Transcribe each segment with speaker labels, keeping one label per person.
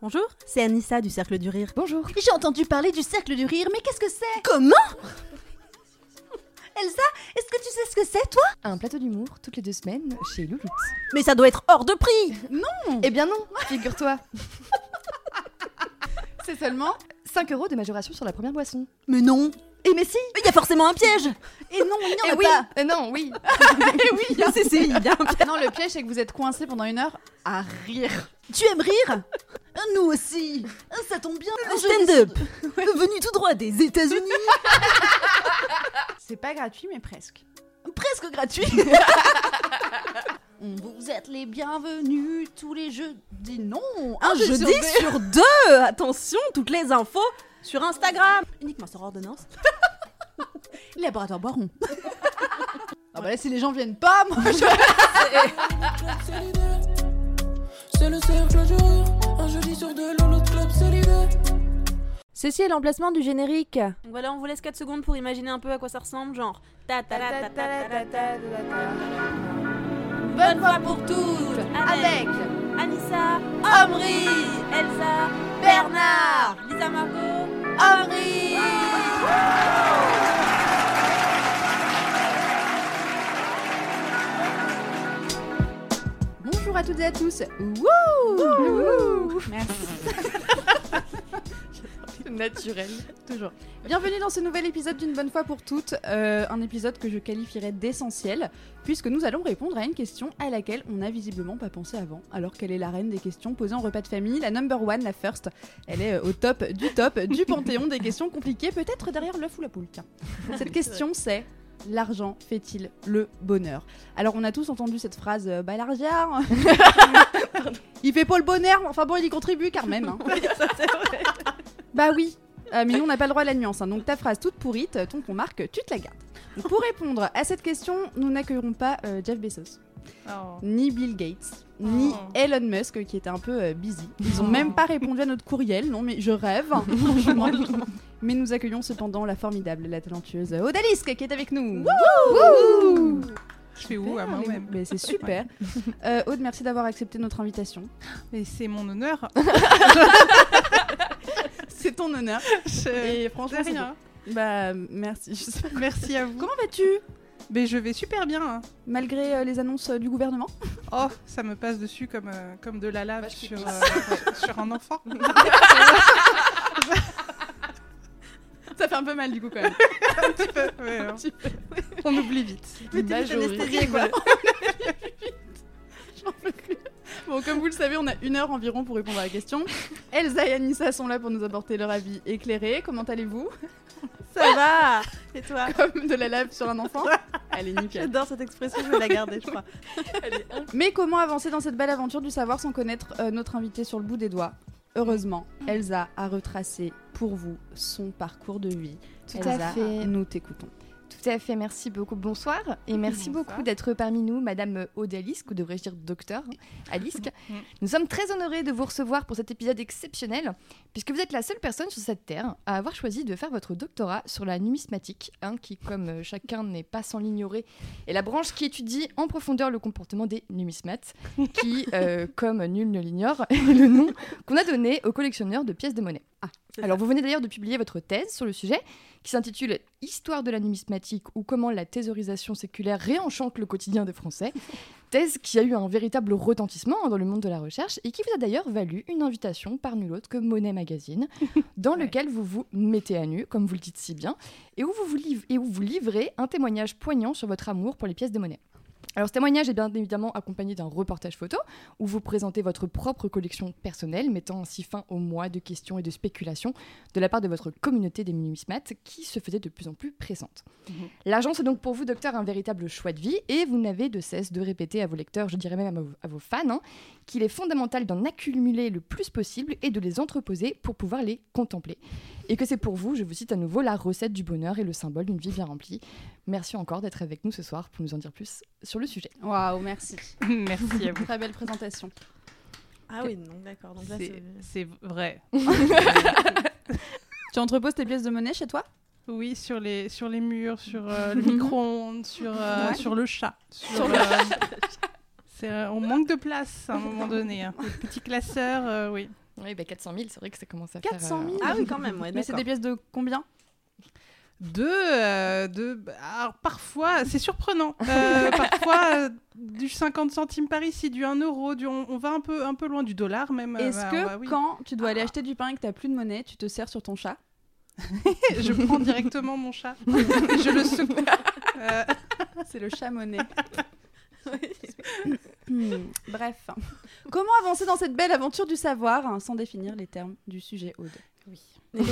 Speaker 1: Bonjour, c'est Anissa du Cercle du Rire.
Speaker 2: Bonjour.
Speaker 3: J'ai entendu parler du cercle du rire, mais qu'est-ce que c'est
Speaker 1: Comment
Speaker 3: Elsa, est-ce que tu sais ce que c'est, toi
Speaker 2: Un plateau d'humour toutes les deux semaines chez Louloute.
Speaker 1: Mais ça doit être hors de prix
Speaker 2: Eh bien non, figure-toi. C'est seulement 5 euros de majoration sur la première boisson.
Speaker 1: Mais non
Speaker 2: Et mais si
Speaker 1: Il y a forcément un piège
Speaker 3: Et non, il n'y en
Speaker 2: Eh
Speaker 3: a
Speaker 2: oui
Speaker 3: pas
Speaker 2: Eh Non, oui
Speaker 1: Eh oui, c'est c'est- il y a un piège
Speaker 4: Non, le piège, c'est que vous êtes coincé pendant une heure à rire.
Speaker 3: Tu aimes rire Nous aussi Ça tombe bien
Speaker 1: Le
Speaker 3: je-
Speaker 1: stand-up Venu tout droit des États-Unis
Speaker 4: C'est pas gratuit, mais presque.
Speaker 3: Presque gratuit Vous êtes les bienvenus tous les jeudis. Non
Speaker 1: Un
Speaker 3: jeu
Speaker 1: jeudi
Speaker 3: sur deux.
Speaker 1: sur deux Attention, toutes les infos sur Instagram Uniquement sur ordonnance.
Speaker 4: Laboratoire Boiron. Ah bah là, si les gens viennent pas, moi je.
Speaker 5: solidaire. C'est le cercle du rire. Un jeudi sur deux, l'autre club solidaire.
Speaker 6: Ceci est l'emplacement du générique.
Speaker 1: Donc voilà, on vous laisse 4 secondes pour imaginer un peu à quoi ça ressemble, genre... ta ta ta ta ta ta ta.
Speaker 4: Bonne voix pour toutes
Speaker 7: Ah, ben.
Speaker 1: Avec Anissa, Omri, Elsa, Bernard, Lisa Margot, Omri
Speaker 4: Bonjour à toutes et à tous Wouh Merci
Speaker 2: Naturel.
Speaker 4: Toujours. Bienvenue dans ce nouvel épisode d'une bonne fois pour toutes, euh, un épisode que je qualifierais d'essentiel, puisque nous allons répondre à une question à laquelle on n'a visiblement pas pensé avant, alors qu'elle est la reine des questions posées en repas de famille, la number one, la first. Elle est euh, au top du top du panthéon des questions compliquées, peut-être derrière l'œuf ou la poule. tiens. Cette question c'est... L'argent fait-il le bonheur Alors on a tous entendu cette phrase, euh, bah l'argent, il fait pas le bonheur, mais enfin bon il y contribue quand même. hein. bah oui, euh, mais nous, on n'a pas le droit à la nuance. hein. Donc ta phrase toute pourrite, ton qu'on marque, tu te la gardes. Donc, pour répondre à cette question, nous n'accueillerons pas euh, Jeff Bezos,
Speaker 7: Oh.
Speaker 4: ni Bill Gates, ni Elon Musk, qui était un peu euh, busy. Ils ont même pas répondu à notre courriel. Non, mais je rêve, hein, franchement. mais nous accueillons cependant la formidable, la talentueuse Odalisque, qui est avec nous. Wouhou
Speaker 7: Je fais où
Speaker 4: Super,
Speaker 7: à
Speaker 4: les-
Speaker 7: moi-même
Speaker 4: Ah, mais c'est super. Euh, Aude, merci d'avoir accepté notre invitation.
Speaker 7: Mais c'est mon honneur.
Speaker 4: C'est ton honneur. Euh,
Speaker 7: Je-
Speaker 4: Et franchement,
Speaker 7: de
Speaker 4: c'est
Speaker 7: rien. hein.
Speaker 4: beau. Bah merci. Je sais pas.
Speaker 7: Merci à vous.
Speaker 4: Comment vas-tu
Speaker 7: Mais je vais super bien. hein.
Speaker 4: Malgré euh, les annonces euh, du gouvernement
Speaker 7: Oh, ça me passe dessus comme, euh, comme de la lave
Speaker 2: Vache qui
Speaker 7: sur,
Speaker 2: pisse.
Speaker 7: euh, sur un enfant.
Speaker 4: Ça fait un peu mal du coup quand même.
Speaker 7: Un petit peu, ouais, hein. On oublie vite.
Speaker 4: Mais t'es juste anesthésiée, quoi. J'en peux plus. Bon, comme vous le savez, on a une heure environ pour répondre à la question. Elsa et Anissa sont là pour nous apporter leur avis éclairé. Comment allez-vous
Speaker 1: Ça va Et toi
Speaker 4: Comme de la lave sur un enfant Allez, nickel.
Speaker 1: J'adore cette expression, je vais la garder, je crois.
Speaker 4: Mais comment avancer dans cette belle aventure du savoir sans connaître euh, notre invitée sur le bout des doigts Heureusement, Elsa a retracé pour vous son parcours de vie.
Speaker 2: Tout
Speaker 4: Elsa,
Speaker 2: à fait.
Speaker 4: nous t'écoutons.
Speaker 2: Tout à fait, merci beaucoup. Bonsoir et merci
Speaker 7: Bonsoir.
Speaker 2: beaucoup d'être parmi nous, Madame Odalisque, ou devrais-je dire docteur hein, Alisque.
Speaker 7: Mm.
Speaker 2: Nous sommes très honorés de vous recevoir pour cet épisode exceptionnel, puisque vous êtes la seule personne sur cette terre à avoir choisi de faire votre doctorat sur la numismatique, hein, qui, comme euh, chacun n'est pas sans l'ignorer, est la branche qui étudie en profondeur le comportement des numismates, qui, euh, comme nul ne l'ignore, est le nom qu'on a donné aux collectionneurs de pièces de monnaie. Ah.
Speaker 1: c'est
Speaker 2: Alors, vous venez d'ailleurs de publier votre thèse sur le sujet qui s'intitule Histoire de la numismatique ou comment la thésaurisation séculaire réenchante le quotidien des Français. Thèse qui a eu un véritable retentissement dans le monde de la recherche et qui vous a d'ailleurs valu une invitation par nul autre que Monet Magazine, dans lequel vous vous mettez à nu, comme vous le dites si bien, et où vous, vous liv- et où vous livrez un témoignage poignant sur votre amour pour les pièces de Monet. Alors ce témoignage est bien évidemment accompagné d'un reportage photo où vous présentez votre propre collection personnelle, mettant ainsi fin au mois de questions et de spéculations de la part de votre communauté des numismates qui se faisait de plus en plus pressante.
Speaker 7: Mhm.
Speaker 2: L'argent, c'est donc pour vous, docteur, un véritable choix de vie et vous n'avez de cesse de répéter à vos lecteurs, je dirais même à vos, à vos fans, hein, qu'il est fondamental d'en accumuler le plus possible et de les entreposer pour pouvoir les contempler. Et que c'est pour vous, je vous cite à nouveau, la recette du bonheur et le symbole d'une vie bien remplie. Merci encore d'être avec nous ce soir pour nous en dire plus sur le sujet.
Speaker 4: Waouh, merci.
Speaker 7: Merci à vous.
Speaker 4: Très belle présentation.
Speaker 1: Ah oui, non, d'accord. Donc là,
Speaker 7: C'est-
Speaker 1: c'est-
Speaker 7: C'est vrai.
Speaker 4: Tu entreposes tes pièces de monnaie chez toi
Speaker 7: Oui, sur les, sur les murs, sur euh, le micro-ondes, sur, euh,
Speaker 4: Ouais.
Speaker 7: sur le chat. Sur,
Speaker 4: Sur le
Speaker 7: euh, c'est, euh, on manque de place à un moment donné. hein. Les petits classeurs, euh, oui.
Speaker 2: Oui, bah 400 000, c'est vrai que ça commence à
Speaker 4: 400
Speaker 2: faire. euh,
Speaker 4: 000
Speaker 1: Ah oui, quand même, ouais,
Speaker 4: Mais c'est des pièces de combien
Speaker 7: De, euh, de bah, alors, parfois, c'est surprenant. Euh, parfois, euh, du 50 centimes par ici, du 1 euro, du, on, on va un peu, un peu loin du dollar même.
Speaker 4: Est-ce
Speaker 7: bah,
Speaker 4: que
Speaker 7: bah oui.
Speaker 4: quand tu dois aller acheter du pain et que t'as plus de monnaie, tu te sers sur ton chat
Speaker 7: je prends directement mon chat, et je le secoue. Euh,
Speaker 4: C'est le chat monnaie. Hmm, Bref. Comment avancer dans cette belle aventure du savoir hein, sans définir les termes du sujet, Aude Oui.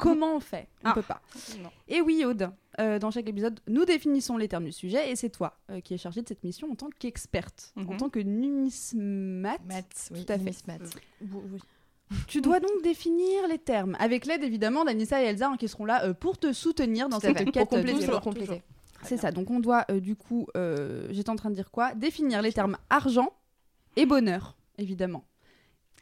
Speaker 4: Comment on fait On
Speaker 1: Ah.
Speaker 4: peut pas.
Speaker 7: Non.
Speaker 4: Et oui, Aude, euh, dans chaque épisode, nous définissons les termes du sujet et c'est toi euh, qui es chargée de cette mission en tant qu'experte, en
Speaker 7: Mhm.
Speaker 4: tant que numismate.
Speaker 2: Maths, oui,
Speaker 4: Tout à fait.
Speaker 2: Miss Maths.
Speaker 4: Tu dois donc définir les termes, avec l'aide évidemment d'Anissa et Elsa hein, qui seront là euh, pour te soutenir dans
Speaker 2: Tout à
Speaker 4: cette
Speaker 2: fait.
Speaker 4: quête
Speaker 2: Pour
Speaker 4: euh,
Speaker 2: compléter,
Speaker 4: d'effort.
Speaker 2: pour compléter.
Speaker 4: C'est ça, donc on doit euh, du coup, euh, j'étais en train de dire quoi Définir les termes argent et bonheur, évidemment.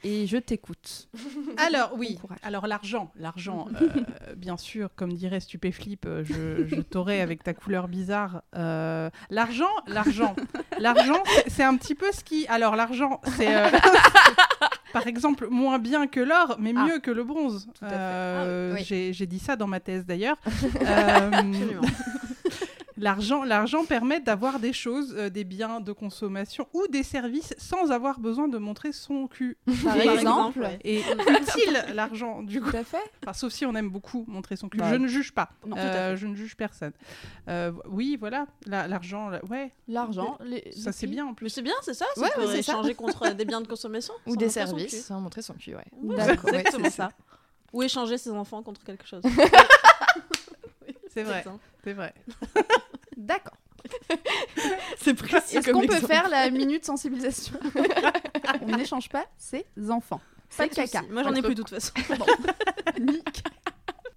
Speaker 4: Et je t'écoute.
Speaker 7: Alors oui,
Speaker 4: Bon courage.
Speaker 7: alors l'argent, l'argent, euh, bien sûr, comme dirait Stupéflip, euh, je, je t'aurai avec ta couleur bizarre. euh, l'argent, l'argent, l'argent, c'est- c'est un petit peu ce qui. Alors l'argent, c'est euh, c'est, par exemple moins bien que l'or, mais mieux que le bronze.
Speaker 4: Ah. à fait.
Speaker 7: Euh,
Speaker 2: Ah oui.
Speaker 7: J'ai j'ai dit ça dans ma thèse d'ailleurs. Euh, L'argent, l'argent permet d'avoir des choses, euh, des biens de consommation ou des services sans avoir besoin de montrer son cul.
Speaker 4: Par
Speaker 7: Et-
Speaker 4: exemple,
Speaker 7: Et utile l'argent, du coup.
Speaker 4: tout à fait.
Speaker 7: Enfin, sauf si on aime beaucoup montrer son cul.
Speaker 4: Bah,
Speaker 7: je ne juge pas.
Speaker 4: non, tout à
Speaker 7: Euh, je ne juge personne. Euh, oui, voilà. La- L'argent, la- ouais,
Speaker 4: L'argent, les-
Speaker 7: ça
Speaker 4: les
Speaker 7: c'est
Speaker 4: prix.
Speaker 7: bien en
Speaker 1: Mais
Speaker 7: plus.
Speaker 1: c'est bien, c'est ça C'est
Speaker 2: Ouais,
Speaker 1: pour
Speaker 2: ouais, c'est ça.
Speaker 1: échanger contre des biens de consommation
Speaker 2: Ou
Speaker 1: sans
Speaker 2: des
Speaker 1: montrer son cul.
Speaker 2: services, sans montrer son cul, ouais.
Speaker 1: Ouais,
Speaker 2: D'accord,
Speaker 1: c'est
Speaker 2: ouais,
Speaker 1: exactement
Speaker 2: c'est
Speaker 1: ça. Ou échanger ses enfants contre quelque chose. hein.
Speaker 7: C'est vrai,
Speaker 1: Putain.
Speaker 7: c'est vrai.
Speaker 4: D'accord.
Speaker 2: C'est précis
Speaker 4: Est-ce qu'on peut faire la minute sensibilisation On n'échange pas ses enfants. Pas de
Speaker 1: Pas de
Speaker 4: caca.
Speaker 1: soucis. Moi j'en ai plus de toute façon.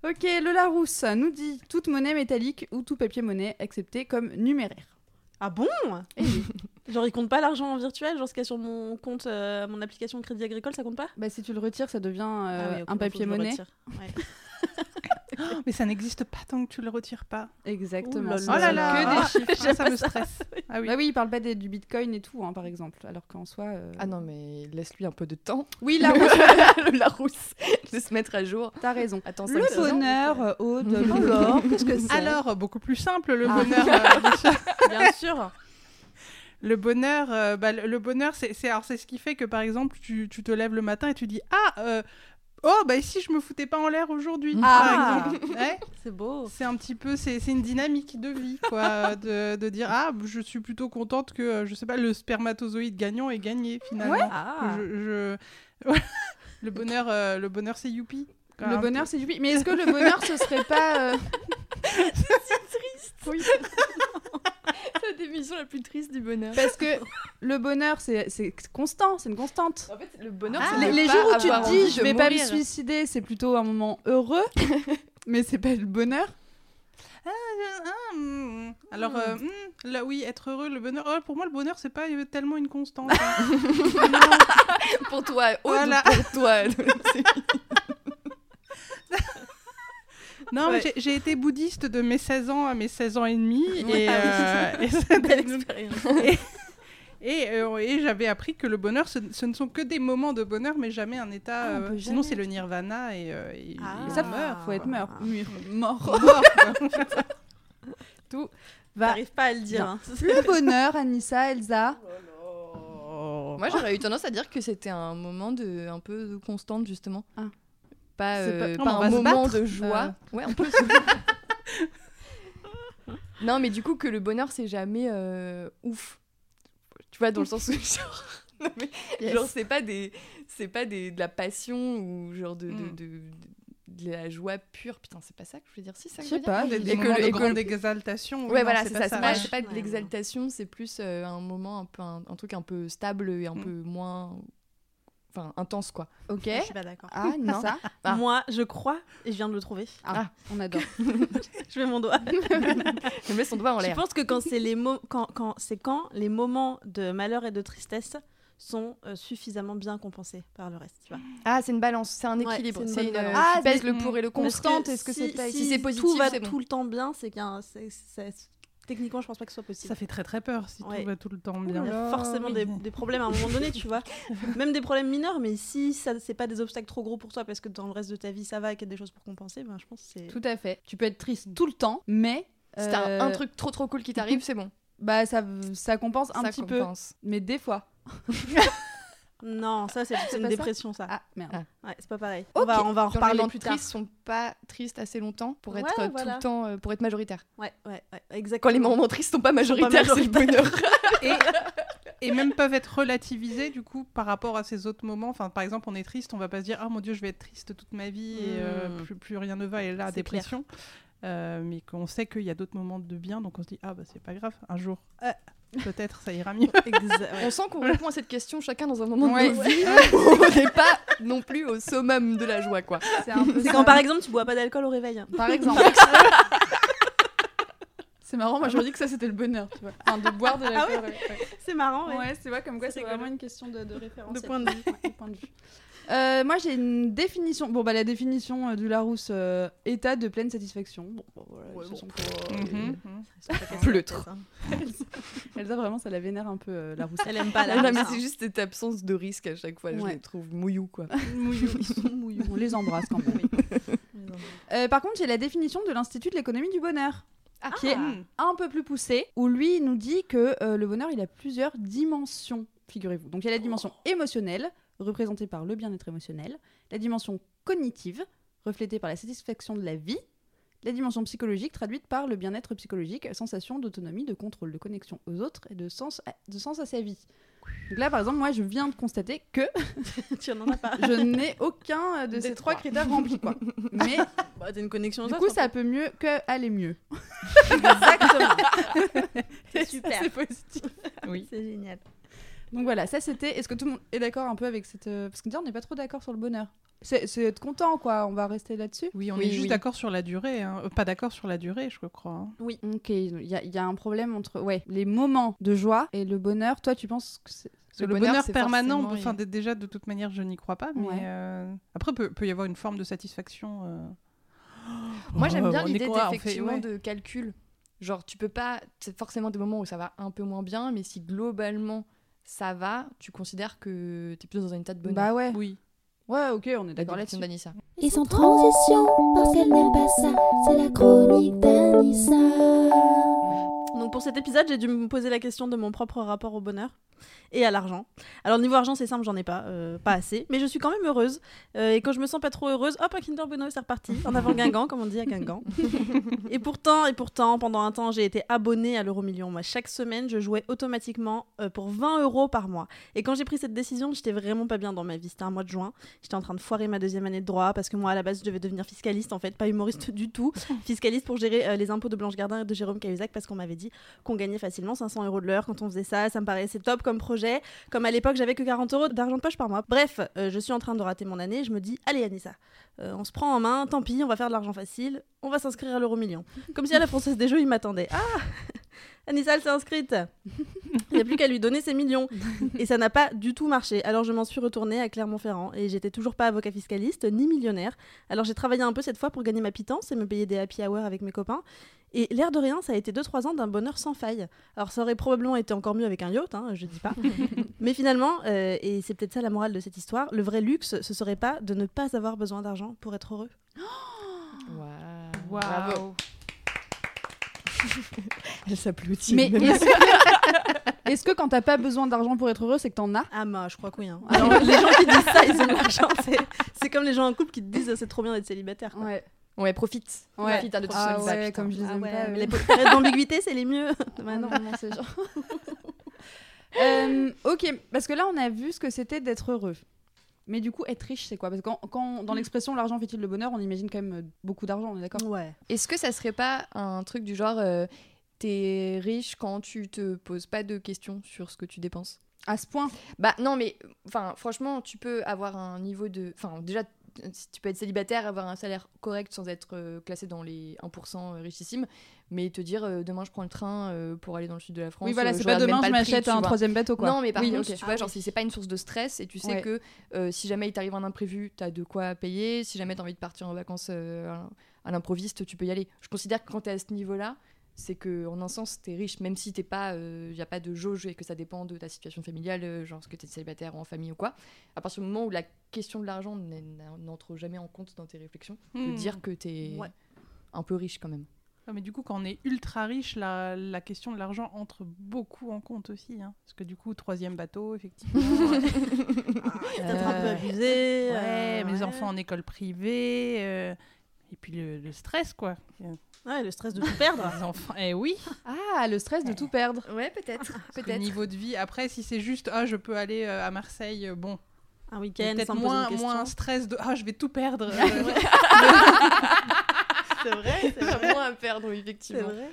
Speaker 4: Ok, le Larousse nous dit toute monnaie métallique ou tout papier monnaie accepté comme numéraire.
Speaker 1: Ah bon Genre ils comptent pas l'argent en virtuel, genre ce qu'il y a sur mon compte, euh, mon application Crédit Agricole, ça compte pas
Speaker 4: Bah si tu le retires, ça devient euh,
Speaker 1: Ah oui, ok,
Speaker 4: un
Speaker 1: bah, faut que
Speaker 4: papier
Speaker 1: je le
Speaker 4: monnaie.
Speaker 1: retire.
Speaker 7: Mais ça n'existe pas tant que tu le retires pas.
Speaker 4: Exactement.
Speaker 1: Ouh là
Speaker 4: Ce
Speaker 7: Oh là
Speaker 4: sont que des
Speaker 7: là, ah,
Speaker 1: J'aime
Speaker 7: ça
Speaker 1: pas
Speaker 7: me
Speaker 1: ça.
Speaker 7: stresse. Ah oui.
Speaker 4: Bah oui, il parle pas des- du bitcoin et tout, hein, par exemple. Alors qu'en soi. euh,
Speaker 2: Ah non, mais laisse-lui un peu de temps.
Speaker 4: Oui,
Speaker 2: La
Speaker 4: là,
Speaker 2: le Larousse, de se mettre à jour.
Speaker 4: t'as raison.
Speaker 2: Attends, ça me
Speaker 4: Le
Speaker 2: saoule.
Speaker 4: bonheur, euh, Aude, le bonheur, qu'est-ce que c'est
Speaker 7: Alors, beaucoup plus simple, le
Speaker 4: Ah.
Speaker 7: bonheur. euh, Michel.
Speaker 1: Bien sûr.
Speaker 7: Le bonheur, euh, bah, le le bonheur, c'est c'est- alors, c'est ce qui fait que par exemple, tu, tu te lèves le matin et tu dis ah euh, oh bah si je me foutais pas en l'air aujourd'hui.
Speaker 1: Ah.
Speaker 7: par exemple. Ouais,
Speaker 1: C'est beau.
Speaker 7: c'est un petit peu c'est c'est une dynamique de vie quoi, de, de dire ah je suis plutôt contente que euh, je sais pas le spermatozoïde gagnant ait gagné finalement.
Speaker 1: Ah.
Speaker 7: Je- je- le bonheur, euh, le bonheur c'est youpi.
Speaker 4: Le bonheur, c'est jupi. Mais est-ce que le bonheur, ce serait pas. euh,
Speaker 2: C'est la démission la plus triste du bonheur.
Speaker 4: Parce que le bonheur, c'est c'est constant, c'est une constante.
Speaker 2: En fait, le bonheur,
Speaker 4: Ah,
Speaker 2: c'est
Speaker 4: les
Speaker 2: ne
Speaker 4: les
Speaker 2: pas
Speaker 4: jours où tu
Speaker 2: avoir
Speaker 4: te dis
Speaker 2: envie
Speaker 4: je
Speaker 2: de
Speaker 4: vais pas me
Speaker 2: mourir.
Speaker 4: suicider, c'est plutôt un moment heureux, mais c'est pas le bonheur.
Speaker 7: Ah, mm. Alors, euh, mm, là, oui, être heureux, le bonheur. Oh, pour moi, le bonheur, c'est pas euh, tellement une constante. hein. Non.
Speaker 2: Pour toi, Aude,
Speaker 7: Voilà.
Speaker 2: ou pour toi. c'est-
Speaker 7: Non, mais j'ai- j'ai été bouddhiste de mes 16 ans à mes 16 ans et demi. Et, euh, et ça-
Speaker 1: Ah Belle expérience.
Speaker 7: et, euh, et j'avais appris que le bonheur, ce, ce ne sont que des moments de bonheur, mais jamais un état.
Speaker 4: Ah, on
Speaker 7: euh,
Speaker 4: peut
Speaker 7: sinon,
Speaker 4: jamais
Speaker 7: c'est le nirvana et, euh, et-
Speaker 1: Ah.
Speaker 7: et
Speaker 4: Ça,
Speaker 7: on
Speaker 4: faut-
Speaker 7: meurt,
Speaker 4: faut être
Speaker 7: quoi.
Speaker 4: mort. Mort.
Speaker 7: Mort, quoi.
Speaker 1: T'arrives pas à le dire. hein.
Speaker 4: Le bonheur, Anissa, Elsa.
Speaker 7: Oh.
Speaker 2: Moi, j'aurais eu tendance à dire que c'était un moment de, un peu de constante, justement.
Speaker 4: Ah.
Speaker 2: Pas,
Speaker 4: C'est
Speaker 2: euh,
Speaker 7: pas-
Speaker 2: pas
Speaker 7: Non, mais
Speaker 2: un
Speaker 7: on va se
Speaker 2: moment
Speaker 7: battre. Euh.
Speaker 2: de joie. Ouais, un peu. non, mais du coup, que le bonheur, c'est jamais euh, ouf. Tu vois, dans le sens où, genre, non, mais, genre, c'est pas, des, c'est pas des, de la passion ou genre de, de,
Speaker 7: Mm.
Speaker 2: de, de la joie pure. Putain, c'est pas ça que je veux dire. Si, ça que
Speaker 4: Je
Speaker 2: je veux
Speaker 4: sais
Speaker 2: dire.
Speaker 4: pas.
Speaker 7: Des, des
Speaker 2: Et que
Speaker 7: moments
Speaker 2: le-
Speaker 7: de
Speaker 2: et que le-
Speaker 7: grande exaltation. oui,
Speaker 2: Ouais,
Speaker 7: non,
Speaker 2: voilà,
Speaker 7: c'est
Speaker 2: c'est
Speaker 7: pas Ah,
Speaker 2: ça. C'est pas,
Speaker 7: ouais.
Speaker 2: c'est pas de
Speaker 1: Ouais,
Speaker 2: l'exaltation, c'est plus euh, un moment un peu un, un truc un peu stable et un
Speaker 7: Mm.
Speaker 2: peu moins, enfin intense quoi.
Speaker 4: Ok.
Speaker 1: Je suis pas d'accord.
Speaker 4: Ah,
Speaker 2: non.
Speaker 4: ça.
Speaker 2: Ah.
Speaker 1: Moi, je crois, et je viens de le trouver.
Speaker 4: Ah, on adore.
Speaker 1: Je mets mon doigt.
Speaker 2: Je mets son doigt en
Speaker 1: Je
Speaker 2: l'air.
Speaker 1: pense que quand c'est les mo- quand, quand c'est quand les moments de malheur et de tristesse sont euh, suffisamment bien compensés par le reste, tu vois.
Speaker 2: Ah, c'est une balance, c'est un
Speaker 1: Ouais,
Speaker 2: équilibre.
Speaker 1: c'est une
Speaker 2: c'est
Speaker 1: bonne
Speaker 2: une,
Speaker 1: balance.
Speaker 2: ah,
Speaker 4: Ah,
Speaker 2: tu pèses
Speaker 4: c'est-
Speaker 2: le pour et le
Speaker 4: Parce
Speaker 2: contre.
Speaker 4: Constante, est-ce que c'est pas-
Speaker 2: si c'est
Speaker 1: tout
Speaker 2: positif,
Speaker 1: va
Speaker 2: c'est bon.
Speaker 1: tout le temps bien, c'est qu'un c'est- c'est- Techniquement, je pense pas que ce soit possible.
Speaker 7: Ça fait très très peur si
Speaker 1: Ouais.
Speaker 7: tout va tout le temps
Speaker 1: Il y
Speaker 7: bien. Oh,
Speaker 1: a forcément des, des problèmes à un moment donné, tu vois. Même des problèmes mineurs, mais si ça c'est pas des obstacles trop gros pour toi parce que dans le reste de ta vie ça va et qu'il y a des choses pour compenser, ben je pense que c'est.
Speaker 4: Tout à fait. Tu peux être triste tout le temps, mais.
Speaker 2: Si t'as
Speaker 4: euh,
Speaker 2: un, un truc trop trop cool qui t'arrive, c'est bon.
Speaker 4: Bah, ça, ça compense un
Speaker 2: ça
Speaker 4: petit
Speaker 2: compense.
Speaker 4: peu, mais des fois.
Speaker 1: Non, ça c'est
Speaker 4: pas
Speaker 1: c'est une
Speaker 4: ça
Speaker 1: dépression ça.
Speaker 4: Ah, merde.
Speaker 2: Ah.
Speaker 1: Ouais, c'est pas pareil.
Speaker 2: Ok.
Speaker 1: On va on va en
Speaker 2: Genre, les
Speaker 1: reparler
Speaker 2: gens
Speaker 1: plus tard.
Speaker 2: tristes sont pas tristes assez longtemps pour
Speaker 1: Ouais,
Speaker 2: être euh, tout
Speaker 1: voilà.
Speaker 2: le temps euh, pour être majoritaire.
Speaker 1: Ouais, ouais, ouais, exactement.
Speaker 2: Quand les moments tristes sont pas majoritaires, c'est le bonheur.
Speaker 7: et, et même peuvent être relativisés du coup par rapport à ces autres moments. Enfin, par exemple, on est triste, on va pas se dire ah mon dieu, je vais être triste toute ma vie et euh,
Speaker 1: Mm.
Speaker 7: plus, plus rien ne va et là
Speaker 1: C'est
Speaker 7: dépression. Euh, mais qu'on sait qu'il y a d'autres moments de bien, donc on se dit ah bah c'est pas grave, un jour euh, peut-être ça ira mieux.
Speaker 1: Exa- ouais.
Speaker 2: On sent qu'on répond à cette question chacun dans un moment
Speaker 4: Ouais.
Speaker 2: de nos vies où on n'est pas non plus au summum de la joie quoi.
Speaker 4: C'est un peu
Speaker 1: C'est
Speaker 4: ça.
Speaker 1: quand par exemple tu bois pas d'alcool au réveil. hein.
Speaker 4: Par exemple. c'est marrant, moi je me dis que ça c'était le bonheur, tu vois. Enfin, de boire de
Speaker 7: Ah
Speaker 4: l'alcool. ouais, ouais.
Speaker 1: C'est marrant, ouais.
Speaker 4: Ouais, c'est vrai, comme quoi
Speaker 1: Ça,
Speaker 4: c'est
Speaker 1: c'est
Speaker 4: vraiment
Speaker 1: rigolo.
Speaker 4: une question de, de référence.
Speaker 1: De
Speaker 4: et
Speaker 1: point de vue.
Speaker 4: Ouais, point de vue. Euh, moi j'ai une définition. Bon bah la définition euh, du Larousse euh, état de pleine satisfaction. Bon, bah, voilà,
Speaker 1: Ouais,
Speaker 4: ils se
Speaker 1: bon.
Speaker 4: sont euh, pas-
Speaker 7: Mhm.
Speaker 2: Pleutre.
Speaker 4: Elsa vraiment ça la vénère un peu euh, Larousse.
Speaker 1: Elle aime pas la
Speaker 2: Non, mais c'est juste cette absence de risque à chaque fois, je
Speaker 4: Ouais.
Speaker 2: les trouve mouillou quoi.
Speaker 4: On les embrasse quand même. Euh, par contre j'ai la définition de l'Institut de l'économie du bonheur.
Speaker 1: Ah.
Speaker 4: qui est
Speaker 7: Mm.
Speaker 4: un peu plus poussé, où lui il nous dit que euh, le bonheur, il a plusieurs dimensions, figurez-vous. Donc il y a la dimension émotionnelle, représentée par le bien-être émotionnel, la dimension cognitive, reflétée par la satisfaction de la vie, la dimension psychologique, traduite par le bien-être psychologique, sensation d'autonomie, de contrôle, de connexion aux autres et de sens à, de sens à sa vie. Donc là, par exemple, moi, je viens de constater que
Speaker 1: tu n'en as pas.
Speaker 4: je n'ai aucun euh, de
Speaker 1: Des
Speaker 4: ces trois
Speaker 1: trois.
Speaker 4: critères remplis, quoi. Mais
Speaker 1: Bah, t'as une connexion. aux
Speaker 4: du
Speaker 1: autres,
Speaker 4: coup,
Speaker 1: hein.
Speaker 4: ça peut mieux que aller mieux.
Speaker 1: Exactement.
Speaker 4: Et ça,
Speaker 1: c'est super.
Speaker 4: C'est positif.
Speaker 7: Oui.
Speaker 1: C'est génial.
Speaker 4: Donc voilà, ça c'était. Est-ce que tout le monde est d'accord un peu avec cette. euh, Parce qu'on dit on n'est pas trop d'accord sur le bonheur. C'est c'est être content, quoi. On va rester là-dessus.
Speaker 7: Oui, on
Speaker 2: Oui,
Speaker 7: est juste
Speaker 2: oui.
Speaker 7: d'accord sur la durée. hein. Euh, Pas d'accord sur la durée, je crois. hein.
Speaker 4: Ok, il y, a- il y a un problème entre ouais, les moments de joie et le bonheur. Toi, tu penses que c'est.
Speaker 7: Parce que Le, bonheur,
Speaker 2: c'est
Speaker 7: permanent,
Speaker 2: forcément-
Speaker 7: enfin, d- déjà de toute manière, je n'y crois pas. Mais
Speaker 4: Ouais.
Speaker 7: euh, après, peut, peut y avoir une forme de satisfaction. euh.
Speaker 2: Moi, j'aime
Speaker 7: Oh,
Speaker 2: bien
Speaker 7: on est
Speaker 2: l'idée
Speaker 7: quoi On fait-
Speaker 2: d'effectivement
Speaker 7: ouais.
Speaker 2: de calcul. Genre, tu peux pas. C'est forcément des moments où ça va un peu moins bien, mais si globalement ça va, tu considères que t'es plutôt dans un état de bonheur.
Speaker 4: Bah ouais.
Speaker 7: Oui.
Speaker 4: Ouais, ok, on est
Speaker 2: D'accord,
Speaker 4: d'accord
Speaker 2: là,
Speaker 4: là-dessus.
Speaker 2: tu me bannis ça.
Speaker 6: Et sans transition, parce qu'elle n'aime pas ça, c'est la chronique d'Anissa.
Speaker 1: Donc pour cet épisode, j'ai dû me poser la question de mon propre rapport au bonheur et à l'argent. Alors niveau argent, c'est simple, j'en ai pas, euh, pas assez, mais je suis quand même heureuse. Euh, et quand je me sens pas trop heureuse, hop, un Kinder Bueno, c'est reparti, en avant Guingamp, comme on dit à Guingamp. et pourtant, et pourtant, pendant un temps, j'ai été abonnée à l'euro million. Moi, chaque semaine, je jouais automatiquement euh, pour 20 euros par mois. Et quand j'ai pris cette décision, j'étais vraiment pas bien dans ma vie. C'était un mois de juin, j'étais en train de foirer ma deuxième année de droit parce que moi, à la base, je devais devenir fiscaliste, en fait, pas humoriste du tout fiscaliste pour gérer euh, les impôts de Blanche Gardin et de Jérôme Cahuzac parce qu'on m'avait dit qu'on gagnait facilement 500 euros de l'heure quand on faisait ça. Ça me paraissait top comme projet. Comme à l'époque, j'avais que 40 euros d'argent de poche par mois. Bref, euh, je suis en train de rater mon année. Je me dis, allez Anissa, euh, on se prend en main, tant pis, on va faire de l'argent facile, on va s'inscrire à l'euro million. Comme si à la Française des Jeux, il m'attendait. Ah Anissa, elle s'est inscrite Il n'y a plus qu'à lui donner ses millions. Et ça n'a pas du tout marché. Alors je m'en suis retournée à Clermont-Ferrand et j'étais toujours pas avocat fiscaliste ni millionnaire. Alors j'ai travaillé un peu cette fois pour gagner ma pitance et me payer des happy hours avec mes copains. Et l'air de rien, ça a été 2-3 ans d'un bonheur sans faille. Alors ça aurait probablement été encore mieux avec un yacht, hein, je dis pas. Mais finalement, euh, et c'est peut-être ça la morale de cette histoire, le vrai luxe, ce serait pas de ne pas avoir besoin d'argent pour être heureux.
Speaker 2: Waouh. Bravo.
Speaker 7: Waouh.
Speaker 2: Elle s'applaudit.
Speaker 4: Mais
Speaker 2: même.
Speaker 4: est-ce que... est-ce que quand t'as pas besoin d'argent pour être heureux, c'est que t'en as
Speaker 1: Ah bah, je crois que oui. hein. Alors les gens qui disent ça, ils ont de l'argent. C'est, c'est comme les gens en couple qui te disent c'est trop bien d'être célibataire. quoi.
Speaker 4: Ouais.
Speaker 2: Ouais, profite.
Speaker 4: Ouais.
Speaker 2: Profite hein, de tout
Speaker 4: Ah
Speaker 2: ce qui va,
Speaker 4: ouais,
Speaker 2: putain.
Speaker 4: comme je les
Speaker 1: Ah
Speaker 4: aime
Speaker 1: ouais,
Speaker 4: pas.
Speaker 1: mais
Speaker 4: ouais.
Speaker 1: les périodes d'ambiguïté, c'est les mieux. Bah non.
Speaker 4: Normalement, c'est genre. Ah Euh, ok, parce que là, on a vu ce que c'était d'être heureux. Mais du coup, être riche, c'est quoi Parce que quand, quand- dans l'expression l'argent fait-il le bonheur, on imagine quand même euh, beaucoup d'argent, on est d'accord
Speaker 1: Ouais.
Speaker 2: Est-ce que ça serait pas un truc du genre. euh, T'es riche quand tu te poses pas de questions sur ce que tu dépenses
Speaker 4: À ce point.
Speaker 2: Bah non, mais enfin, franchement, tu peux avoir un niveau de. Enfin, déjà, si tu peux être célibataire, avoir un salaire correct sans être euh, classé dans les 1% richissime, euh, mais te dire euh, demain je prends le train euh, pour aller dans le sud de la France.
Speaker 4: oui, voilà,
Speaker 2: euh,
Speaker 4: c'est
Speaker 2: je
Speaker 4: pas
Speaker 2: regarde même
Speaker 4: demain, je
Speaker 2: le prix,
Speaker 4: m'achète
Speaker 2: tu
Speaker 4: un
Speaker 2: vois.
Speaker 4: troisième bateau, quoi.
Speaker 2: Non, mais par
Speaker 4: oui,
Speaker 2: contre,
Speaker 4: ok.
Speaker 2: tu vois, genre, si c'est pas une source de stress et tu sais
Speaker 4: Ouais.
Speaker 2: que euh, si jamais il t'arrive un imprévu, t'as de quoi payer. Si jamais t'as envie de partir en vacances euh, à à l'improviste, tu peux y aller. Je considère que quand t'es à ce niveau-là, c'est que en un sens t'es riche même si t'es pas il n'y a pas de jauge et que ça dépend de ta situation familiale euh, genre ce que t'es célibataire ou en famille ou quoi à partir du moment où la question de l'argent n'est- n'a- n'entre jamais en compte dans tes réflexions de
Speaker 7: Hmm.
Speaker 2: dire que t'es
Speaker 1: Ouais.
Speaker 2: un peu riche quand même
Speaker 7: Ah, mais du coup, quand on est ultra riche, la, la question de l'argent entre beaucoup en compte aussi. hein. Parce que du coup, troisième bateau, effectivement.
Speaker 1: Peut-être un peu
Speaker 7: Euh,
Speaker 1: abusé.
Speaker 7: ouais,
Speaker 1: euh,
Speaker 7: mes
Speaker 1: ouais.
Speaker 7: enfants en école privée. euh, Et puis le, le stress, quoi.
Speaker 1: Ouais, le stress de tout perdre.
Speaker 7: Les enfants, eh oui.
Speaker 4: Ah, le stress de tout perdre. Ah,
Speaker 2: ouais peut-être
Speaker 7: Parce que le niveau de vie, après, si c'est juste, ah, je peux aller euh, à Marseille, euh, bon.
Speaker 1: Un week-end
Speaker 7: Peut-être
Speaker 1: sans me poser
Speaker 7: moins,
Speaker 1: de questions.
Speaker 7: moins un stress de, ah, je vais tout perdre. Euh,
Speaker 1: C'est vrai, c'est vrai.
Speaker 2: moins à perdre oui,
Speaker 1: C'est
Speaker 2: effectivement
Speaker 1: vrai.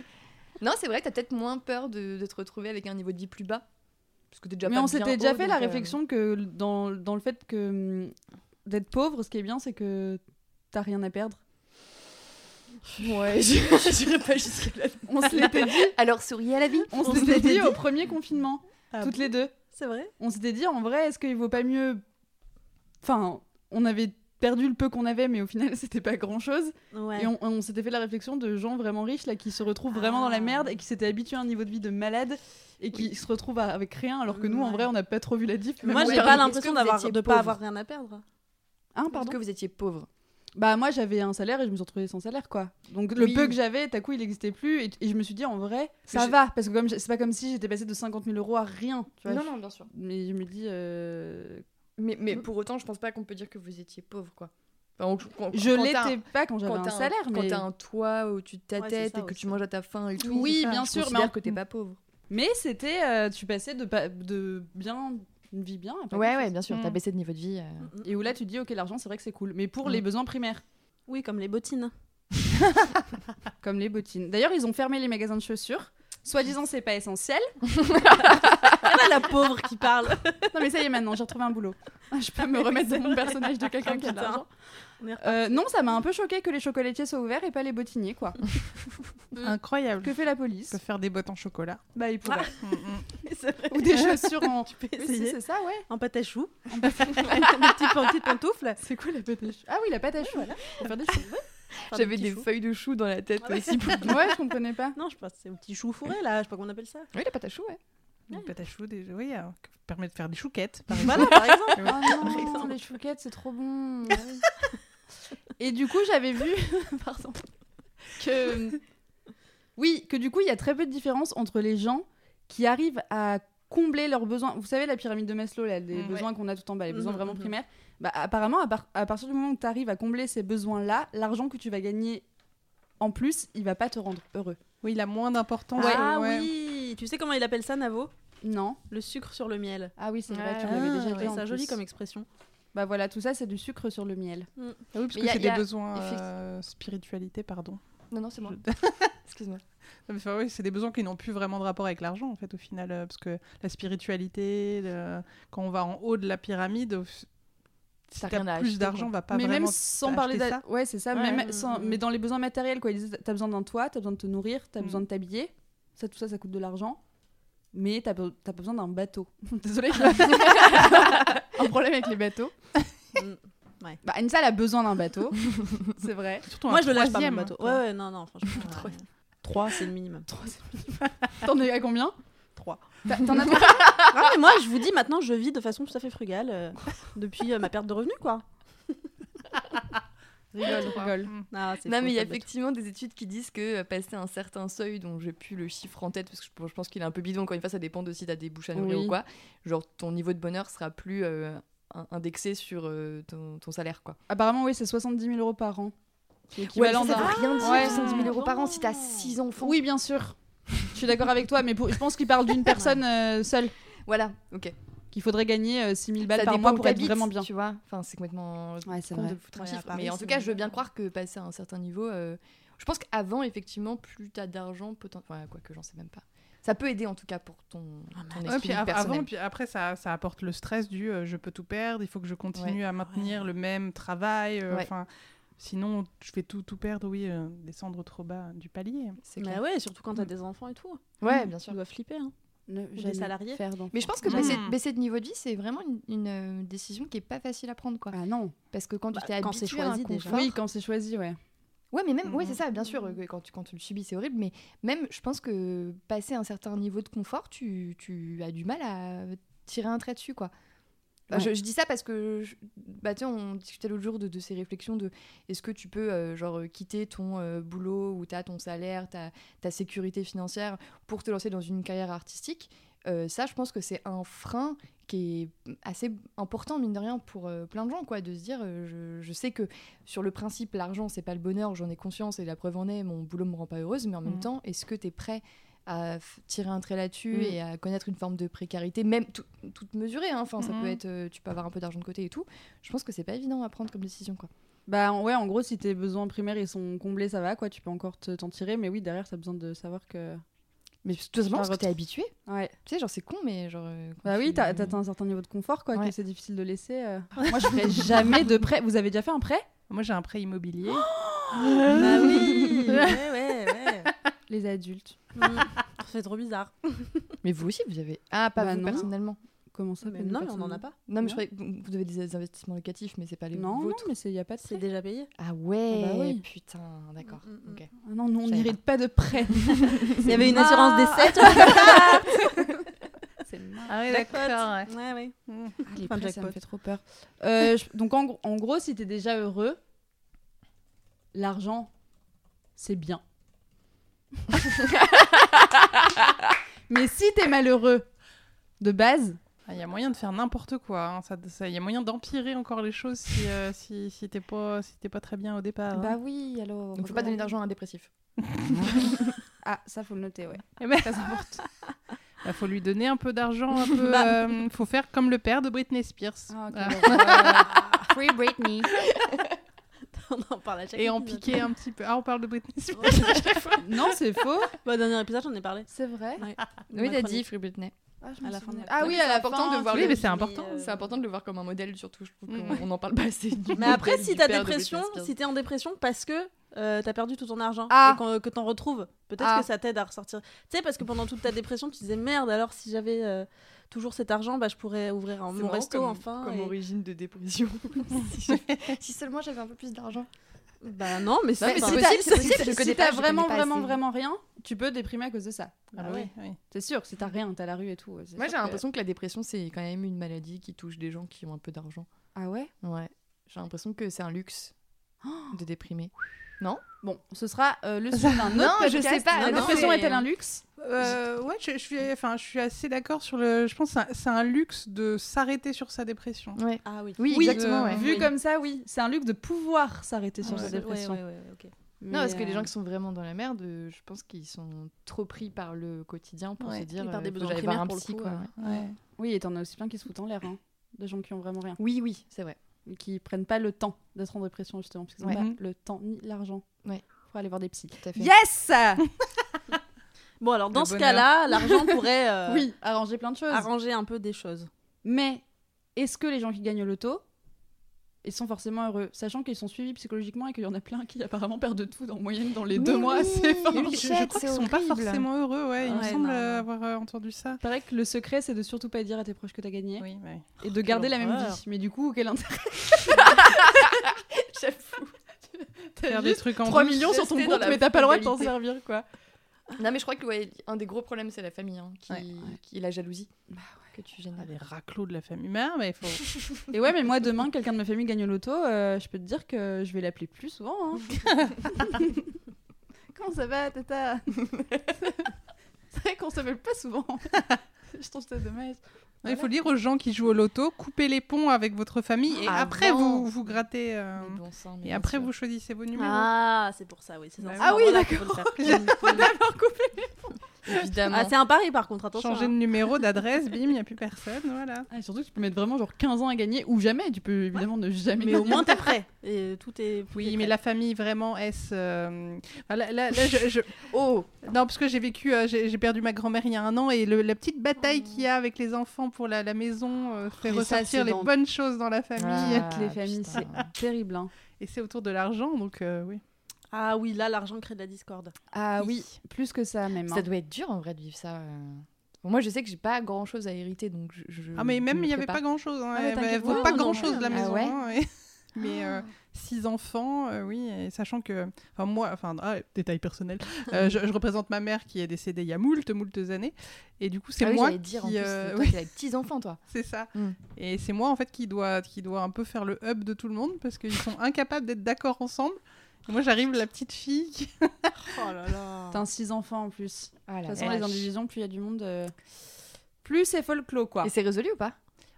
Speaker 2: non c'est vrai t'as peut-être moins peur de, de te retrouver avec un niveau de vie plus bas parce que t'es déjà
Speaker 4: Mais
Speaker 2: pas
Speaker 4: on
Speaker 2: bien
Speaker 4: s'était déjà
Speaker 2: haut,
Speaker 4: fait la
Speaker 2: donc, euh,
Speaker 4: réflexion que l- dans, dans le fait que hum, d'être pauvre, ce qui est bien, c'est que t'as rien à perdre.
Speaker 2: ouais je j'irai pas jusqu'à là
Speaker 4: On se l'était dit,
Speaker 2: alors souris à la vie
Speaker 4: on se l'était dit au premier confinement,
Speaker 1: Ah
Speaker 4: toutes les deux.
Speaker 1: C'est vrai.
Speaker 4: On s'était dit, en vrai, est-ce qu'il vaut pas mieux. Enfin, on avait perdu le peu qu'on avait, mais au final, c'était pas grand-chose.
Speaker 1: Ouais.
Speaker 4: Et on, on s'était fait la réflexion de gens vraiment riches, là, qui se retrouvent vraiment dans la
Speaker 1: Ah.
Speaker 4: merde et qui s'étaient habitués à un niveau de vie de malade et qui se retrouvent à- avec rien, alors que nous, en
Speaker 1: Ouais.
Speaker 4: vrai, on n'a pas trop vu la diff.
Speaker 1: Moi,
Speaker 2: Ouais,
Speaker 1: j'ai
Speaker 2: mais
Speaker 1: pas
Speaker 2: est-ce
Speaker 1: l'impression
Speaker 2: que vous
Speaker 1: d'avoir
Speaker 2: étiez
Speaker 1: de pas
Speaker 2: pauvre
Speaker 1: avoir rien à perdre.
Speaker 4: Hein,
Speaker 2: parce
Speaker 4: pardon
Speaker 2: que vous étiez pauvre
Speaker 4: Bah moi j'avais un salaire et je me suis retrouvée sans salaire quoi. Donc le
Speaker 2: Oui.
Speaker 4: peu que j'avais, d'un coup il n'existait plus et, et je me suis dit en vrai ça
Speaker 2: je-
Speaker 4: va parce que comme j'ai- c'est pas comme si j'étais passée de 50 000 euros à rien. Tu vois,
Speaker 2: non bien sûr
Speaker 4: Je- Mais je me dis euh,
Speaker 2: Mais, mais pour autant, je pense pas qu'on peut dire que vous étiez pauvre, quoi. Enfin, on- quand-
Speaker 4: je
Speaker 2: quand t'as un-
Speaker 4: l'étais pas quand j'avais
Speaker 2: quand
Speaker 4: un
Speaker 2: t'as
Speaker 4: salaire
Speaker 2: Quand
Speaker 4: mais
Speaker 2: t'as un toit où tu
Speaker 1: Ouais,
Speaker 2: t'attêtes
Speaker 1: c'est
Speaker 2: et
Speaker 1: ça
Speaker 2: que
Speaker 1: aussi.
Speaker 2: tu manges à ta faim et tout.
Speaker 4: Oui,
Speaker 2: c'est ça,
Speaker 4: bien
Speaker 2: je
Speaker 4: sûr, mais
Speaker 2: considère
Speaker 4: en-
Speaker 2: que t'es pas pauvre.
Speaker 4: mais c'était euh, tu passais de pas- de bien une vie bien à pas
Speaker 2: Ouais,
Speaker 4: grand-chose.
Speaker 2: ouais, bien sûr.
Speaker 7: Mm.
Speaker 2: T'as baissé de niveau de vie. euh.
Speaker 4: Et où là tu te dis ok l'argent c'est vrai que c'est cool mais pour
Speaker 2: Mm.
Speaker 4: les besoins primaires
Speaker 1: Oui, comme les bottines.
Speaker 4: comme les bottines. D'ailleurs ils ont fermé les magasins de chaussures. Soi-disant c'est pas essentiel.
Speaker 1: Ah bah, la pauvre qui parle.
Speaker 4: Non mais ça y est maintenant j'ai retrouvé un boulot. Je
Speaker 2: Ah,
Speaker 4: peux me remettre dans mon personnage de quelqu'un qui a de
Speaker 1: Putain.
Speaker 4: l'argent.
Speaker 1: On est
Speaker 4: Euh, non, ça m'a un peu choqué que les chocolatiers soient ouverts et pas les bottiniers, quoi.
Speaker 7: Incroyable.
Speaker 4: que fait la police
Speaker 7: Je peux faire des bottes en chocolat.
Speaker 4: Bah, ils pourraient.
Speaker 7: Mm, mm.
Speaker 1: C'est vrai.
Speaker 4: Ou des chaussures en.
Speaker 1: Tu peux
Speaker 4: Oui, si,
Speaker 1: essayer.
Speaker 4: c'est ça, ouais.
Speaker 1: En pâte à choux. En petite, petite pantoufle.
Speaker 4: C'est quoi la pâte à choux Ah oui, la pâte à choux, voilà. Pour faire des choux.
Speaker 1: Enfin,
Speaker 2: J'avais
Speaker 1: petits
Speaker 2: des
Speaker 1: choux.
Speaker 2: feuilles de chou dans la tête
Speaker 1: Ah ouais.
Speaker 2: aussi. Pour...
Speaker 4: Ouais, je comprenais pas.
Speaker 1: Non, je pense que c'est un petit chou fourré là, je sais pas comment on appelle ça.
Speaker 2: Oui, la pâte à chou, ouais.
Speaker 7: Des pâtes à choux, des... oui, euh, qui permet de faire des chouquettes. par exemple.
Speaker 1: Voilà, par exemple.
Speaker 4: Oh non, les chouquettes, c'est trop bon. Ah oui. Et du coup, j'avais vu. Pardon. Que. Oui, que du coup, il y a très peu de différence entre les gens qui arrivent à combler leurs besoins. Vous savez, la pyramide de Maslow, là, les
Speaker 7: Mm,
Speaker 4: besoins qu'on a tout en bas, les besoins
Speaker 1: Mhm,
Speaker 4: vraiment
Speaker 1: mhm.
Speaker 4: primaires. Bah, apparemment, à, par- à partir du moment où tu arrives à combler ces besoins-là, l'argent que tu vas gagner en plus, il va pas te rendre heureux.
Speaker 7: Oui, il a moins d'importance. euh,
Speaker 1: Ah
Speaker 7: ouais.
Speaker 1: oui. Tu sais comment il appelle ça, Navo
Speaker 4: Non.
Speaker 1: Le sucre sur le miel.
Speaker 4: Ah oui, c'est vrai,
Speaker 2: Ouais,
Speaker 4: tu
Speaker 2: Ah,
Speaker 4: l'avais déjà
Speaker 1: c'est
Speaker 4: dit. en
Speaker 1: ça joli
Speaker 4: plus.
Speaker 1: comme expression.
Speaker 4: Bah voilà, tout ça, c'est du sucre sur le miel.
Speaker 7: Ah oui, parce
Speaker 2: Mais
Speaker 7: que
Speaker 2: y a-
Speaker 7: c'est
Speaker 2: y
Speaker 7: des
Speaker 2: a-
Speaker 7: besoins
Speaker 2: effecti-
Speaker 7: euh, spiritualité, pardon.
Speaker 2: Non, non, c'est moi. Excuse-moi.
Speaker 7: Non, mais enfin, oui, c'est des besoins qui n'ont plus vraiment de rapport avec l'argent, en fait, au final. euh, parce que la spiritualité, le- quand on va en haut de la pyramide, au- si
Speaker 2: T'as
Speaker 7: t'as
Speaker 2: rien à
Speaker 7: plus
Speaker 2: acheter,
Speaker 7: d'argent,
Speaker 2: quoi.
Speaker 7: va pas
Speaker 4: mais
Speaker 7: vraiment...
Speaker 4: même sans
Speaker 7: t'as
Speaker 4: parler
Speaker 7: acheté
Speaker 4: d'a- ouais c'est ça
Speaker 1: Ouais.
Speaker 4: même sans-
Speaker 1: Mm, mm.
Speaker 4: mais dans les besoins matériels quoi ils disent t'as besoin d'un toit t'as besoin de te nourrir t'as
Speaker 7: Mm.
Speaker 4: besoin de t'habiller ça tout ça ça coûte de l'argent mais t'as be- t'as pas besoin d'un bateau désolé un problème avec les bateaux
Speaker 1: Mm. Ouais.
Speaker 4: bah Anissa elle a besoin d'un bateau c'est vrai
Speaker 7: Surtout un
Speaker 1: Moi, je le lâche pas mon
Speaker 7: troisième,
Speaker 1: bateau.
Speaker 7: hein,
Speaker 1: Ouais, ouais, non, non, franchement. euh, Trois, c'est le minimum.
Speaker 4: t'en es à combien
Speaker 1: Trois.
Speaker 4: T'as- t'en as
Speaker 1: Non, mais moi, je vous dis, maintenant, je vis de façon tout à fait frugale euh, depuis euh, ma perte de revenus, quoi.
Speaker 4: rigole
Speaker 7: quoi.
Speaker 4: rigole
Speaker 7: Mm.
Speaker 1: Ah, c'est
Speaker 2: Non,
Speaker 1: faux,
Speaker 2: mais il y a
Speaker 1: ça, le bateau.
Speaker 2: effectivement des études qui disent que euh, passer un certain seuil, dont j'ai plus le chiffre en tête, parce que je- je pense qu'il est un peu bidon, encore une fois, ça dépend de si t'as des bouches à nourrir
Speaker 4: Oui.
Speaker 2: ou quoi, genre ton niveau de bonheur sera plus euh, in- indexé sur euh, ton, ton salaire, quoi.
Speaker 4: apparemment oui c'est 70 000 euros par an C'est l'équivalent
Speaker 2: ça
Speaker 4: d'un-
Speaker 2: veut
Speaker 7: bah,
Speaker 2: rien dire,
Speaker 4: Ouais.
Speaker 2: 70 000 euros par an, si t'as
Speaker 1: Non.
Speaker 2: 6 enfants.
Speaker 4: oui bien sûr je suis d'accord avec toi mais pour- je pense qu'il parle d'une personne euh, seule
Speaker 2: Voilà, ok.
Speaker 4: qu'il faudrait gagner euh, 6000
Speaker 2: Ça
Speaker 4: balles par
Speaker 2: dépend
Speaker 4: mois
Speaker 2: où
Speaker 4: pour être
Speaker 2: t'habites,
Speaker 4: vraiment bien
Speaker 2: Tu vois, enfin, c'est complètement
Speaker 4: ouais c'est
Speaker 2: con de foutre un
Speaker 1: Ouais, à
Speaker 2: chiffre.
Speaker 1: Paris,
Speaker 2: mais en tout
Speaker 1: c'est-
Speaker 2: cas, je veux bien croire que passer à un certain niveau, euh, je pense qu'avant, effectivement, plus t'as d'argent, potent... ouais, quoi que j'en sais même pas. Ça peut aider en tout cas pour ton, ton
Speaker 7: Ouais,
Speaker 2: esprit
Speaker 7: puis av-
Speaker 2: personnel.
Speaker 7: avant, puis après, ça, ça apporte le stress du euh, je peux tout perdre, il faut que je continue à maintenir le même travail. euh,
Speaker 2: Ouais.
Speaker 7: enfin, Sinon, je vais tout, tout perdre, oui, euh, descendre trop bas du palier.
Speaker 2: C'est
Speaker 1: Bah
Speaker 2: clair.
Speaker 1: ouais, surtout quand t'as des enfants et tout.
Speaker 2: Ouais, bien
Speaker 1: Tu
Speaker 2: sûr.
Speaker 1: dois flipper, hein.
Speaker 4: Ne
Speaker 1: jamais salariés.
Speaker 2: Mais je pense que
Speaker 4: Ah.
Speaker 7: Mm.
Speaker 2: baisser, baisser de niveau de vie, c'est vraiment une, une, euh, décision qui est pas facile à prendre, quoi.
Speaker 4: Ah non.
Speaker 2: Parce que quand
Speaker 1: Bah,
Speaker 2: tu t'es
Speaker 1: quand c'est
Speaker 2: habitué à un
Speaker 4: Ah
Speaker 1: choisi, déjà. Mm-hmm.
Speaker 2: confort,
Speaker 4: Oui, quand c'est choisi, ouais.
Speaker 2: Ouais, mais même, ouais,
Speaker 7: Mhm.
Speaker 2: c'est ça, bien sûr, euh, quand tu, quand tu le subis, c'est horrible, mais même, je pense que passer un certain niveau de confort, tu, tu as du mal à tirer un trait dessus, quoi. Enfin,
Speaker 7: Ouais.
Speaker 2: je, je dis ça parce que, je- bah, tu sais, on discutait l'autre jour de, de ces réflexions de est-ce que tu peux, euh, genre, euh, quitter ton euh, boulot où t'as ton salaire, ta, ta sécurité financière pour te lancer dans une carrière artistique Euh, Ça, je pense que c'est un frein qui est assez important, mine de rien, pour euh, plein de gens, quoi, de se dire, euh, je, je sais que sur le principe, l'argent, c'est pas le bonheur, j'en ai conscience et la preuve en est, mon boulot me rend pas heureuse, mais en même
Speaker 4: Mm.
Speaker 7: Mhm.
Speaker 2: temps, est-ce que tu es prêt à f- tirer un trait là-dessus
Speaker 7: Mhm.
Speaker 2: et à connaître une forme de précarité, même tout- toute mesurée, hein, enfin, ça
Speaker 4: Mm.
Speaker 7: Mhm.
Speaker 2: peut être, euh, tu peux avoir un peu d'argent de côté et tout, je pense que c'est pas évident à prendre comme décision, quoi.
Speaker 4: Bah en- ouais, en gros, si tes besoins primaires ils sont comblés, ça va, quoi, tu peux encore te- t'en tirer, mais oui, derrière, t'as besoin de savoir que.
Speaker 2: Mais tout
Speaker 4: simplement
Speaker 2: simplement
Speaker 4: parce
Speaker 2: parce
Speaker 4: que
Speaker 2: que t'es habitué,
Speaker 4: Ouais.
Speaker 2: tu sais, genre c'est con, mais genre... euh, quand
Speaker 4: Bah oui,
Speaker 2: tu-
Speaker 4: t'as t'as un certain niveau de confort, quoi, que
Speaker 2: Ouais.
Speaker 4: c'est difficile de laisser. euh. Moi, je ferais jamais de prêt. Vous avez déjà fait un prêt
Speaker 7: Moi, j'ai un prêt immobilier.
Speaker 2: Ah,
Speaker 1: Bah oui Ouais, ouais, ouais.
Speaker 4: Les adultes.
Speaker 1: Mm. C'est trop bizarre.
Speaker 2: Mais vous aussi, vous avez... Ah, pas
Speaker 4: Bah
Speaker 2: vous
Speaker 4: non.
Speaker 2: personnellement.
Speaker 4: Comment ça
Speaker 1: Mais
Speaker 4: que nous,
Speaker 1: non, mais on
Speaker 4: personne-
Speaker 1: n'en a pas.
Speaker 2: Non, mais je
Speaker 4: Non.
Speaker 2: croyais que vous vous avez des investissements locatifs, mais c'est pas les
Speaker 4: Non, non,
Speaker 2: vôtres.
Speaker 4: mais il n'y a pas de
Speaker 1: C'est
Speaker 4: prêt.
Speaker 1: déjà payé.
Speaker 2: Ah ouais,
Speaker 4: Ah bah oui.
Speaker 2: putain, d'accord.
Speaker 1: Mm, mm,
Speaker 2: ok.
Speaker 4: Ah non, nous, on
Speaker 2: J'avais
Speaker 4: n'hérite pas de prêt.
Speaker 1: Il y avait une assurance décès, tu
Speaker 4: C'est marrant.
Speaker 7: Ah oui,
Speaker 1: Jackpot. Ouais, ouais.
Speaker 4: Ah, les prêts,
Speaker 1: Enfin,
Speaker 4: ça me
Speaker 1: jackpot.
Speaker 4: fait trop peur. Euh, je- donc, en, gro- en gros, si t'es déjà heureux, l'argent, c'est bien. Mais si t'es malheureux, de base,
Speaker 7: Il Ah, y a moyen de faire n'importe quoi. hein. Ça, ça- il y a moyen d'empirer encore les choses si, euh, si, si t'es pas, si t'es pas très bien au départ. hein.
Speaker 4: bah oui, alors...
Speaker 2: Donc faut pas donner d'argent à un dépressif.
Speaker 4: Ah, ça, faut le noter, ouais.
Speaker 7: Eh ben,
Speaker 4: Très important.
Speaker 7: bah, faut lui donner un peu d'argent, un peu.
Speaker 4: Bah. Ah,
Speaker 7: euh, faut faire comme le père de Britney Spears. Voilà.
Speaker 3: Free Britney.
Speaker 1: On en parle à chaque
Speaker 7: Et en
Speaker 1: épisode.
Speaker 7: piquer un petit peu. Ah, on parle de Britney Spears.
Speaker 4: non, c'est faux.
Speaker 1: Bah, dernier épisode, j'en ai parlé.
Speaker 4: C'est vrai.
Speaker 1: Ma
Speaker 2: Oui, t'as dit
Speaker 1: chronique.
Speaker 2: Free Britney.
Speaker 4: Ah, je
Speaker 1: À
Speaker 4: me
Speaker 1: la fin de
Speaker 4: souvenais.
Speaker 1: la-
Speaker 4: Ah
Speaker 2: Non,
Speaker 4: oui,
Speaker 2: mais
Speaker 4: à
Speaker 2: c'est
Speaker 4: la
Speaker 2: important
Speaker 4: fin,
Speaker 2: de voir
Speaker 7: Oui,
Speaker 2: le-
Speaker 7: mais c'est important.
Speaker 1: euh,
Speaker 2: C'est important de le voir comme un modèle, surtout. Je trouve
Speaker 7: Mm.
Speaker 2: qu'on n'en parle pas assez. du
Speaker 1: Mais
Speaker 2: modèle
Speaker 1: après,
Speaker 2: du
Speaker 1: si t'as
Speaker 2: père de
Speaker 1: dépression,
Speaker 2: Britney Spears.
Speaker 1: si t'es en dépression parce que euh, t'as perdu tout ton argent
Speaker 4: Ah.
Speaker 1: et qu'on- que t'en retrouves, peut-être
Speaker 4: Ah.
Speaker 1: que ça t'aide à ressortir. Tu sais, parce que pendant toute ta dépression, tu disais merde, alors si j'avais euh, toujours cet argent, bah, je pourrais ouvrir un,
Speaker 2: C'est
Speaker 1: mon
Speaker 2: marrant
Speaker 1: resto
Speaker 2: comme-
Speaker 1: enfin.
Speaker 2: Comme
Speaker 1: et-
Speaker 2: origine de dépression. Si je- si seulement j'avais un peu plus d'argent.
Speaker 1: Bah non, mais
Speaker 2: Non,
Speaker 1: c'est
Speaker 2: mais
Speaker 1: enfin,
Speaker 2: si
Speaker 1: possible,
Speaker 2: possible, c'est possible, je
Speaker 4: Si
Speaker 2: connais
Speaker 4: t'as
Speaker 2: pas, je connais
Speaker 4: vraiment,
Speaker 2: pas
Speaker 4: vraiment,
Speaker 2: assez.
Speaker 4: vraiment rien, tu peux déprimer à cause de ça.
Speaker 7: Ah, bah oui, oui.
Speaker 4: C'est sûr, si t'as rien, t'as la rue et tout. c'est
Speaker 2: Moi, j'ai
Speaker 4: sûr que-
Speaker 2: l'impression que la dépression, c'est quand même une maladie qui touche des gens qui ont un peu d'argent.
Speaker 4: Ah ouais
Speaker 2: Ouais. J'ai l'impression que c'est un luxe de déprimer.
Speaker 4: Bon, ce sera euh, le sujet d'un autre
Speaker 2: Non, je
Speaker 4: podcast.
Speaker 2: sais pas,
Speaker 4: La
Speaker 1: non,
Speaker 4: dépression
Speaker 1: mais-
Speaker 4: est-elle un luxe
Speaker 7: Euh, ouais, je, je suis, enfin, je suis assez d'accord sur le. Je pense que c'est un- c'est un luxe de s'arrêter sur sa dépression.
Speaker 2: Ouais.
Speaker 1: Ah oui.
Speaker 2: Oui,
Speaker 7: Oui,
Speaker 2: exactement.
Speaker 7: de-
Speaker 2: ouais.
Speaker 4: Vu
Speaker 1: Oui.
Speaker 4: comme ça, oui, c'est un luxe de pouvoir s'arrêter sur
Speaker 7: Ouais.
Speaker 4: sa
Speaker 1: Ouais,
Speaker 4: dépression.
Speaker 1: ouais, ouais, ouais, ok.
Speaker 4: Mais,
Speaker 2: Non, parce que
Speaker 4: euh,
Speaker 2: les gens qui sont vraiment dans la merde, euh, je pense qu'ils sont trop pris par le quotidien pour
Speaker 7: Ouais,
Speaker 2: se dire
Speaker 1: et par des
Speaker 2: euh, faut que
Speaker 1: besoins
Speaker 2: j'aille voir
Speaker 1: primaires
Speaker 2: un
Speaker 1: pour le
Speaker 2: psy,
Speaker 1: coup,
Speaker 2: quoi,
Speaker 1: euh.
Speaker 2: ouais.
Speaker 4: Oui, et t'en as aussi plein qui se foutent en l'air, hein, de gens qui ont vraiment rien,
Speaker 2: Oui, oui, c'est vrai.
Speaker 4: et qui prennent pas le temps d'être en dépression justement, parce qu'ils n'ont
Speaker 2: Ouais. Mhm.
Speaker 4: pas le temps ni l'argent.
Speaker 2: Ouais.
Speaker 4: Pour aller voir des psys. Euh,
Speaker 2: Tout à fait.
Speaker 4: Yes
Speaker 1: Bon, alors dans
Speaker 7: Le
Speaker 1: ce
Speaker 7: bonheur.
Speaker 1: cas-là, l'argent pourrait euh,
Speaker 4: Oui, arranger plein de choses.
Speaker 1: arranger un peu des choses.
Speaker 4: Mais est-ce que les gens qui gagnent au loto, ils sont forcément heureux, sachant qu'ils sont suivis psychologiquement et qu'il y en a plein qui apparemment perdent tout en moyenne dans les
Speaker 2: Mais
Speaker 4: deux mois.
Speaker 2: oui.
Speaker 4: Oh, C'est fort.
Speaker 2: Mais oui.
Speaker 7: Je, je
Speaker 2: Chouette,
Speaker 7: crois
Speaker 2: c'est
Speaker 7: qu'ils sont pas
Speaker 2: horrible.
Speaker 7: forcément heureux. Ouais, il me
Speaker 1: Ouais,
Speaker 7: semble
Speaker 1: non.
Speaker 7: euh, avoir euh, entendu ça.
Speaker 4: Il paraît que le secret, c'est de surtout pas dire à tes proches que t'as gagné
Speaker 7: Oui, mais.
Speaker 4: et de garder la même
Speaker 1: horreur.
Speaker 4: vie. Mais du coup, quel intérêt
Speaker 7: Faire
Speaker 4: T'as
Speaker 7: des
Speaker 4: juste
Speaker 7: trucs en
Speaker 4: 3
Speaker 7: boucle.
Speaker 4: millions sur ton
Speaker 2: rester dans
Speaker 4: compte,
Speaker 2: la
Speaker 4: mais t'as pas le droit de t'en
Speaker 2: frugalité.
Speaker 4: servir, quoi.
Speaker 2: Non, mais je crois que ouais, un des gros problèmes, c'est la famille, hein, qui,
Speaker 7: Ouais.
Speaker 2: qui est la jalousie
Speaker 4: Bah
Speaker 2: que tu génères.
Speaker 7: Ah, les raclos de la famille. Mais, ah, mais faut...
Speaker 4: Et ouais, mais moi, demain, quelqu'un de ma famille gagne au loto, euh, je peux te dire que je vais l'appeler plus souvent. hein. Comment ça va, Tata C'est vrai qu'on s'appelle pas souvent. je trouve ça dommage.
Speaker 7: il faut dire aux gens qui jouent au loto, coupez les ponts avec votre famille et
Speaker 2: Ah,
Speaker 7: après
Speaker 2: non.
Speaker 7: vous vous grattez. euh,
Speaker 2: Mais bon sang, mais
Speaker 7: Et
Speaker 2: bien
Speaker 7: après
Speaker 2: sûr.
Speaker 7: vous choisissez vos numéros.
Speaker 1: Ah, c'est pour ça, oui. c'est dans
Speaker 7: Bah
Speaker 1: ce
Speaker 7: oui. Ah oui,
Speaker 1: moment-là qu'il faut le faire.
Speaker 2: Évidemment.
Speaker 1: Ah, c'est un pari par contre, attention.
Speaker 7: Changez de
Speaker 1: hein.
Speaker 7: numéro, d'adresse, bim, il n'y a plus personne. Voilà.
Speaker 4: Ah, et surtout que tu peux mettre vraiment genre 15 ans à gagner ou jamais. Tu peux évidemment ne jamais
Speaker 1: Mais au
Speaker 4: gagner.
Speaker 1: moins t'es prêt. Et tout est. tout est
Speaker 7: Oui,
Speaker 1: prêt.
Speaker 7: mais la famille vraiment est. là, là- là, je, je- Oh Non, parce que j'ai vécu, euh, j'ai j'ai perdu ma grand-mère il y a un an et le- la petite bataille qu'il y a avec les enfants pour la, la maison euh, fait
Speaker 4: Mais ça, c'est
Speaker 7: ressortir les
Speaker 4: dans-
Speaker 7: bonnes choses dans la famille.
Speaker 2: Ah,
Speaker 4: les familles,
Speaker 2: putain.
Speaker 4: c'est terrible. hein.
Speaker 7: Et c'est autour de l'argent, donc euh, oui.
Speaker 1: Ah oui, là l'argent crée de la discorde.
Speaker 4: Ah oui, plus que ça même.
Speaker 2: Ça
Speaker 4: hein.
Speaker 2: doit être dur en vrai de vivre ça. euh. Bon, moi, je sais que j'ai pas grand chose à hériter, donc je. je-
Speaker 7: Ah, mais
Speaker 2: je
Speaker 7: même
Speaker 2: me
Speaker 7: il n'y avait
Speaker 2: prépare.
Speaker 7: pas grand-chose. hein.
Speaker 4: Ah, mais
Speaker 7: Elle
Speaker 4: t'inquiète
Speaker 7: vaut
Speaker 4: pas,
Speaker 7: pas
Speaker 4: non, non,
Speaker 7: grand-chose
Speaker 4: non.
Speaker 7: la
Speaker 2: Ah
Speaker 7: maison.
Speaker 2: ouais Ah.
Speaker 7: hein, et- mais euh, six enfants, euh, oui, et sachant que, enfin moi, enfin ah, détail personnel, euh, je, je représente ma mère qui est décédée il y a moult, moult années, et du coup c'est
Speaker 2: ah oui,
Speaker 7: moi
Speaker 2: j'allais te dire, en
Speaker 7: qui,
Speaker 2: plus,
Speaker 7: euh,
Speaker 2: toi,
Speaker 7: oui,
Speaker 2: t'as les petits-enfants, toi.
Speaker 7: c'est ça,
Speaker 2: Mm.
Speaker 7: et c'est moi en fait qui doit, qui doit un peu faire le hub de tout le monde parce qu'ils sont incapables d'être d'accord ensemble. Et moi j'arrive la petite fille. qui-
Speaker 1: Oh là là.
Speaker 4: T'as un six enfants en plus. De
Speaker 2: Ah la
Speaker 4: toute façon, les
Speaker 2: vache.
Speaker 4: indivisions, plus il y a du monde, euh, plus c'est folklore quoi.
Speaker 2: Et c'est résolu ou pas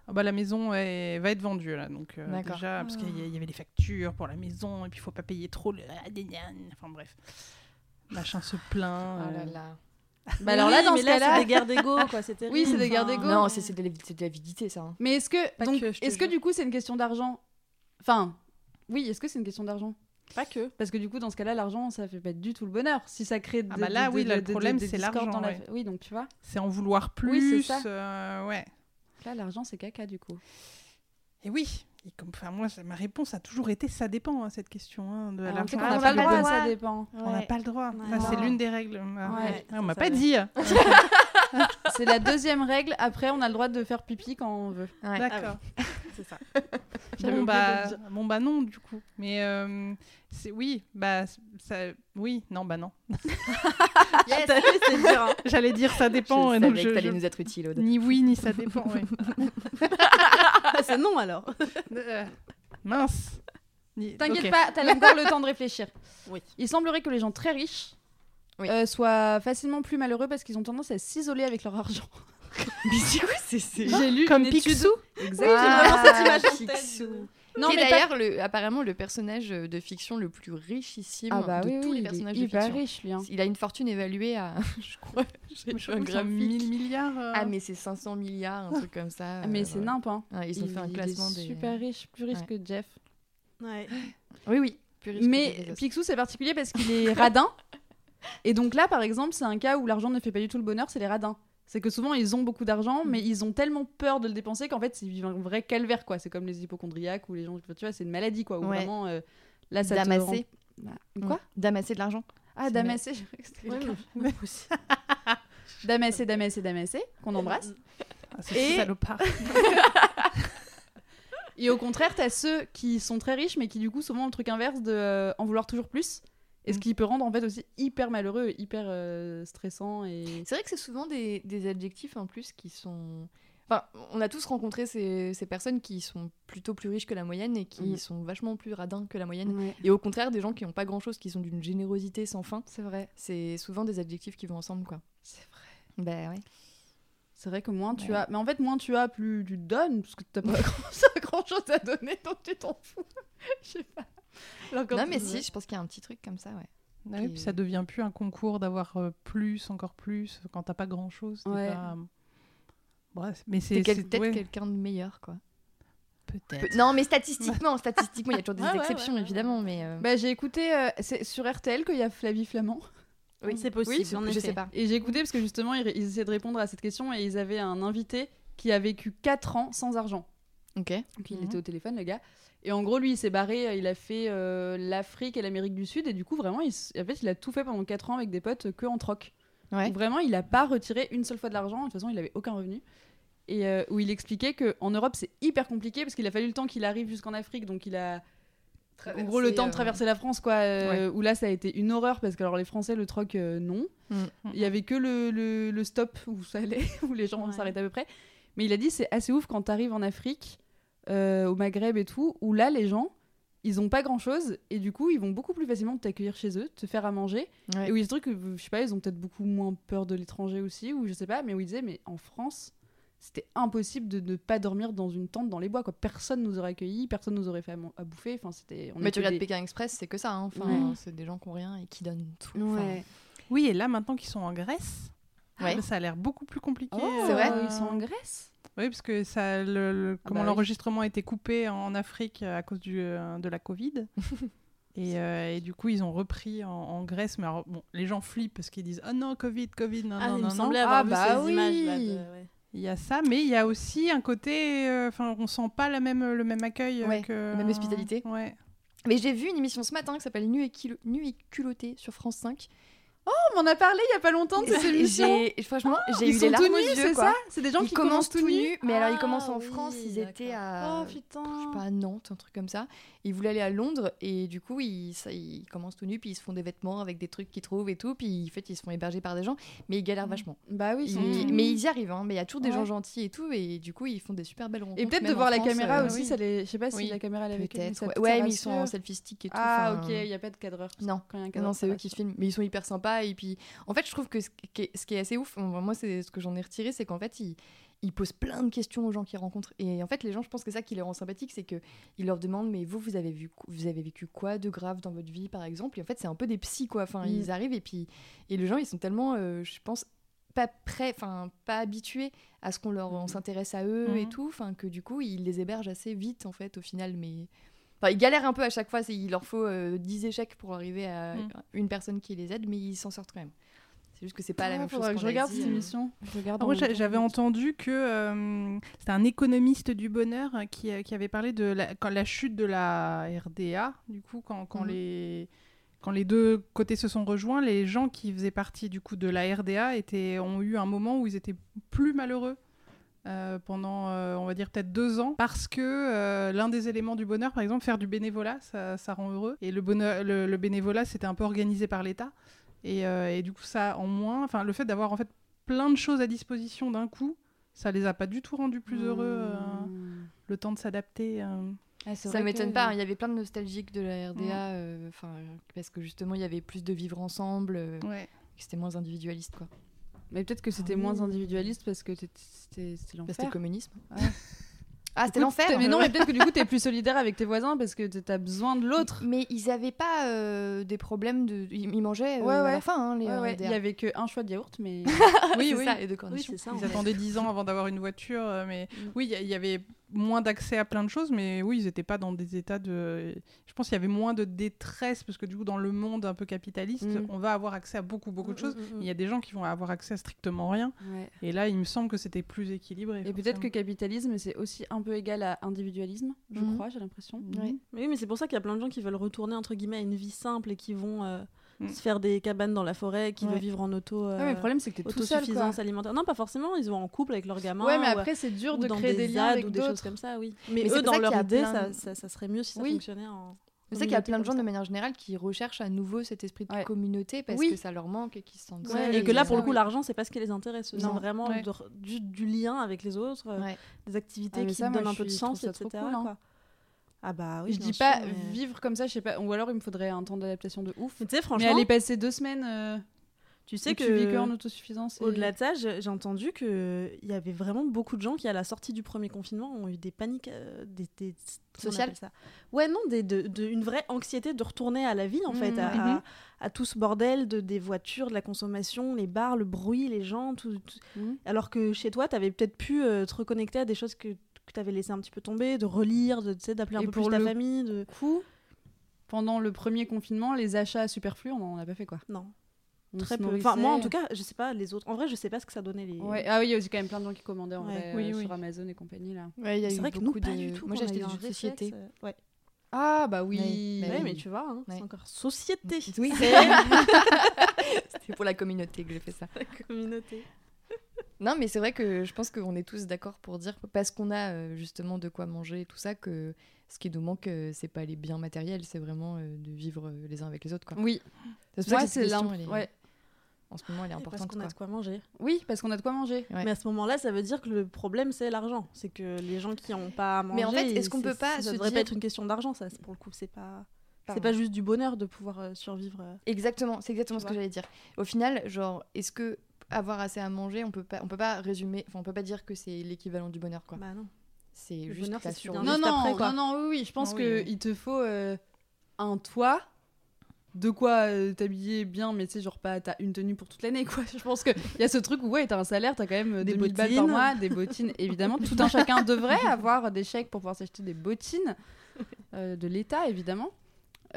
Speaker 7: Ah bah, la maison est- va être vendue là, donc euh,
Speaker 2: D'accord.
Speaker 7: déjà parce qu'il y, a- il y avait des factures pour la maison et puis il faut pas payer trop le, ah, des gnagnes. enfin bref, machin se plaint.
Speaker 2: Ah
Speaker 1: Oh
Speaker 7: euh,
Speaker 2: là là.
Speaker 1: Bah
Speaker 4: Oui,
Speaker 1: alors là, dans
Speaker 4: mais
Speaker 1: ce
Speaker 4: là,
Speaker 1: cas-là,
Speaker 4: c'est
Speaker 1: c'est des guerres d'ego, quoi. C'est terrible.
Speaker 4: Oui, c'est des guerres d'ego.
Speaker 2: Non, c'est c'est de la- c'est de l'avidité, ça. hein.
Speaker 4: Mais est-ce que,
Speaker 1: Pas
Speaker 4: donc,
Speaker 1: que, je te
Speaker 4: est-ce que
Speaker 1: jure.
Speaker 4: du coup c'est une question d'argent Enfin, oui, est-ce que c'est une question d'argent
Speaker 1: Pas que.
Speaker 4: Parce que du coup, dans ce cas-là, l'argent, ça fait pas du tout le bonheur. Si ça crée
Speaker 7: Ah bah là, oui, là, le problème,
Speaker 4: des
Speaker 7: c'est
Speaker 4: discordes
Speaker 7: l'argent,
Speaker 4: dans la-
Speaker 7: ouais.
Speaker 4: Oui, donc tu vois.
Speaker 7: C'est en vouloir plus.
Speaker 4: Oui, c'est ça.
Speaker 7: euh, ouais.
Speaker 4: Là, l'argent, c'est caca du coup.
Speaker 7: Et oui. Et comme, enfin, moi, ça- ma réponse a toujours été ça dépend, hein, cette question. hein, de
Speaker 4: Ah,
Speaker 7: l'argent.
Speaker 4: on sait qu'on
Speaker 7: Ah,
Speaker 4: n'a
Speaker 7: on
Speaker 4: pas
Speaker 7: n'a
Speaker 4: le
Speaker 7: pas le
Speaker 4: droit,
Speaker 7: droit.
Speaker 4: ça dépend.
Speaker 7: On n'a pas le droit. Ça,
Speaker 1: Ouais.
Speaker 7: c'est l'une des règles. Ah,
Speaker 4: Ouais,
Speaker 7: ouais.
Speaker 1: ça,
Speaker 7: on m'a
Speaker 1: ça
Speaker 7: pas
Speaker 1: va.
Speaker 7: dit.
Speaker 4: C'est la deuxième règle. Après, on a le droit de faire pipi quand on veut.
Speaker 7: D'accord.
Speaker 1: C'est ça. J'avais
Speaker 7: Bon
Speaker 1: oublié
Speaker 7: bah,
Speaker 1: de le
Speaker 7: bon bah non du coup. Mais euh, c'est oui bah c- ça oui non bah non.
Speaker 1: Ah, t'as vu, c'est dur. hein.
Speaker 7: J'allais dire ça dépend.
Speaker 2: je
Speaker 7: et donc
Speaker 2: savais
Speaker 7: je-
Speaker 2: que t'allais
Speaker 7: je-
Speaker 2: nous être utile, Aude.
Speaker 7: Ni oui ni ça dépend. ouais.
Speaker 1: Ah, c'est non alors.
Speaker 7: Euh, mince. Ni-
Speaker 4: T'inquiète
Speaker 7: ok.
Speaker 4: pas, t'as encore le temps de réfléchir.
Speaker 1: Oui.
Speaker 4: Il semblerait que les gens très riches
Speaker 2: Oui.
Speaker 4: euh, soient facilement plus malheureux parce qu'ils ont tendance à s'isoler avec leur argent.
Speaker 2: Mais c'est quoi c'est- c'est-
Speaker 1: J'ai lu
Speaker 7: Comme
Speaker 1: une étude-
Speaker 7: Picsou.
Speaker 1: vraiment cette image en tête.
Speaker 2: Picsou.
Speaker 4: Non,
Speaker 2: Qui est
Speaker 4: mais pas-
Speaker 2: d'ailleurs le- apparemment le personnage euh, de fiction le plus richissime
Speaker 4: Ah bah
Speaker 2: de
Speaker 4: oui,
Speaker 2: tous
Speaker 4: oui,
Speaker 2: les
Speaker 4: il est
Speaker 2: personnages de
Speaker 4: hyper
Speaker 2: fiction.
Speaker 4: riche lui. hein.
Speaker 2: Il a une fortune évaluée à, je crois, j'ai
Speaker 7: Mais Je
Speaker 2: un
Speaker 7: crois que c'est un
Speaker 2: graphique.
Speaker 7: 1000 milliards. euh,
Speaker 2: Ah mais c'est 500 milliards, un truc comme ça.
Speaker 4: Ah, mais
Speaker 2: euh,
Speaker 4: c'est nimp hein.
Speaker 2: ouais, ils ont fait un
Speaker 4: il
Speaker 2: classement
Speaker 4: est
Speaker 2: des euh,
Speaker 4: super riche, plus riche
Speaker 2: Ouais.
Speaker 4: que Jeff.
Speaker 1: Ouais.
Speaker 2: Oui oui. plus riches que des
Speaker 4: Mais
Speaker 2: autres.
Speaker 4: Picsou c'est particulier parce qu'il est radin. Et donc là par exemple, c'est un cas où l'argent ne fait pas du tout le bonheur, c'est les radins. C'est que souvent ils ont beaucoup
Speaker 2: Mm.
Speaker 4: d'argent, mais ils ont tellement peur de le dépenser qu'en fait ils vivent un vrai calvaire quoi. C'est comme les hypochondriaques ou les gens, tu vois, c'est une maladie quoi. Ou
Speaker 2: Ouais.
Speaker 4: vraiment euh, là ça te rend-
Speaker 2: d'amasser,
Speaker 4: Bah, Quoi
Speaker 2: d'amasser de l'argent.
Speaker 4: Ah
Speaker 2: C'est
Speaker 4: Damassé, j'ai cru que c'était quelqu'un. Damassé, Damassé, Damassé, qu'on embrasse.
Speaker 7: ah, ce salopard.
Speaker 4: Et au contraire, t'as ceux qui sont très riches, mais qui du coup souvent ont le truc inverse de euh, en vouloir toujours plus. Et ce
Speaker 7: Mm.
Speaker 4: qui peut rendre en fait aussi hyper malheureux, et hyper euh, stressant et.
Speaker 2: C'est vrai que c'est souvent des, des adjectifs en plus qui sont. Enfin, on a tous rencontré ces, ces personnes qui sont plutôt plus riches que la moyenne et qui
Speaker 4: Mm.
Speaker 2: sont vachement plus radins que la moyenne. Et au contraire, des gens qui n'ont pas grand-chose, qui sont d'une générosité sans fin,
Speaker 4: C'est vrai.
Speaker 2: c'est souvent des adjectifs qui vont ensemble, quoi.
Speaker 4: C'est vrai.
Speaker 2: Bah ouais.
Speaker 4: C'est vrai que moins tu
Speaker 2: Ouais.
Speaker 4: as. Mais en fait, moins tu as, plus tu donnes, parce que t'as pas grand, grand chose à donner, donc tu t'en fous. Je sais pas. Alors, quand
Speaker 2: non
Speaker 4: tu-
Speaker 2: mais si, je pense qu'il y a un petit truc comme ça, ouais.
Speaker 7: Ah oui, puis ça devient plus un concours d'avoir euh, plus, encore plus, quand t'as pas grand chose.
Speaker 4: Ouais.
Speaker 7: euh, mais c'est
Speaker 2: T'es quel-
Speaker 7: c'est-
Speaker 2: peut-être
Speaker 7: ouais,
Speaker 2: quelqu'un de meilleur, quoi.
Speaker 7: peut-être.
Speaker 2: Peu- Non mais statistiquement, statistiquement, il y a toujours des
Speaker 1: Ouais, ouais,
Speaker 2: exceptions
Speaker 1: ouais, ouais.
Speaker 2: évidemment, mais euh,
Speaker 4: Bah, j'ai écouté euh, c'est sur RTL qu'il y a Flavie Flamand.
Speaker 1: Oui, c'est possible.
Speaker 2: oui,
Speaker 1: en
Speaker 2: je
Speaker 1: effet.
Speaker 2: sais pas.
Speaker 4: Et j'ai écouté parce que justement, ils, ils essaient de répondre à cette question et ils avaient un invité qui a vécu 4 ans sans argent.
Speaker 2: Ok.
Speaker 4: Donc il
Speaker 7: Mhm.
Speaker 4: était au téléphone, le gars. Et en gros, lui, il s'est barré, euh, il a fait euh, l'Afrique et l'Amérique du Sud. Et du coup, vraiment, il, s- en fait, il a tout fait pendant 4 ans avec des potes euh, que en troc.
Speaker 2: Ouais.
Speaker 4: Donc vraiment, il n'a pas retiré une seule fois de l'argent. De toute façon, il avait aucun revenu. Et euh, où il expliquait qu'en Europe, c'est hyper compliqué parce qu'il a fallu le temps qu'il arrive jusqu'en Afrique. Donc il a. En gros, le temps de traverser la France, quoi. euh, Où là, ça a été une horreur parce que, alors, les Français, le troc, euh, non.
Speaker 2: Mm.
Speaker 4: Il y avait que le, le- le stop où ça allait, où les gens
Speaker 1: Ouais.
Speaker 4: s'arrêtaient à peu près. Mais il a dit, c'est assez ouf quand t'arrives en Afrique, euh, au Maghreb et tout, où là, les gens, ils ont pas grand chose et du coup, ils vont beaucoup plus facilement t'accueillir chez eux, te faire à manger.
Speaker 2: Ouais.
Speaker 4: Et où il y a ce truc, où, je sais pas, ils ont peut-être beaucoup moins peur de l'étranger aussi, ou je sais pas, mais où ils disaient, mais en France, c'était impossible de ne pas dormir dans une tente dans les bois, quoi. Personne nous aurait accueillis, personne nous aurait fait à, man- à bouffer. Enfin, c'était. on
Speaker 2: Mais tu
Speaker 4: était
Speaker 2: regardes
Speaker 4: des-
Speaker 2: Pékin Express, c'est que ça. hein. Enfin,
Speaker 4: Ouais.
Speaker 2: c'est des gens qui ont rien et qui donnent tout.
Speaker 4: Ouais.
Speaker 7: Oui, et là, maintenant qu'ils sont en Grèce,
Speaker 2: Ouais.
Speaker 7: ça a l'air beaucoup plus compliqué. euh,
Speaker 4: Oh,
Speaker 2: C'est vrai
Speaker 4: Ils sont en Grèce
Speaker 7: Oui, parce que ça, le, le-
Speaker 4: Ah
Speaker 7: comment
Speaker 4: bah oui.
Speaker 7: l'enregistrement a été coupé en Afrique à cause du, euh, de la Covid. et, euh, et du coup, ils ont repris en, en Grèce. Mais alors, bon, les gens flippent parce qu'ils disent Oh non, Covid, Covid, non,
Speaker 1: Ah,
Speaker 7: non,
Speaker 1: il
Speaker 7: non, non.
Speaker 1: me semblait avoir
Speaker 4: Ah,
Speaker 1: vu
Speaker 4: bah
Speaker 1: ces images là.
Speaker 4: oui.
Speaker 1: de- ouais.
Speaker 7: Il y a ça, mais il y a aussi un côté. euh, Enfin, on sent pas la même, le même accueil euh,
Speaker 2: Ouais,
Speaker 7: que.
Speaker 2: la même hospitalité.
Speaker 7: Ouais.
Speaker 2: Ah, Mais j'ai vu une émission ce matin qui s'appelle Nu et, Kilo- Nu et culotté sur France 5
Speaker 4: Oh, On m'en a parlé il y a pas longtemps de ces
Speaker 2: Et
Speaker 4: émissions.
Speaker 2: j'ai- Franchement, j'ai
Speaker 4: Oh, Ils
Speaker 2: eu les
Speaker 4: sont
Speaker 2: larmes
Speaker 4: tout
Speaker 2: aux
Speaker 4: nus,
Speaker 2: yeux.
Speaker 4: c'est
Speaker 2: quoi.
Speaker 4: ça C'est des gens
Speaker 2: ils
Speaker 4: qui
Speaker 2: commencent tout
Speaker 4: nus.
Speaker 2: nus, mais alors ils
Speaker 1: Ah,
Speaker 2: commencent en
Speaker 1: oui,
Speaker 2: France, ils étaient à.
Speaker 4: Oh putain.
Speaker 2: je sais pas, à Nantes, un truc comme ça. Et ils voulaient aller à Londres et du coup, ils, ça- ils commencent tout nus, puis ils se font des vêtements avec des trucs qu'ils trouvent et tout. Puis en fait, ils se font héberger par des gens, mais ils galèrent vachement.
Speaker 4: Bah oui, ils sont
Speaker 2: Ils-
Speaker 4: tout nus.
Speaker 2: Mais ils y arrivent, hein. mais il y a toujours des gens
Speaker 4: Ouais.
Speaker 2: gentils et tout. Et du coup, ils font des super belles rencontres.
Speaker 4: Et peut-être
Speaker 2: même
Speaker 4: de
Speaker 2: en
Speaker 4: voir la
Speaker 2: France,
Speaker 4: caméra
Speaker 2: euh,
Speaker 4: aussi, ça les... je sais pas si
Speaker 7: Oui.
Speaker 4: la caméra elle est avec eux, mais
Speaker 2: Peut-être.
Speaker 4: ça-
Speaker 2: Ouais,
Speaker 4: ça
Speaker 2: Ouais, mais ils
Speaker 4: rassure.
Speaker 2: sont en selfie stick et tout.
Speaker 4: Ah
Speaker 2: enfin,
Speaker 4: ok, il y a pas de cadreur.
Speaker 2: Non.
Speaker 4: Quand il y a un cadreur,
Speaker 2: Non, c'est
Speaker 4: ça
Speaker 2: eux
Speaker 4: va.
Speaker 2: qui filment, mais ils sont hyper sympas. Et puis, en fait, je trouve que ce qui est, ce qui est assez ouf, bon, moi, c'est ce que j'en ai retiré, c'est qu'en fait, ils, ils posent plein de questions aux gens qu'ils rencontrent. Et en fait, les gens, je pense que ça qui les rend sympathiques, c'est que ils leur demandent, mais vous, vous avez, vu, vous avez vécu quoi de grave dans votre vie, par exemple Et en fait, c'est un peu des psys, quoi. Enfin,
Speaker 4: Mm.
Speaker 2: ils arrivent et puis, et les gens, ils sont tellement, euh, je pense, pas prêts, enfin, pas habitués à ce qu'on leur,
Speaker 4: Mm.
Speaker 2: on s'intéresse à eux et
Speaker 7: Mhm.
Speaker 2: tout, enfin, que du coup, ils les hébergent assez vite, en fait, au final, mais. Enfin, ils galèrent un peu à chaque fois, c'est- il leur faut euh, 10 échecs pour arriver à
Speaker 7: Mm.
Speaker 2: une personne qui les aide, mais ils s'en sortent quand même. C'est juste que c'est pas la
Speaker 4: Ah,
Speaker 2: même chose.
Speaker 4: faudrait que
Speaker 2: qu'on
Speaker 4: je
Speaker 2: a
Speaker 4: regarde
Speaker 2: dit,
Speaker 4: cette
Speaker 2: euh.
Speaker 4: émission. Je regarde
Speaker 7: Ah,
Speaker 4: en
Speaker 7: moi,
Speaker 4: même
Speaker 7: j'a-
Speaker 4: temps.
Speaker 7: j'avais entendu que euh, c'était un économiste du bonheur euh, qui, euh, qui avait parlé de la, quand la chute de la RDA, du coup, quand, quand
Speaker 4: Mm.
Speaker 2: Mhm.
Speaker 7: les. Quand les deux côtés se sont rejoints, les gens qui faisaient partie du coup de la RDA étaient, ont eu un moment où ils étaient plus malheureux euh, pendant, euh, on va dire peut-être deux ans, parce que euh, l'un des éléments du bonheur, par exemple, faire du bénévolat, ça, ça rend heureux. Et le bonheur, le, le bénévolat, c'était un peu organisé par l'État, et, euh, et du coup ça en moins. Enfin, le fait d'avoir en fait plein de choses à disposition d'un coup, ça les a pas du tout rendus plus heureux. euh,
Speaker 4: Hmm.
Speaker 7: le temps de s'adapter. euh.
Speaker 4: Ah, c'est
Speaker 2: Ça
Speaker 4: vrai
Speaker 2: m'étonne
Speaker 4: que-
Speaker 2: pas, hein, il y avait plein de nostalgiques de la RDA, euh, enfin, euh, parce que justement, il y avait plus de vivre ensemble, euh, que c'était moins individualiste, quoi.
Speaker 4: Mais peut-être que c'était moins individualiste parce que t'étais- c'était c'était
Speaker 2: Bah, c'était
Speaker 4: l'enfer.
Speaker 2: communisme.
Speaker 4: Ouais.
Speaker 2: ah, c'était
Speaker 4: Écoute,
Speaker 2: l'enfer
Speaker 4: t'es- Mais non, mais peut-être que du coup, t'es plus solidaire avec tes voisins parce que t'as besoin de l'autre.
Speaker 2: Mais ils avaient pas euh, des problèmes de... Ils ils mangeaient euh,
Speaker 4: Ouais,
Speaker 2: à
Speaker 4: ouais.
Speaker 2: la fin, hein, les
Speaker 4: Ouais, ouais,
Speaker 2: RDA.
Speaker 4: Il y avait qu'un choix de yaourt, mais.
Speaker 2: oui,
Speaker 7: Oui,
Speaker 2: oui.
Speaker 7: oui.
Speaker 2: Ah, ça, et de
Speaker 1: Oui,
Speaker 2: cornichons.
Speaker 1: c'est ça. en
Speaker 7: Ils
Speaker 1: fait.
Speaker 7: attendaient 10 ans avant d'avoir une voiture, euh, mais oui, il y a- il y, avait moins d'accès à plein de choses, mais oui, ils n'étaient pas dans des états de. Je pense qu'il y avait moins de détresse, parce que du coup, dans le monde un peu capitaliste,
Speaker 4: Mm.
Speaker 7: on va avoir accès à beaucoup, beaucoup de choses.
Speaker 1: Mm, mm, mm.
Speaker 7: Il y a des gens qui vont avoir accès à strictement rien.
Speaker 4: Ouais.
Speaker 7: Et là, il me semble que c'était plus équilibré.
Speaker 4: Et peut-être que capitalisme, c'est aussi un peu égal à individualisme, je
Speaker 2: Mhm.
Speaker 4: crois, j'ai l'impression.
Speaker 2: Ouais.
Speaker 1: Mais oui, mais c'est pour ça qu'il y a plein de gens qui veulent retourner entre guillemets à une vie simple et qui vont euh,
Speaker 7: Mm.
Speaker 1: se faire des cabanes dans la forêt, qui
Speaker 7: Ouais.
Speaker 1: veulent vivre en auto.
Speaker 4: Ouais, Ah, mais
Speaker 1: euh,
Speaker 4: le problème, c'est que t'es tout seul. Quoi.
Speaker 1: autosuffisance alimentaire. Non, pas forcément, ils vont en couple avec leurs gamins.
Speaker 4: Ouais, mais
Speaker 1: ou- euh,
Speaker 4: après, c'est
Speaker 1: ou
Speaker 4: dur de
Speaker 1: dans
Speaker 4: créer des, liens
Speaker 1: ZAD
Speaker 4: avec
Speaker 1: ou des choses
Speaker 4: d'autres.
Speaker 1: comme ça, oui. Mais,
Speaker 2: Mais c'est
Speaker 1: eux,
Speaker 2: pour
Speaker 1: dans
Speaker 2: ça qu'il y
Speaker 1: leur
Speaker 2: a
Speaker 1: idée,
Speaker 2: plein
Speaker 1: ça,
Speaker 2: de-
Speaker 1: ça, ça serait mieux si ça
Speaker 4: Oui.
Speaker 1: fonctionnait en.
Speaker 2: C'est ça qu'il y a
Speaker 1: communauté
Speaker 2: plein de gens
Speaker 1: comme
Speaker 2: de
Speaker 1: ça.
Speaker 2: manière générale qui recherchent à nouveau cet esprit de
Speaker 4: Ouais.
Speaker 2: communauté parce
Speaker 4: Oui.
Speaker 2: que ça leur manque et qui se sentent
Speaker 1: Ouais,
Speaker 2: seuls
Speaker 1: et que là,
Speaker 2: tout
Speaker 1: pour le
Speaker 2: ça.
Speaker 1: coup, l'argent, c'est pas ce qui les intéresse. C'est
Speaker 2: Non.
Speaker 1: vraiment
Speaker 7: Ouais.
Speaker 1: de- du, du lien avec les autres, euh,
Speaker 2: Ouais.
Speaker 1: des activités
Speaker 4: Ah, mais
Speaker 1: qui
Speaker 4: ça, moi,
Speaker 1: donnent un
Speaker 4: je
Speaker 1: peu de
Speaker 4: suis- je
Speaker 1: sens,
Speaker 4: trouve ça
Speaker 1: etc.
Speaker 4: trop cool, hein.
Speaker 1: quoi. Ah bah oui.
Speaker 4: je
Speaker 1: bien
Speaker 4: dis
Speaker 1: sûr,
Speaker 4: pas
Speaker 1: mais-
Speaker 4: vivre comme ça, je sais pas. Ou alors, il me faudrait un temps d'adaptation de ouf.
Speaker 1: Mais tu sais,
Speaker 4: Mais
Speaker 1: franchement,
Speaker 4: aller passer deux semaines, euh,
Speaker 1: tu
Speaker 4: où
Speaker 1: sais que
Speaker 4: tu vis que en autosuffisance. et-
Speaker 1: Au-delà de ça, j'ai j'ai entendu qu'il y avait vraiment beaucoup de gens qui, à la sortie du premier confinement, ont eu des paniques euh, des, des- comment on
Speaker 2: Sociales
Speaker 1: appelle ça Ouais, non, des, de, de- une vraie anxiété de retourner à la vie, en
Speaker 2: Mmh,
Speaker 1: fait, à, à- à tout ce bordel de, des voitures, de la consommation, les bars, le bruit, les gens, tout. tout-
Speaker 2: Mmh.
Speaker 4: Mhm.
Speaker 1: Alors que chez toi, t'avais peut-être pu euh, te reconnecter à des choses que, que t'avais laissé un petit peu tomber, de relire, de, tu sais, d'appeler un
Speaker 4: Et
Speaker 1: peu
Speaker 4: pour
Speaker 1: plus ta
Speaker 4: le
Speaker 1: famille. De...
Speaker 4: coup, pendant le premier confinement, les achats superflus, on en a pas fait quoi.
Speaker 1: Non,
Speaker 4: On
Speaker 1: très
Speaker 4: se
Speaker 1: peu. Enfin, moi, en
Speaker 4: nourrissait.
Speaker 1: tout cas, je sais pas les autres. En vrai, je sais pas ce que ça donnait les.
Speaker 4: Ouais. Ah oui, il y a aussi quand même plein de gens qui commandaient en vrai,
Speaker 1: Ouais.
Speaker 7: Oui,
Speaker 4: euh,
Speaker 7: oui.
Speaker 4: sur Amazon et compagnie là.
Speaker 2: Ouais, il y a
Speaker 1: C'est
Speaker 2: eu
Speaker 1: vrai que nous,
Speaker 2: beaucoup
Speaker 1: pas
Speaker 2: de...
Speaker 1: du tout.
Speaker 2: Moi,
Speaker 1: qu'on
Speaker 2: j'ai
Speaker 1: a
Speaker 2: acheté
Speaker 1: eu un
Speaker 2: des jeux de
Speaker 1: réflexe,
Speaker 2: société.
Speaker 1: euh, ouais.
Speaker 4: Ah bah
Speaker 2: oui.
Speaker 1: Ouais,
Speaker 2: Oui.
Speaker 1: mais tu vois, hein,
Speaker 2: Ouais.
Speaker 1: c'est encore société.
Speaker 2: Oui.
Speaker 1: C'est
Speaker 2: C'était pour la communauté que j'ai fait ça.
Speaker 1: la communauté.
Speaker 2: Non, mais c'est vrai que je pense qu'on est tous d'accord pour dire, parce qu'on a euh, justement de quoi manger et tout ça, que ce qui nous manque, euh, c'est pas les biens matériels, c'est vraiment euh, de vivre euh, les uns avec les autres. Quoi.
Speaker 4: Oui,
Speaker 2: C'est pour ça
Speaker 4: moi
Speaker 2: que cette
Speaker 4: c'est
Speaker 2: question,
Speaker 4: l'imp-
Speaker 2: elle est-
Speaker 4: ouais.
Speaker 2: en ce moment, elle est
Speaker 1: Parce
Speaker 2: importante.
Speaker 1: qu'on a
Speaker 2: quoi.
Speaker 1: de quoi manger.
Speaker 4: Oui, parce qu'on a de quoi manger.
Speaker 2: Ouais.
Speaker 1: Mais à ce moment-là, ça veut dire que le problème, c'est l'argent. C'est que les gens qui n'ont pas à manger.
Speaker 2: Mais en fait,
Speaker 1: ils-
Speaker 2: est-ce qu'on
Speaker 1: c'est-
Speaker 2: peut pas
Speaker 1: Ça
Speaker 2: se
Speaker 1: devrait
Speaker 2: dire-
Speaker 1: pas être une question d'argent, ça, c'est- pour le coup. C'est pas. C'est
Speaker 2: Pardon.
Speaker 1: pas juste du bonheur de pouvoir euh, survivre. euh.
Speaker 2: Exactement, c'est exactement
Speaker 1: Tu
Speaker 2: ce que
Speaker 1: vois.
Speaker 2: j'allais dire. Au final, genre, est-ce que avoir assez à manger, on peut pas, on peut pas résumer, enfin, on peut pas dire que c'est l'équivalent du bonheur, quoi.
Speaker 1: Bah non.
Speaker 2: C'est
Speaker 1: le
Speaker 2: Hein, juste
Speaker 1: bonheur,
Speaker 2: la
Speaker 1: c'est ce qui vient
Speaker 2: survie.
Speaker 1: Non, juste après, quoi.
Speaker 4: non, oui, oui, je pense
Speaker 7: Non, oui,
Speaker 4: que
Speaker 7: oui.
Speaker 4: il te faut euh, un toit, de quoi euh, t'habiller bien, mais tu sais, genre pas t'as une tenue pour toute l'année, quoi. Je pense que il y a ce truc où ouais, t'as un salaire, t'as quand même euh,
Speaker 1: Des
Speaker 4: 2000 balles par
Speaker 1: bottines.
Speaker 4: mois, des bottines, évidemment. Tout un chacun devrait avoir des chèques pour pouvoir s'acheter des bottines euh, de l'État, évidemment.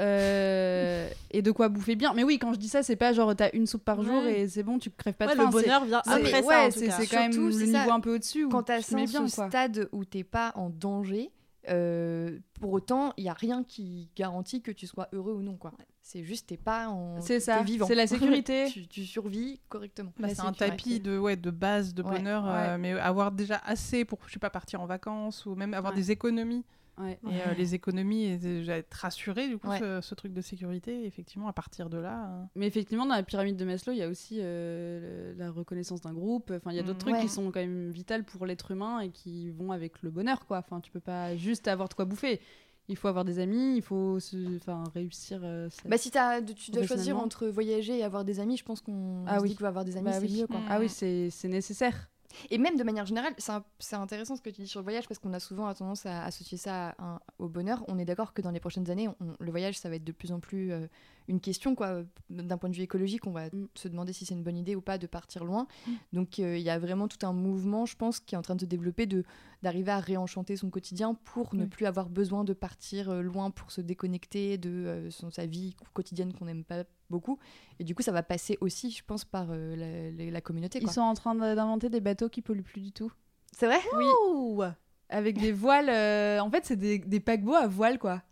Speaker 4: Euh, et de quoi bouffer bien. Mais oui, quand je dis ça, c'est pas genre t'as une soupe par jour
Speaker 1: Ouais.
Speaker 4: et c'est bon, tu crèves pas
Speaker 1: Ouais,
Speaker 4: de
Speaker 1: le
Speaker 4: faim. c'est-
Speaker 1: bonheur vient
Speaker 4: c'est-
Speaker 1: après ça.
Speaker 4: ouais,
Speaker 1: en tout
Speaker 4: c'est
Speaker 1: cas.
Speaker 4: c'est quand même
Speaker 2: Surtout,
Speaker 4: le
Speaker 2: c'est ça.
Speaker 4: niveau un peu au-dessus où
Speaker 2: Quand
Speaker 4: tu
Speaker 2: t'as
Speaker 4: te mets
Speaker 2: atteint
Speaker 4: bien,
Speaker 2: ce
Speaker 4: quoi.
Speaker 2: stade où t'es pas en danger, Euh, pour autant, il n'y a rien qui garantit que tu sois heureux ou non. quoi. C'est juste, t'es pas en.
Speaker 4: C'est ça,
Speaker 2: t'es vivant.
Speaker 4: c'est la sécurité.
Speaker 2: tu, tu survis correctement.
Speaker 7: Bah,
Speaker 2: La
Speaker 7: c'est un
Speaker 2: sécurité.
Speaker 7: tapis de, ouais, de base, de
Speaker 2: Ouais,
Speaker 7: bonheur,
Speaker 2: ouais.
Speaker 7: euh, mais avoir déjà assez pour, je sais pas, partir en vacances ou même avoir
Speaker 4: Ouais.
Speaker 7: des économies.
Speaker 4: Ouais.
Speaker 7: Et euh, les économies, et déjà être rassuré du coup,
Speaker 2: Ouais.
Speaker 7: ce, ce truc de sécurité, effectivement, à partir de là. euh,
Speaker 4: Mais effectivement, dans la pyramide de Maslow, il y a aussi euh, le- la reconnaissance d'un groupe. Enfin, il y a d'autres
Speaker 7: Mhm.
Speaker 4: trucs
Speaker 2: Mm, Ouais.
Speaker 4: qui sont quand même vitales pour l'être humain et qui vont avec le bonheur, quoi. Enfin, tu peux pas juste avoir de quoi bouffer. Il faut avoir des amis, il faut se- enfin, réussir. euh, sa-
Speaker 2: Bah, si t'as- tu dois choisir
Speaker 4: Professionnellement.
Speaker 2: entre voyager et avoir des amis, je pense qu'on
Speaker 4: Ah
Speaker 2: se
Speaker 4: oui.
Speaker 2: dit que avoir des amis,
Speaker 4: Bah
Speaker 2: c'est
Speaker 4: oui.
Speaker 2: mieux. Quoi.
Speaker 4: Ah oui, c'est c'est nécessaire.
Speaker 2: Et même de manière générale, c'est un- c'est intéressant ce que tu dis sur le voyage parce qu'on a souvent tendance à associer ça à un- au bonheur. On est d'accord que dans les prochaines années, on- le voyage, ça va être de plus en plus euh, une question. quoi. D'un point de vue écologique, on va
Speaker 4: Mm.
Speaker 2: se demander si c'est une bonne idée ou pas de partir loin. Donc euh, il y a vraiment tout un mouvement, je pense, qui est en train de se développer de d'arriver à réenchanter son quotidien pour ne
Speaker 7: Oui.
Speaker 2: plus avoir besoin de partir euh, loin pour se déconnecter de euh, son, sa vie quotidienne qu'on n'aime pas beaucoup. Et du coup, ça va passer aussi, je pense, par euh, la, la- la communauté.
Speaker 4: Ils
Speaker 2: quoi.
Speaker 4: sont en train d'inventer des bateaux qui polluent plus du tout.
Speaker 2: C'est vrai
Speaker 1: Ouh
Speaker 4: avec des voiles. euh, en fait, c'est des, des paquebots à voile, quoi.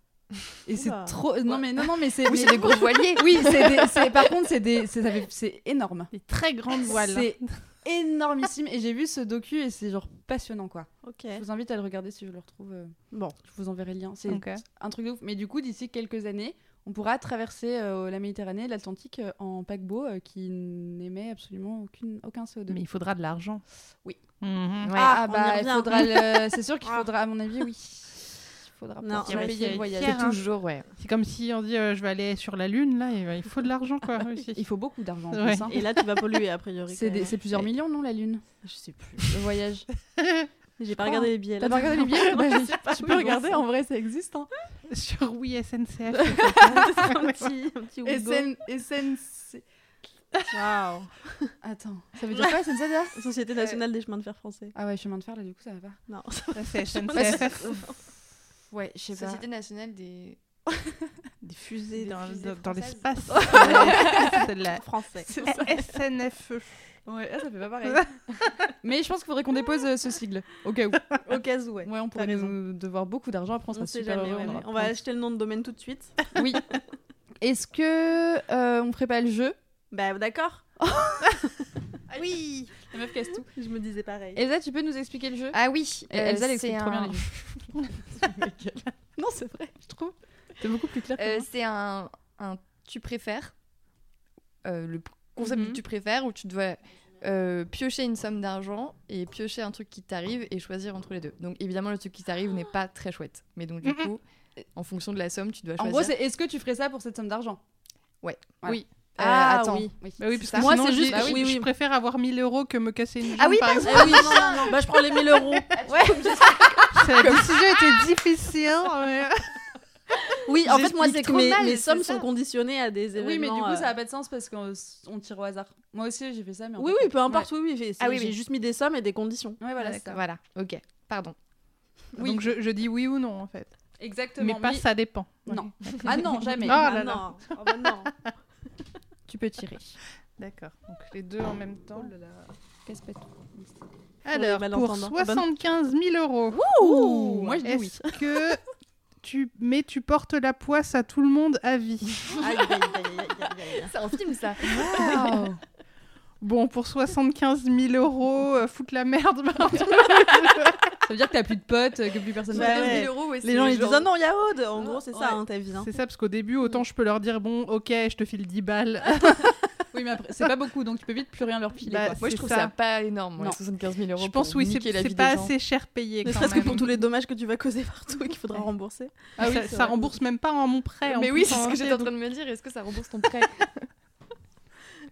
Speaker 4: Et c'est
Speaker 1: Oula.
Speaker 4: trop. Non, mais non, non, mais c'est.
Speaker 2: Oui,
Speaker 4: mais-
Speaker 2: c'est des gros voiliers.
Speaker 4: Oui, c'est des- c'est- par contre, c'est des. c'est- ça fait- C'est énorme.
Speaker 7: Des très grandes voiles. hein.
Speaker 4: C'est énormissime. Et j'ai vu ce docu et c'est genre passionnant, quoi.
Speaker 1: Ok.
Speaker 4: Je vous invite à le regarder si je le retrouve. euh,
Speaker 1: Bon.
Speaker 4: Je vous enverrai le lien. C'est
Speaker 7: Ok.
Speaker 4: un truc de ouf. Mais du coup, d'ici quelques années, on pourra traverser euh, la Méditerranée, l'Atlantique euh, en paquebot euh, qui n'émet absolument aucune, aucun CO2.
Speaker 7: Mais il faudra de l'argent.
Speaker 4: Oui.
Speaker 7: Mhm.
Speaker 2: Ouais.
Speaker 4: Ah,
Speaker 1: on y
Speaker 4: bah, il
Speaker 1: revient.
Speaker 4: faudra. le- C'est sûr qu'il
Speaker 1: Ah.
Speaker 4: faudra, à mon avis, oui. Il faudra.
Speaker 1: Non,
Speaker 4: pas-
Speaker 7: Ah Il y avait- il y avait Pierre, hein.
Speaker 2: toujours, ouais.
Speaker 7: C'est comme si on dit euh, je vais aller sur la lune, là, et, ben, il faut de l'argent, quoi. aussi.
Speaker 4: Il faut beaucoup d'argent. en
Speaker 7: Ouais.
Speaker 4: plus, hein.
Speaker 1: Et là, tu vas polluer, a priori.
Speaker 4: C'est
Speaker 1: quand
Speaker 4: des-
Speaker 1: même.
Speaker 4: c'est plusieurs millions, non, la Lune
Speaker 1: Je sais plus.
Speaker 4: Le voyage.
Speaker 1: J'ai pas regardé les billets.
Speaker 4: T'as
Speaker 1: là.
Speaker 4: pas regardé les billets Bah,
Speaker 1: Je sais pas,
Speaker 4: Tu
Speaker 1: oui,
Speaker 4: peux
Speaker 1: bon,
Speaker 4: regarder,
Speaker 1: c'est-
Speaker 4: en vrai, ça existe. Hein.
Speaker 7: Sur oui SNCF.
Speaker 1: c'est un petit, un petit Ouigo.
Speaker 4: SNC.
Speaker 1: Waouh.
Speaker 4: Attends, ça veut dire quoi, SNC là
Speaker 1: Société nationale des chemins de fer français.
Speaker 4: Ah ouais, chemin de fer, là, du coup, ça va pas.
Speaker 1: Non.
Speaker 7: c'est SNCF.
Speaker 2: ouais, je sais pas. Société nationale des.
Speaker 7: Des fusées
Speaker 2: Des
Speaker 7: dans,
Speaker 2: fusées
Speaker 7: dans- dans
Speaker 2: françaises.
Speaker 7: l'espace. Euh, c'est de la
Speaker 1: Français.
Speaker 7: SNFE.
Speaker 4: Ouais, là, ça fait pas pareil. Mais je pense qu'il faudrait qu'on dépose euh, ce sigle, au cas où.
Speaker 1: Au cas où, ouais.
Speaker 4: Ouais, on pourrait
Speaker 1: raison.
Speaker 4: nous devoir beaucoup d'argent, après on
Speaker 1: On,
Speaker 4: sera
Speaker 1: sait
Speaker 4: super
Speaker 1: jamais.
Speaker 4: heureux.
Speaker 1: ouais,
Speaker 4: on
Speaker 1: ouais.
Speaker 4: aura
Speaker 1: On va
Speaker 4: plein de-
Speaker 1: acheter le nom de domaine tout de suite.
Speaker 4: Oui. Est-ce que euh, on ferait pas le jeu
Speaker 1: Bah d'accord.
Speaker 4: Oui La meuf casse tout.
Speaker 1: Je me disais pareil.
Speaker 4: Elsa, tu peux nous expliquer le jeu
Speaker 2: Ah oui,
Speaker 4: Euh, Elsa, elle
Speaker 2: euh,
Speaker 4: explique
Speaker 2: c'est
Speaker 4: trop bien
Speaker 2: un-
Speaker 4: les jeux. non, c'est vrai, je trouve. C'est beaucoup plus clair que
Speaker 2: euh,
Speaker 4: moi.
Speaker 2: C'est un, un tu préfères. Euh, le p- concept
Speaker 7: Mhm.
Speaker 2: de tu préfères où tu dois euh, piocher une somme d'argent et piocher un truc qui t'arrive et choisir entre les deux. Donc évidemment, le truc qui t'arrive n'est pas très chouette. Mais donc du coup, en fonction de la somme, tu dois
Speaker 4: Mhm. En
Speaker 2: choisir.
Speaker 4: gros, c'est est-ce que tu ferais ça pour cette somme d'argent voilà.
Speaker 2: Oui. Euh,
Speaker 4: Ah,
Speaker 2: attends.
Speaker 4: oui.
Speaker 7: Bah oui,
Speaker 2: C'est
Speaker 7: parce
Speaker 2: ça.
Speaker 7: que
Speaker 2: Moi,
Speaker 7: sinon,
Speaker 2: c'est
Speaker 7: je
Speaker 2: juste
Speaker 7: dis-
Speaker 2: que-
Speaker 7: je-
Speaker 1: oui,
Speaker 7: je,
Speaker 1: oui.
Speaker 7: préfère avoir 1000 euros que me casser une jambe.
Speaker 2: Ah oui,
Speaker 7: par exemple.
Speaker 1: Eh oui, non, non, non. Bah je prends les 1000 euros.
Speaker 7: Ah, Le sujet était difficile. mais-
Speaker 1: Oui, en fait, moi, c'est
Speaker 2: J'explique
Speaker 1: que
Speaker 2: trop
Speaker 1: mes,
Speaker 2: mal, c'est
Speaker 1: mes sommes
Speaker 2: ça.
Speaker 1: sont conditionnées à des événements.
Speaker 4: Oui, mais du coup,
Speaker 1: euh,
Speaker 4: ça n'a pas de sens parce qu'on s- on tire au hasard. Moi aussi, j'ai fait ça, mais. en
Speaker 1: Oui,
Speaker 4: fait-
Speaker 1: oui, peu importe. Oui, oui. j'ai-
Speaker 2: Ah oui,
Speaker 1: J'ai
Speaker 2: oui.
Speaker 1: juste mis des sommes et des conditions.
Speaker 4: Ouais, voilà,
Speaker 2: Ah,
Speaker 4: c'est ça.
Speaker 2: Voilà, ok. Pardon.
Speaker 4: Oui.
Speaker 7: Donc je, je dis oui ou non en fait.
Speaker 4: Exactement.
Speaker 7: Mais pas
Speaker 4: oui.
Speaker 7: ça dépend.
Speaker 4: Non. Ah non, jamais.
Speaker 7: Ah,
Speaker 1: Ah,
Speaker 7: là,
Speaker 1: non. Ah, bah, non.
Speaker 4: Tu peux tirer.
Speaker 7: D'accord. Donc les deux en même temps.
Speaker 4: Casse-pète.
Speaker 7: Alors,
Speaker 1: les
Speaker 7: pour
Speaker 1: malentendants.
Speaker 7: 75 000 euros,
Speaker 4: Ouh Moi, je dis oui.
Speaker 7: est-ce que tu... Mais tu portes la poisse à tout le monde à vie.
Speaker 1: Aïe, aïe, aïe, aïe, aïe, aïe, aïe.
Speaker 2: C'est un film ça.
Speaker 7: Bon, pour 75 000 euros, euh, foutre la merde. pardon.
Speaker 4: Ça veut dire que t'as plus de potes, euh, que plus personne
Speaker 1: Bah,
Speaker 4: ne
Speaker 1: ouais.
Speaker 2: 1000 euros, ouais,
Speaker 1: Les
Speaker 2: c'est
Speaker 1: gens, ils disent
Speaker 2: genre-
Speaker 1: Ah non, yaoud En
Speaker 4: Ouais.
Speaker 1: gros, c'est ça, hein, ta vie. hein.
Speaker 7: C'est ça, parce qu'au début, autant je peux leur dire, bon, ok, je te file 10 balles.
Speaker 4: Oui, mais après, c'est pas beaucoup, donc tu peux vite plus rien leur filer.
Speaker 7: Bah,
Speaker 4: quoi.
Speaker 2: Moi, je
Speaker 7: C'est
Speaker 2: trouve
Speaker 7: ça.
Speaker 2: ça, pas énorme, ouais,
Speaker 4: Non.
Speaker 2: 75 000 euros.
Speaker 7: Je pense,
Speaker 2: pour
Speaker 7: oui, c'est
Speaker 2: niquer la vie
Speaker 7: c'est
Speaker 2: des
Speaker 7: pas
Speaker 2: gens.
Speaker 7: assez cher payé.
Speaker 1: Ne
Speaker 7: quand
Speaker 1: serait-ce que
Speaker 7: même.
Speaker 1: pour tous les dommages que tu vas causer partout et qu'il faudra rembourser.
Speaker 7: Ah oui,
Speaker 4: Ça-
Speaker 7: ça,
Speaker 4: ça
Speaker 7: rembourse même pas en hein. mon prêt.
Speaker 2: Mais oui, c'est ce que j'étais en train de me dire. Est-ce que ça rembourse ton prêt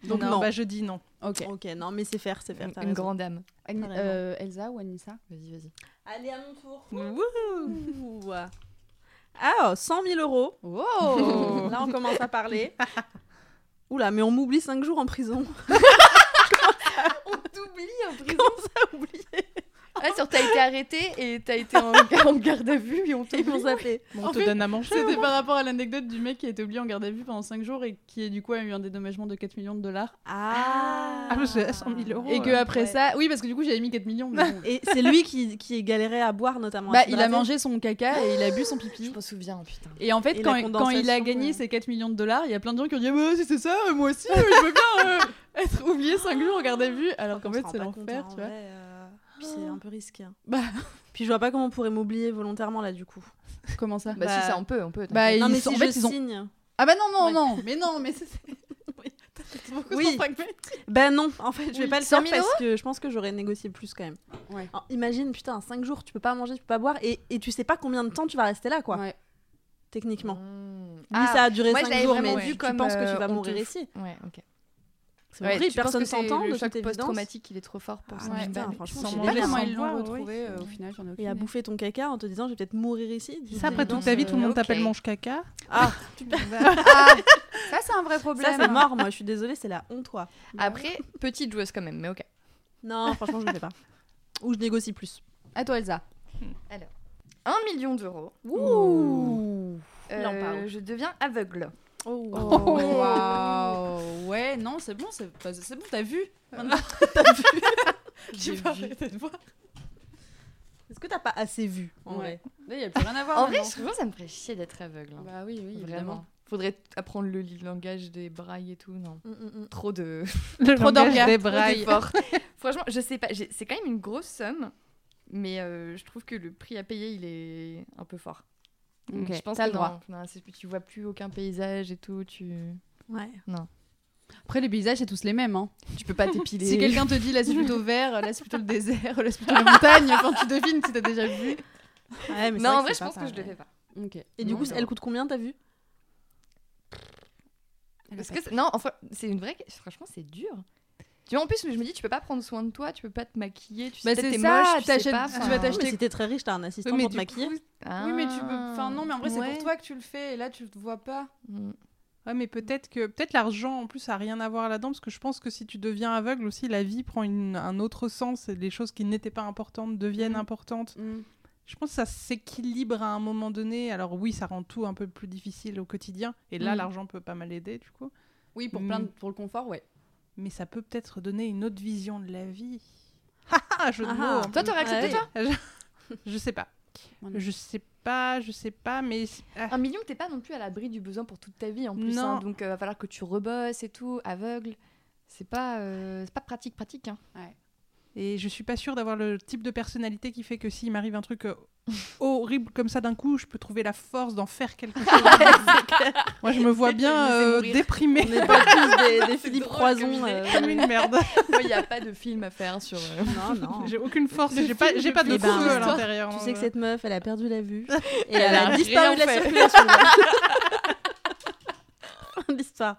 Speaker 7: Donc,
Speaker 1: Donc,
Speaker 7: non,
Speaker 1: non.
Speaker 7: bah, je dis non.
Speaker 4: Ok.
Speaker 1: Ok, non, mais c'est faire, c'est faire. t'as
Speaker 2: Une
Speaker 1: raison.
Speaker 2: grande âme.
Speaker 4: An-
Speaker 1: Carrément.
Speaker 4: euh, Elsa ou Anissa
Speaker 2: Vas-y, vas-y.
Speaker 1: Allez, à mon tour.
Speaker 7: Wouhou.
Speaker 1: Ah, 100 000 euros.
Speaker 7: Oh.
Speaker 1: Là, on commence à parler. Oula, mais on m'oublie 5 jours en prison.
Speaker 2: On t'oublie en prison.
Speaker 1: Comment ça oublier
Speaker 2: Ouais, sur t'as été arrêté et t'as été en, en garde à vue et on
Speaker 1: Ils m'ont
Speaker 2: t'oublie.
Speaker 1: zappé.
Speaker 7: Bon,
Speaker 4: En
Speaker 7: on te
Speaker 4: fait,
Speaker 7: donne à manger.
Speaker 4: C'était par rapport à l'anecdote du mec qui a été oublié en garde à vue pendant 5 jours et qui du coup a eu un dédommagement de 4 millions de dollars.
Speaker 1: Ah,
Speaker 7: Ah, mais c'est à 100 000 euros. euh.
Speaker 4: et que
Speaker 7: ouais.
Speaker 4: après
Speaker 1: ouais.
Speaker 4: ça, oui parce que du coup j'avais mis 4 millions. mais bon.
Speaker 1: Et c'est lui qui, qui est galéré à boire notamment. à
Speaker 4: bah il a
Speaker 1: s'hydrater.
Speaker 4: mangé son caca et il a bu son pipi.
Speaker 2: Je m'en souviens, putain.
Speaker 4: Et en fait,
Speaker 1: Et
Speaker 4: quand,
Speaker 1: la
Speaker 4: quand il a
Speaker 1: condensation,
Speaker 4: gagné
Speaker 1: euh.
Speaker 4: ses 4 millions de dollars, il y a plein de gens qui ont dit Ah bah, Si c'est ça, euh, moi aussi, euh, je veux bien euh, être oublié 5 jours en garde à vue. Alors qu'en
Speaker 1: On
Speaker 4: fait,
Speaker 1: se rend
Speaker 4: c'est
Speaker 1: pas compte,
Speaker 4: l'enfer,
Speaker 1: hein,
Speaker 4: tu
Speaker 1: en
Speaker 4: vois.
Speaker 1: vrai, euh, Puis c'est un peu risqué. hein.
Speaker 4: Bah.
Speaker 1: Puis je vois pas comment on pourrait m'oublier volontairement là du coup.
Speaker 4: Comment ça
Speaker 2: Bah,
Speaker 1: Bah,
Speaker 2: si ça, on peut, on peut.
Speaker 4: Bah,
Speaker 2: t'inquiète.
Speaker 4: ils
Speaker 1: non mais
Speaker 4: sont-
Speaker 1: si
Speaker 4: en fait,
Speaker 1: je
Speaker 4: ils ont-
Speaker 1: signe.
Speaker 4: Ah bah non, non,
Speaker 1: Ouais.
Speaker 4: non Mais non, mais c'est. Oui, t'as fait beaucoup
Speaker 1: Oui.
Speaker 4: trop fragmenté.
Speaker 1: Bah non, en fait je vais
Speaker 4: Oui.
Speaker 1: pas le
Speaker 2: 100
Speaker 1: faire
Speaker 2: 000
Speaker 1: parce que je pense que j'aurais négocié plus quand même.
Speaker 4: Ouais.
Speaker 1: Alors, imagine putain 5 jours tu peux pas manger, tu peux pas boire et, et tu sais pas combien de temps tu vas rester là quoi.
Speaker 4: Ouais.
Speaker 1: Techniquement.
Speaker 2: Mmh.
Speaker 1: Oui
Speaker 2: Ah,
Speaker 1: ça a duré
Speaker 2: moi, je
Speaker 1: 5
Speaker 2: l'avais
Speaker 1: jours
Speaker 2: vraiment
Speaker 1: mais
Speaker 2: vu
Speaker 1: tu, tu
Speaker 2: comme,
Speaker 1: penses que
Speaker 2: euh,
Speaker 1: tu vas
Speaker 2: on te
Speaker 1: mourir
Speaker 2: f-
Speaker 1: ici.
Speaker 2: Ouais, ok.
Speaker 1: C'est horrible, personne s'entend de
Speaker 2: Le
Speaker 1: toute
Speaker 2: choc
Speaker 1: évidence.
Speaker 2: post-traumatique, il est trop fort pour
Speaker 1: Ah,
Speaker 2: ça.
Speaker 1: putain,
Speaker 4: bah,
Speaker 2: mais-
Speaker 1: franchement,
Speaker 2: sans
Speaker 1: je sais
Speaker 2: manger,
Speaker 1: pas comment
Speaker 7: sans
Speaker 4: ils l'ont
Speaker 7: boire,
Speaker 4: retrouvé
Speaker 7: ouais.
Speaker 4: euh, au final, j'en ai aucune
Speaker 1: Et à
Speaker 4: idée.
Speaker 1: bouffer ton caca en te disant je vais peut-être mourir ici.
Speaker 7: Ça, après
Speaker 2: dans
Speaker 7: toute ta vie,
Speaker 2: ce-
Speaker 7: tout le monde
Speaker 2: ok.
Speaker 7: t'appelle mange caca.
Speaker 1: Ah,
Speaker 2: Ah,
Speaker 4: Ça, c'est un vrai
Speaker 1: ça
Speaker 4: problème.
Speaker 1: c'est mort moi, je suis désolée, c'est la honte toi.
Speaker 2: Après, petite joueuse quand même, mais ok.
Speaker 1: Non, franchement, je ne fais pas. Ou je négocie plus.
Speaker 4: À toi, Elsa.
Speaker 2: 1 million d'euros.
Speaker 1: Ouh.
Speaker 2: Euh,
Speaker 1: Là, on parle.
Speaker 2: je deviens aveugle.
Speaker 1: Oh.
Speaker 4: Waouh Ouais, non, c'est bon, c'est bah, c'est bon, t'as vu J'ai pas arrêté de voir.
Speaker 1: Est-ce que t'as pas assez vu en
Speaker 4: Ouais.
Speaker 1: vrai
Speaker 4: Là, y a plus rien à voir.
Speaker 2: en vrai,
Speaker 4: maintenant.
Speaker 2: souvent, ça me ferait chier d'être aveugle. hein.
Speaker 4: Bah oui, oui, évidemment.
Speaker 2: Vraiment. Faudrait apprendre le langage des brailles et tout, non Mm, Trop de.
Speaker 7: Le
Speaker 4: Trop
Speaker 7: langage
Speaker 4: d'orgas,
Speaker 7: des
Speaker 4: trop
Speaker 7: brailles.
Speaker 2: d'efforts. Franchement, je sais pas. j'ai- C'est quand même une grosse somme, mais euh, je trouve que le prix à payer, il est un peu fort.
Speaker 4: Ok,
Speaker 2: Je pense
Speaker 4: t'as
Speaker 2: que
Speaker 4: le droit.
Speaker 2: non, non, c'est plus- tu vois plus aucun paysage et tout. Tu.
Speaker 1: Ouais.
Speaker 4: Après, les paysages, c'est tous les mêmes. Hein.
Speaker 2: Tu peux pas t'épiler.
Speaker 4: Si quelqu'un te dit là, c'est plutôt vert, là, c'est plutôt le désert, là, c'est plutôt la montagne, quand tu devines si t'as déjà vu.
Speaker 1: mais c'est
Speaker 2: Non, en
Speaker 1: que
Speaker 2: vrai,
Speaker 1: c'est
Speaker 2: je
Speaker 1: pas
Speaker 2: pense que je le fais
Speaker 1: pareil.
Speaker 2: pas.
Speaker 4: Ok.
Speaker 1: Et du coup, elle coûte combien, t'as vu
Speaker 2: Parce que c'est- non, enfin, c'est une vraie. que- Franchement, c'est dur. Tu vois, en plus, je me dis, tu peux pas prendre soin de toi, tu peux pas te maquiller, tu
Speaker 4: Bah,
Speaker 2: sais,
Speaker 4: c'est
Speaker 2: t'es
Speaker 4: ça,
Speaker 2: moche, tu sais
Speaker 4: t'achètes-
Speaker 2: pas.
Speaker 4: tu
Speaker 2: enfin-
Speaker 4: vas
Speaker 1: Ah, mais
Speaker 4: t'acheter-
Speaker 1: Si t'es très riche, t'as un assistant
Speaker 4: Oui, mais
Speaker 1: pour te
Speaker 4: du
Speaker 1: maquiller.
Speaker 4: coup-
Speaker 2: Ah.
Speaker 4: Oui, mais tu peux. Enfin, non, mais en vrai, c'est
Speaker 2: Ouais.
Speaker 4: pour toi que tu le fais et là, tu te vois pas.
Speaker 2: Mm.
Speaker 7: Ouais, mais peut-être que peut-être l'argent en plus a rien à voir là-dedans parce que je pense que si tu deviens aveugle aussi, la vie prend une- un autre sens et les choses qui n'étaient pas importantes deviennent
Speaker 4: Mhm.
Speaker 1: Mm.
Speaker 7: importantes. Je pense que ça s'équilibre à un moment donné. Alors oui, ça rend tout un peu plus difficile au quotidien et là
Speaker 1: Mm.
Speaker 2: Mhm.
Speaker 7: l'argent peut pas mal aider du coup,
Speaker 4: Oui, pour,
Speaker 7: Mm.
Speaker 4: plein de- pour le confort, ouais.
Speaker 7: mais ça peut peut-être donner une autre vision de la vie. Ha, ha, jeu de
Speaker 1: Ah,
Speaker 7: mots,
Speaker 1: ah.
Speaker 7: un peu.
Speaker 2: Toi, t'aurais accepté,
Speaker 1: Ouais.
Speaker 2: toi
Speaker 7: Je sais pas.
Speaker 4: Voilà.
Speaker 7: Je sais pas, je sais pas, mais ah,
Speaker 2: Un million, t'es pas non plus à l'abri du besoin pour toute ta vie en plus. hein,
Speaker 7: Non.
Speaker 2: donc, euh, va falloir que tu rebosses et tout, aveugle. C'est pas, euh, c'est pas pratique, pratique. Hein.
Speaker 7: Et je suis pas sûre d'avoir le type de personnalité qui fait que s'il m'arrive un truc euh, horrible comme ça d'un coup, je peux trouver la force d'en faire quelque chose. Moi, je me vois bien
Speaker 2: laisser
Speaker 7: euh,
Speaker 2: mourir.
Speaker 1: On
Speaker 7: déprimée
Speaker 1: n'est pas tous des, des Philippe
Speaker 2: drôle
Speaker 1: Croison.
Speaker 2: comme
Speaker 1: euh,
Speaker 7: comme une merde.
Speaker 2: Il n'y a pas de film à faire sur. euh,
Speaker 1: Non, non.
Speaker 7: J'ai aucune force, j'ai pas, j'ai pas de
Speaker 1: Eh ben,
Speaker 7: feu à
Speaker 1: toi,
Speaker 7: l'intérieur.
Speaker 1: Tu
Speaker 7: hein,
Speaker 1: sais que
Speaker 7: voilà.
Speaker 1: cette meuf, elle a perdu la vue et
Speaker 2: Elle
Speaker 1: elle
Speaker 2: a
Speaker 1: a disparu de la
Speaker 2: rien fait.
Speaker 1: circulation. Fin de l'histoire.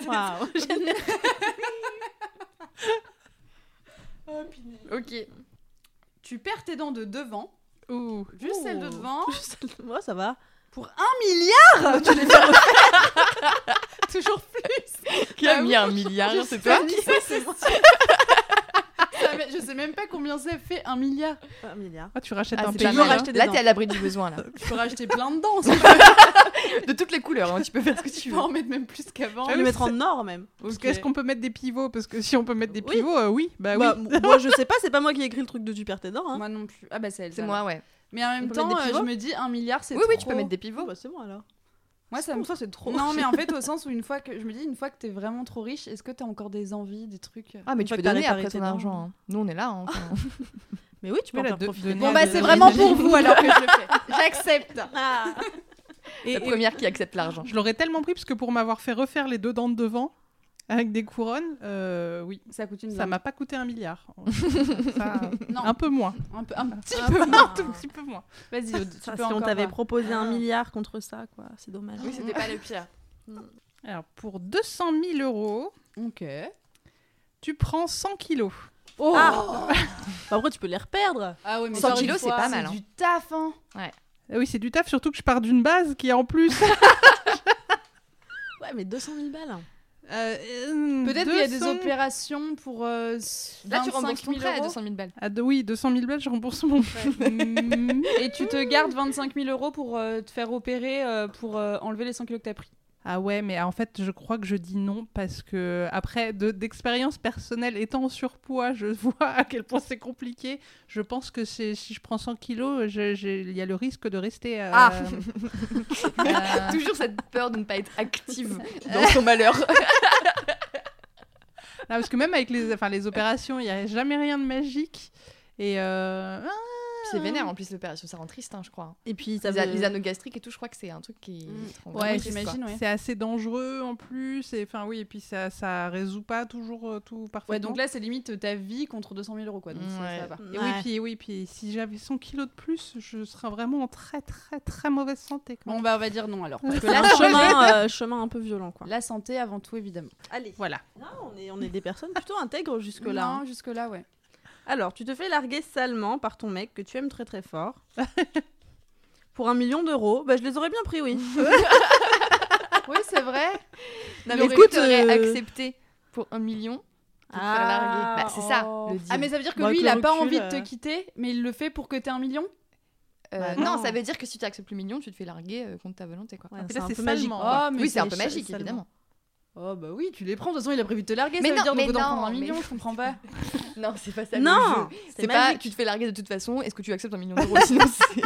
Speaker 1: Waouh.
Speaker 2: Ok.
Speaker 4: Tu perds tes dents de devant,
Speaker 7: Ouh.
Speaker 4: juste
Speaker 1: Oh.
Speaker 4: celles de devant,
Speaker 1: Moi, ça va.
Speaker 4: pour un milliard Tu les fais refaire. Toujours plus
Speaker 2: Qui a
Speaker 4: Bah
Speaker 2: mis
Speaker 4: oui,
Speaker 2: un milliard,
Speaker 4: je
Speaker 2: c'est
Speaker 4: sais
Speaker 2: toi
Speaker 4: pas qui c'est, c'est moi. Ça va- Je sais même pas combien ça fait, un milliard.
Speaker 1: Un milliard.
Speaker 7: Ah, tu rachètes
Speaker 2: Ah,
Speaker 7: un
Speaker 2: c'est
Speaker 7: pays.
Speaker 2: pas
Speaker 1: Tu
Speaker 2: mal,
Speaker 1: veux
Speaker 2: hein.
Speaker 1: racheter des
Speaker 2: Là,
Speaker 1: dents.
Speaker 2: t'es à l'abri du besoin, là.
Speaker 4: Tu peux racheter plein de dents,
Speaker 2: De toutes les couleurs, hein, tu peux faire ce que tu
Speaker 4: tu
Speaker 2: veux.
Speaker 4: peux en mettre même plus qu'avant.
Speaker 1: Je vais le mettre en or même.
Speaker 7: Parce
Speaker 4: Ok.
Speaker 7: que Est-ce qu'on peut mettre des pivots Parce que si on peut mettre des
Speaker 1: Oui.
Speaker 7: pivots, euh, oui. Bah,
Speaker 1: Bah,
Speaker 7: oui.
Speaker 1: m- moi, je sais pas, c'est pas moi qui ai écrit le truc de tu perds tes dents. hein.
Speaker 4: Moi non plus. Ah bah c'est elle.
Speaker 2: C'est moi, ouais.
Speaker 4: Mais en
Speaker 1: On
Speaker 4: même
Speaker 1: peut mettre
Speaker 4: temps,
Speaker 1: des
Speaker 4: euh, je
Speaker 1: pivots
Speaker 4: me dis un milliard, c'est
Speaker 2: Oui, oui, tu
Speaker 4: trop.
Speaker 2: peux mettre des
Speaker 1: Oh,
Speaker 2: pivots.
Speaker 1: bah, c'est bon alors.
Speaker 4: Moi ça me.
Speaker 1: ça, c'est trop.
Speaker 4: Non mais en fait au sens où une fois que je me dis une fois que t'es vraiment trop riche, est-ce que t'as encore des envies, des trucs
Speaker 2: Ah, mais
Speaker 1: Une
Speaker 2: tu
Speaker 1: fois
Speaker 2: peux
Speaker 1: que t'as
Speaker 2: donner après
Speaker 1: réparé tes
Speaker 2: ton
Speaker 1: dents.
Speaker 2: argent. hein. Nous, on est là. hein, quand-
Speaker 1: Mais oui, tu peux
Speaker 7: Oui,
Speaker 1: en
Speaker 7: là,
Speaker 1: faire
Speaker 7: de-
Speaker 1: profiter.
Speaker 7: de-
Speaker 1: des
Speaker 7: Bon,
Speaker 1: gens
Speaker 7: bah,
Speaker 1: de-
Speaker 7: c'est vraiment pour
Speaker 4: vous alors que je le fais. J'accepte.
Speaker 1: Ah.
Speaker 7: Et-
Speaker 2: La
Speaker 7: et-
Speaker 2: première qui accepte l'argent.
Speaker 7: je l'aurais tellement pris parce que pour m'avoir fait refaire les deux dents de devant avec des couronnes, euh, oui.
Speaker 4: Ça coûte une
Speaker 7: Ça m'a pas coûté un milliard. Ça,
Speaker 4: Non,
Speaker 7: un peu moins.
Speaker 4: un, peu, un petit
Speaker 1: Ah,
Speaker 4: peu.
Speaker 1: bah,
Speaker 4: moins.
Speaker 7: Tout petit peu moins.
Speaker 4: Vas-y, Aude, tu
Speaker 1: ça,
Speaker 4: peux
Speaker 1: Ah, si on
Speaker 4: encore
Speaker 1: t'avait
Speaker 4: pas.
Speaker 1: proposé un
Speaker 4: Ah.
Speaker 1: milliard contre ça, quoi, c'est dommage.
Speaker 2: c'était pas le pire.
Speaker 7: Alors, pour 200 000 euros,
Speaker 4: Ok.
Speaker 7: tu prends 100 kilos.
Speaker 4: Oh
Speaker 1: Ah. Bah, après, tu peux les reperdre.
Speaker 4: Ah ouais, mais
Speaker 2: 100
Speaker 4: encore une
Speaker 2: kilos, c'est
Speaker 4: fois,
Speaker 2: pas mal, hein.
Speaker 4: du taf, hein.
Speaker 7: Ah oui, c'est du taf, surtout que je pars d'une base qui est en plus.
Speaker 1: Ouais, mais 200 000 balles.
Speaker 7: Peut-être
Speaker 4: Euh, Peut-être qu'il y a des opérations pour. euh, s-
Speaker 2: Là, tu
Speaker 4: 25
Speaker 2: rembourses ton
Speaker 4: 000
Speaker 2: prêt à
Speaker 4: euros.
Speaker 2: 200 000 balles.
Speaker 7: Ah, oui, 200 000 balles, je rembourse mon
Speaker 4: Mm. Et tu te gardes 25 000 euros pour euh, te faire opérer, euh, pour euh, enlever les 100 kilos que t'as pris.
Speaker 7: Ah ouais, mais en fait, je crois que je dis non parce que, après, de- d'expérience personnelle, étant en surpoids, je vois à quel point c'est compliqué. Je pense que c'est- si je prends 100 kilos, je- j'ai- il y a le risque de rester. euh,
Speaker 2: Ah.
Speaker 7: euh,
Speaker 2: Toujours cette peur de ne pas être active dans son malheur.
Speaker 7: Ah, parce que même avec les, enfin, les opérations, il n'y a jamais rien de magique. Et euh, ah,
Speaker 2: C'est vénère hein, en plus l'opération, ça rend triste, hein, je crois.
Speaker 1: Et puis ça
Speaker 2: Les, a-
Speaker 1: veut-
Speaker 2: les anneaux gastriques et tout, je crois que c'est un truc qui.
Speaker 1: Mm.
Speaker 2: te rend
Speaker 7: Ouais,
Speaker 2: vraiment triste, quoi.
Speaker 4: j'imagine, ouais.
Speaker 7: c'est assez dangereux en plus. Et, enfin, oui, et puis ça ça résout pas toujours euh, tout parfaitement.
Speaker 4: Ouais, donc là, c'est limite euh, ta vie contre 200 000 euros, quoi. Donc c'est-
Speaker 2: Ouais.
Speaker 4: ça va.
Speaker 7: Et oui,
Speaker 1: Ouais.
Speaker 7: puis, oui, puis si j'avais 100 kilos de plus, je serais vraiment en très, très, très mauvaise santé. quoi.
Speaker 4: Bon, bah, on va dire non alors. Parce que
Speaker 1: C'est
Speaker 4: la,
Speaker 1: un chemin, euh, chemin un peu violent, quoi.
Speaker 4: la santé avant tout, évidemment.
Speaker 1: Allez.
Speaker 7: Voilà.
Speaker 1: Non, on est, on est des personnes plutôt intègres jusque-là. hein.
Speaker 4: Non, jusque-là, ouais.
Speaker 1: Alors, tu te fais larguer salement par ton mec que tu aimes très très fort. Pour un million d'euros, bah, je les aurais bien pris, oui.
Speaker 2: Oui, c'est vrai. Non,
Speaker 1: Il
Speaker 2: mais
Speaker 1: aurait
Speaker 2: écoute,
Speaker 1: pu,
Speaker 2: t'aurais
Speaker 1: euh,
Speaker 2: accepté pour un million de te faire larguer. Bah, c'est ça le deal.
Speaker 4: Ah, mais ça veut dire que
Speaker 7: Bon,
Speaker 4: lui,
Speaker 7: avec
Speaker 4: il
Speaker 7: le
Speaker 4: a pas
Speaker 7: recul,
Speaker 4: envie de
Speaker 7: euh.
Speaker 4: te quitter, mais il le fait pour que t'aies un million
Speaker 2: Euh,
Speaker 1: Bah,
Speaker 2: non.
Speaker 1: non.
Speaker 2: ça veut dire que si tu acceptes le million, tu te fais larguer euh, contre ta volonté. Quoi.
Speaker 1: Ouais,
Speaker 7: Et
Speaker 1: c'est
Speaker 7: là,
Speaker 1: un
Speaker 7: c'est
Speaker 1: peu magique.
Speaker 7: salement.
Speaker 4: Oh, mais
Speaker 2: oui, c'est un
Speaker 4: c'est
Speaker 2: peu
Speaker 1: ch-
Speaker 2: magique,
Speaker 1: salement.
Speaker 2: évidemment.
Speaker 4: Oh, bah oui, tu les prends, de toute façon, il a prévu de te larguer.
Speaker 2: Mais
Speaker 4: ça
Speaker 2: non,
Speaker 4: veut dire
Speaker 2: mais
Speaker 4: donc, d'en
Speaker 2: non,
Speaker 4: prendre un
Speaker 2: mais-
Speaker 4: million, je comprends pas.
Speaker 2: Non, c'est pas ça.
Speaker 1: Non,
Speaker 2: c'est
Speaker 1: c'est
Speaker 2: pas
Speaker 1: magique.
Speaker 2: tu te fais larguer de toute façon. Est-ce que tu acceptes un million d'euros Sinon, c'est-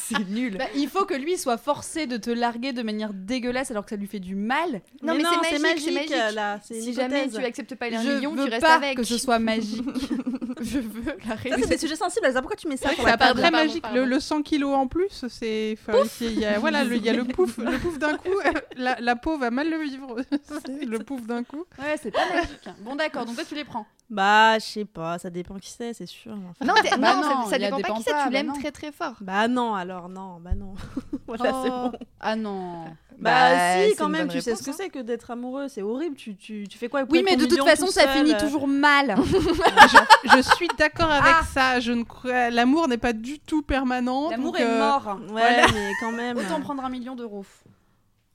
Speaker 2: c'est nul.
Speaker 4: Bah, il faut que lui soit forcé de te larguer de manière dégueulasse alors que ça lui fait du mal.
Speaker 2: non, mais, c'est magique. c'est
Speaker 1: euh,
Speaker 2: magique.
Speaker 1: là. C'est une
Speaker 2: Si jamais
Speaker 1: hypothèse.
Speaker 2: tu acceptes pas les
Speaker 4: je
Speaker 2: 1 million,
Speaker 4: veux
Speaker 2: tu restes
Speaker 4: pas
Speaker 2: avec.
Speaker 4: que ce soit magique. je veux la
Speaker 1: Ça, c'est
Speaker 4: raison.
Speaker 1: des sujets sensibles, Elsa. Pourquoi tu mets ça
Speaker 2: Oui,
Speaker 1: pour
Speaker 2: ça
Speaker 1: la
Speaker 2: a pas
Speaker 1: table
Speaker 2: de
Speaker 7: Très
Speaker 2: Pardon,
Speaker 7: magique,
Speaker 2: pardon.
Speaker 7: Le, le 100 kilos en plus, c'est. enfin, ici, il y a, voilà, le- il y a le pouf, le pouf d'un coup. euh, la, la peau va mal le vivre. C'est le pouf d'un coup.
Speaker 4: Ouais, c'est pas magique. hein. Bon, d'accord, donc toi, tu les prends.
Speaker 1: Bah, je sais pas, ça dépend qui c'est, c'est sûr. mais enfin.
Speaker 2: Non, t'es-
Speaker 4: Bah
Speaker 2: non, ça-
Speaker 4: non,
Speaker 2: ça,
Speaker 4: il y a
Speaker 2: dépend
Speaker 4: dépend
Speaker 2: pas qui c'est.
Speaker 4: pas,
Speaker 2: Tu
Speaker 4: bah
Speaker 2: l'aimes
Speaker 4: non.
Speaker 2: très très fort.
Speaker 1: Bah non, alors non, bah non. voilà, c'est bon.
Speaker 4: Oh. Ah non.
Speaker 1: Bah, si,
Speaker 2: Oh. c'est
Speaker 1: quand
Speaker 2: une
Speaker 1: même,
Speaker 2: bonne
Speaker 1: tu sais ce
Speaker 2: réponse,
Speaker 1: que
Speaker 2: hein.
Speaker 1: c'est que d'être amoureux, c'est horrible. Tu, tu, tu fais quoi avec
Speaker 4: Oui,
Speaker 1: ton
Speaker 4: mais de toute
Speaker 1: million
Speaker 4: façon,
Speaker 1: tout
Speaker 4: ça
Speaker 1: seul,
Speaker 4: finit
Speaker 1: euh,
Speaker 4: toujours mal.
Speaker 7: je, je suis d'accord avec
Speaker 4: Ah.
Speaker 7: ça. Je ne crois- L'amour n'est pas du tout permanent.
Speaker 4: L'amour
Speaker 7: donc,
Speaker 4: est
Speaker 7: euh,
Speaker 4: mort.
Speaker 1: Ouais, mais quand même.
Speaker 4: Autant
Speaker 1: euh,
Speaker 4: prendre un million d'euros.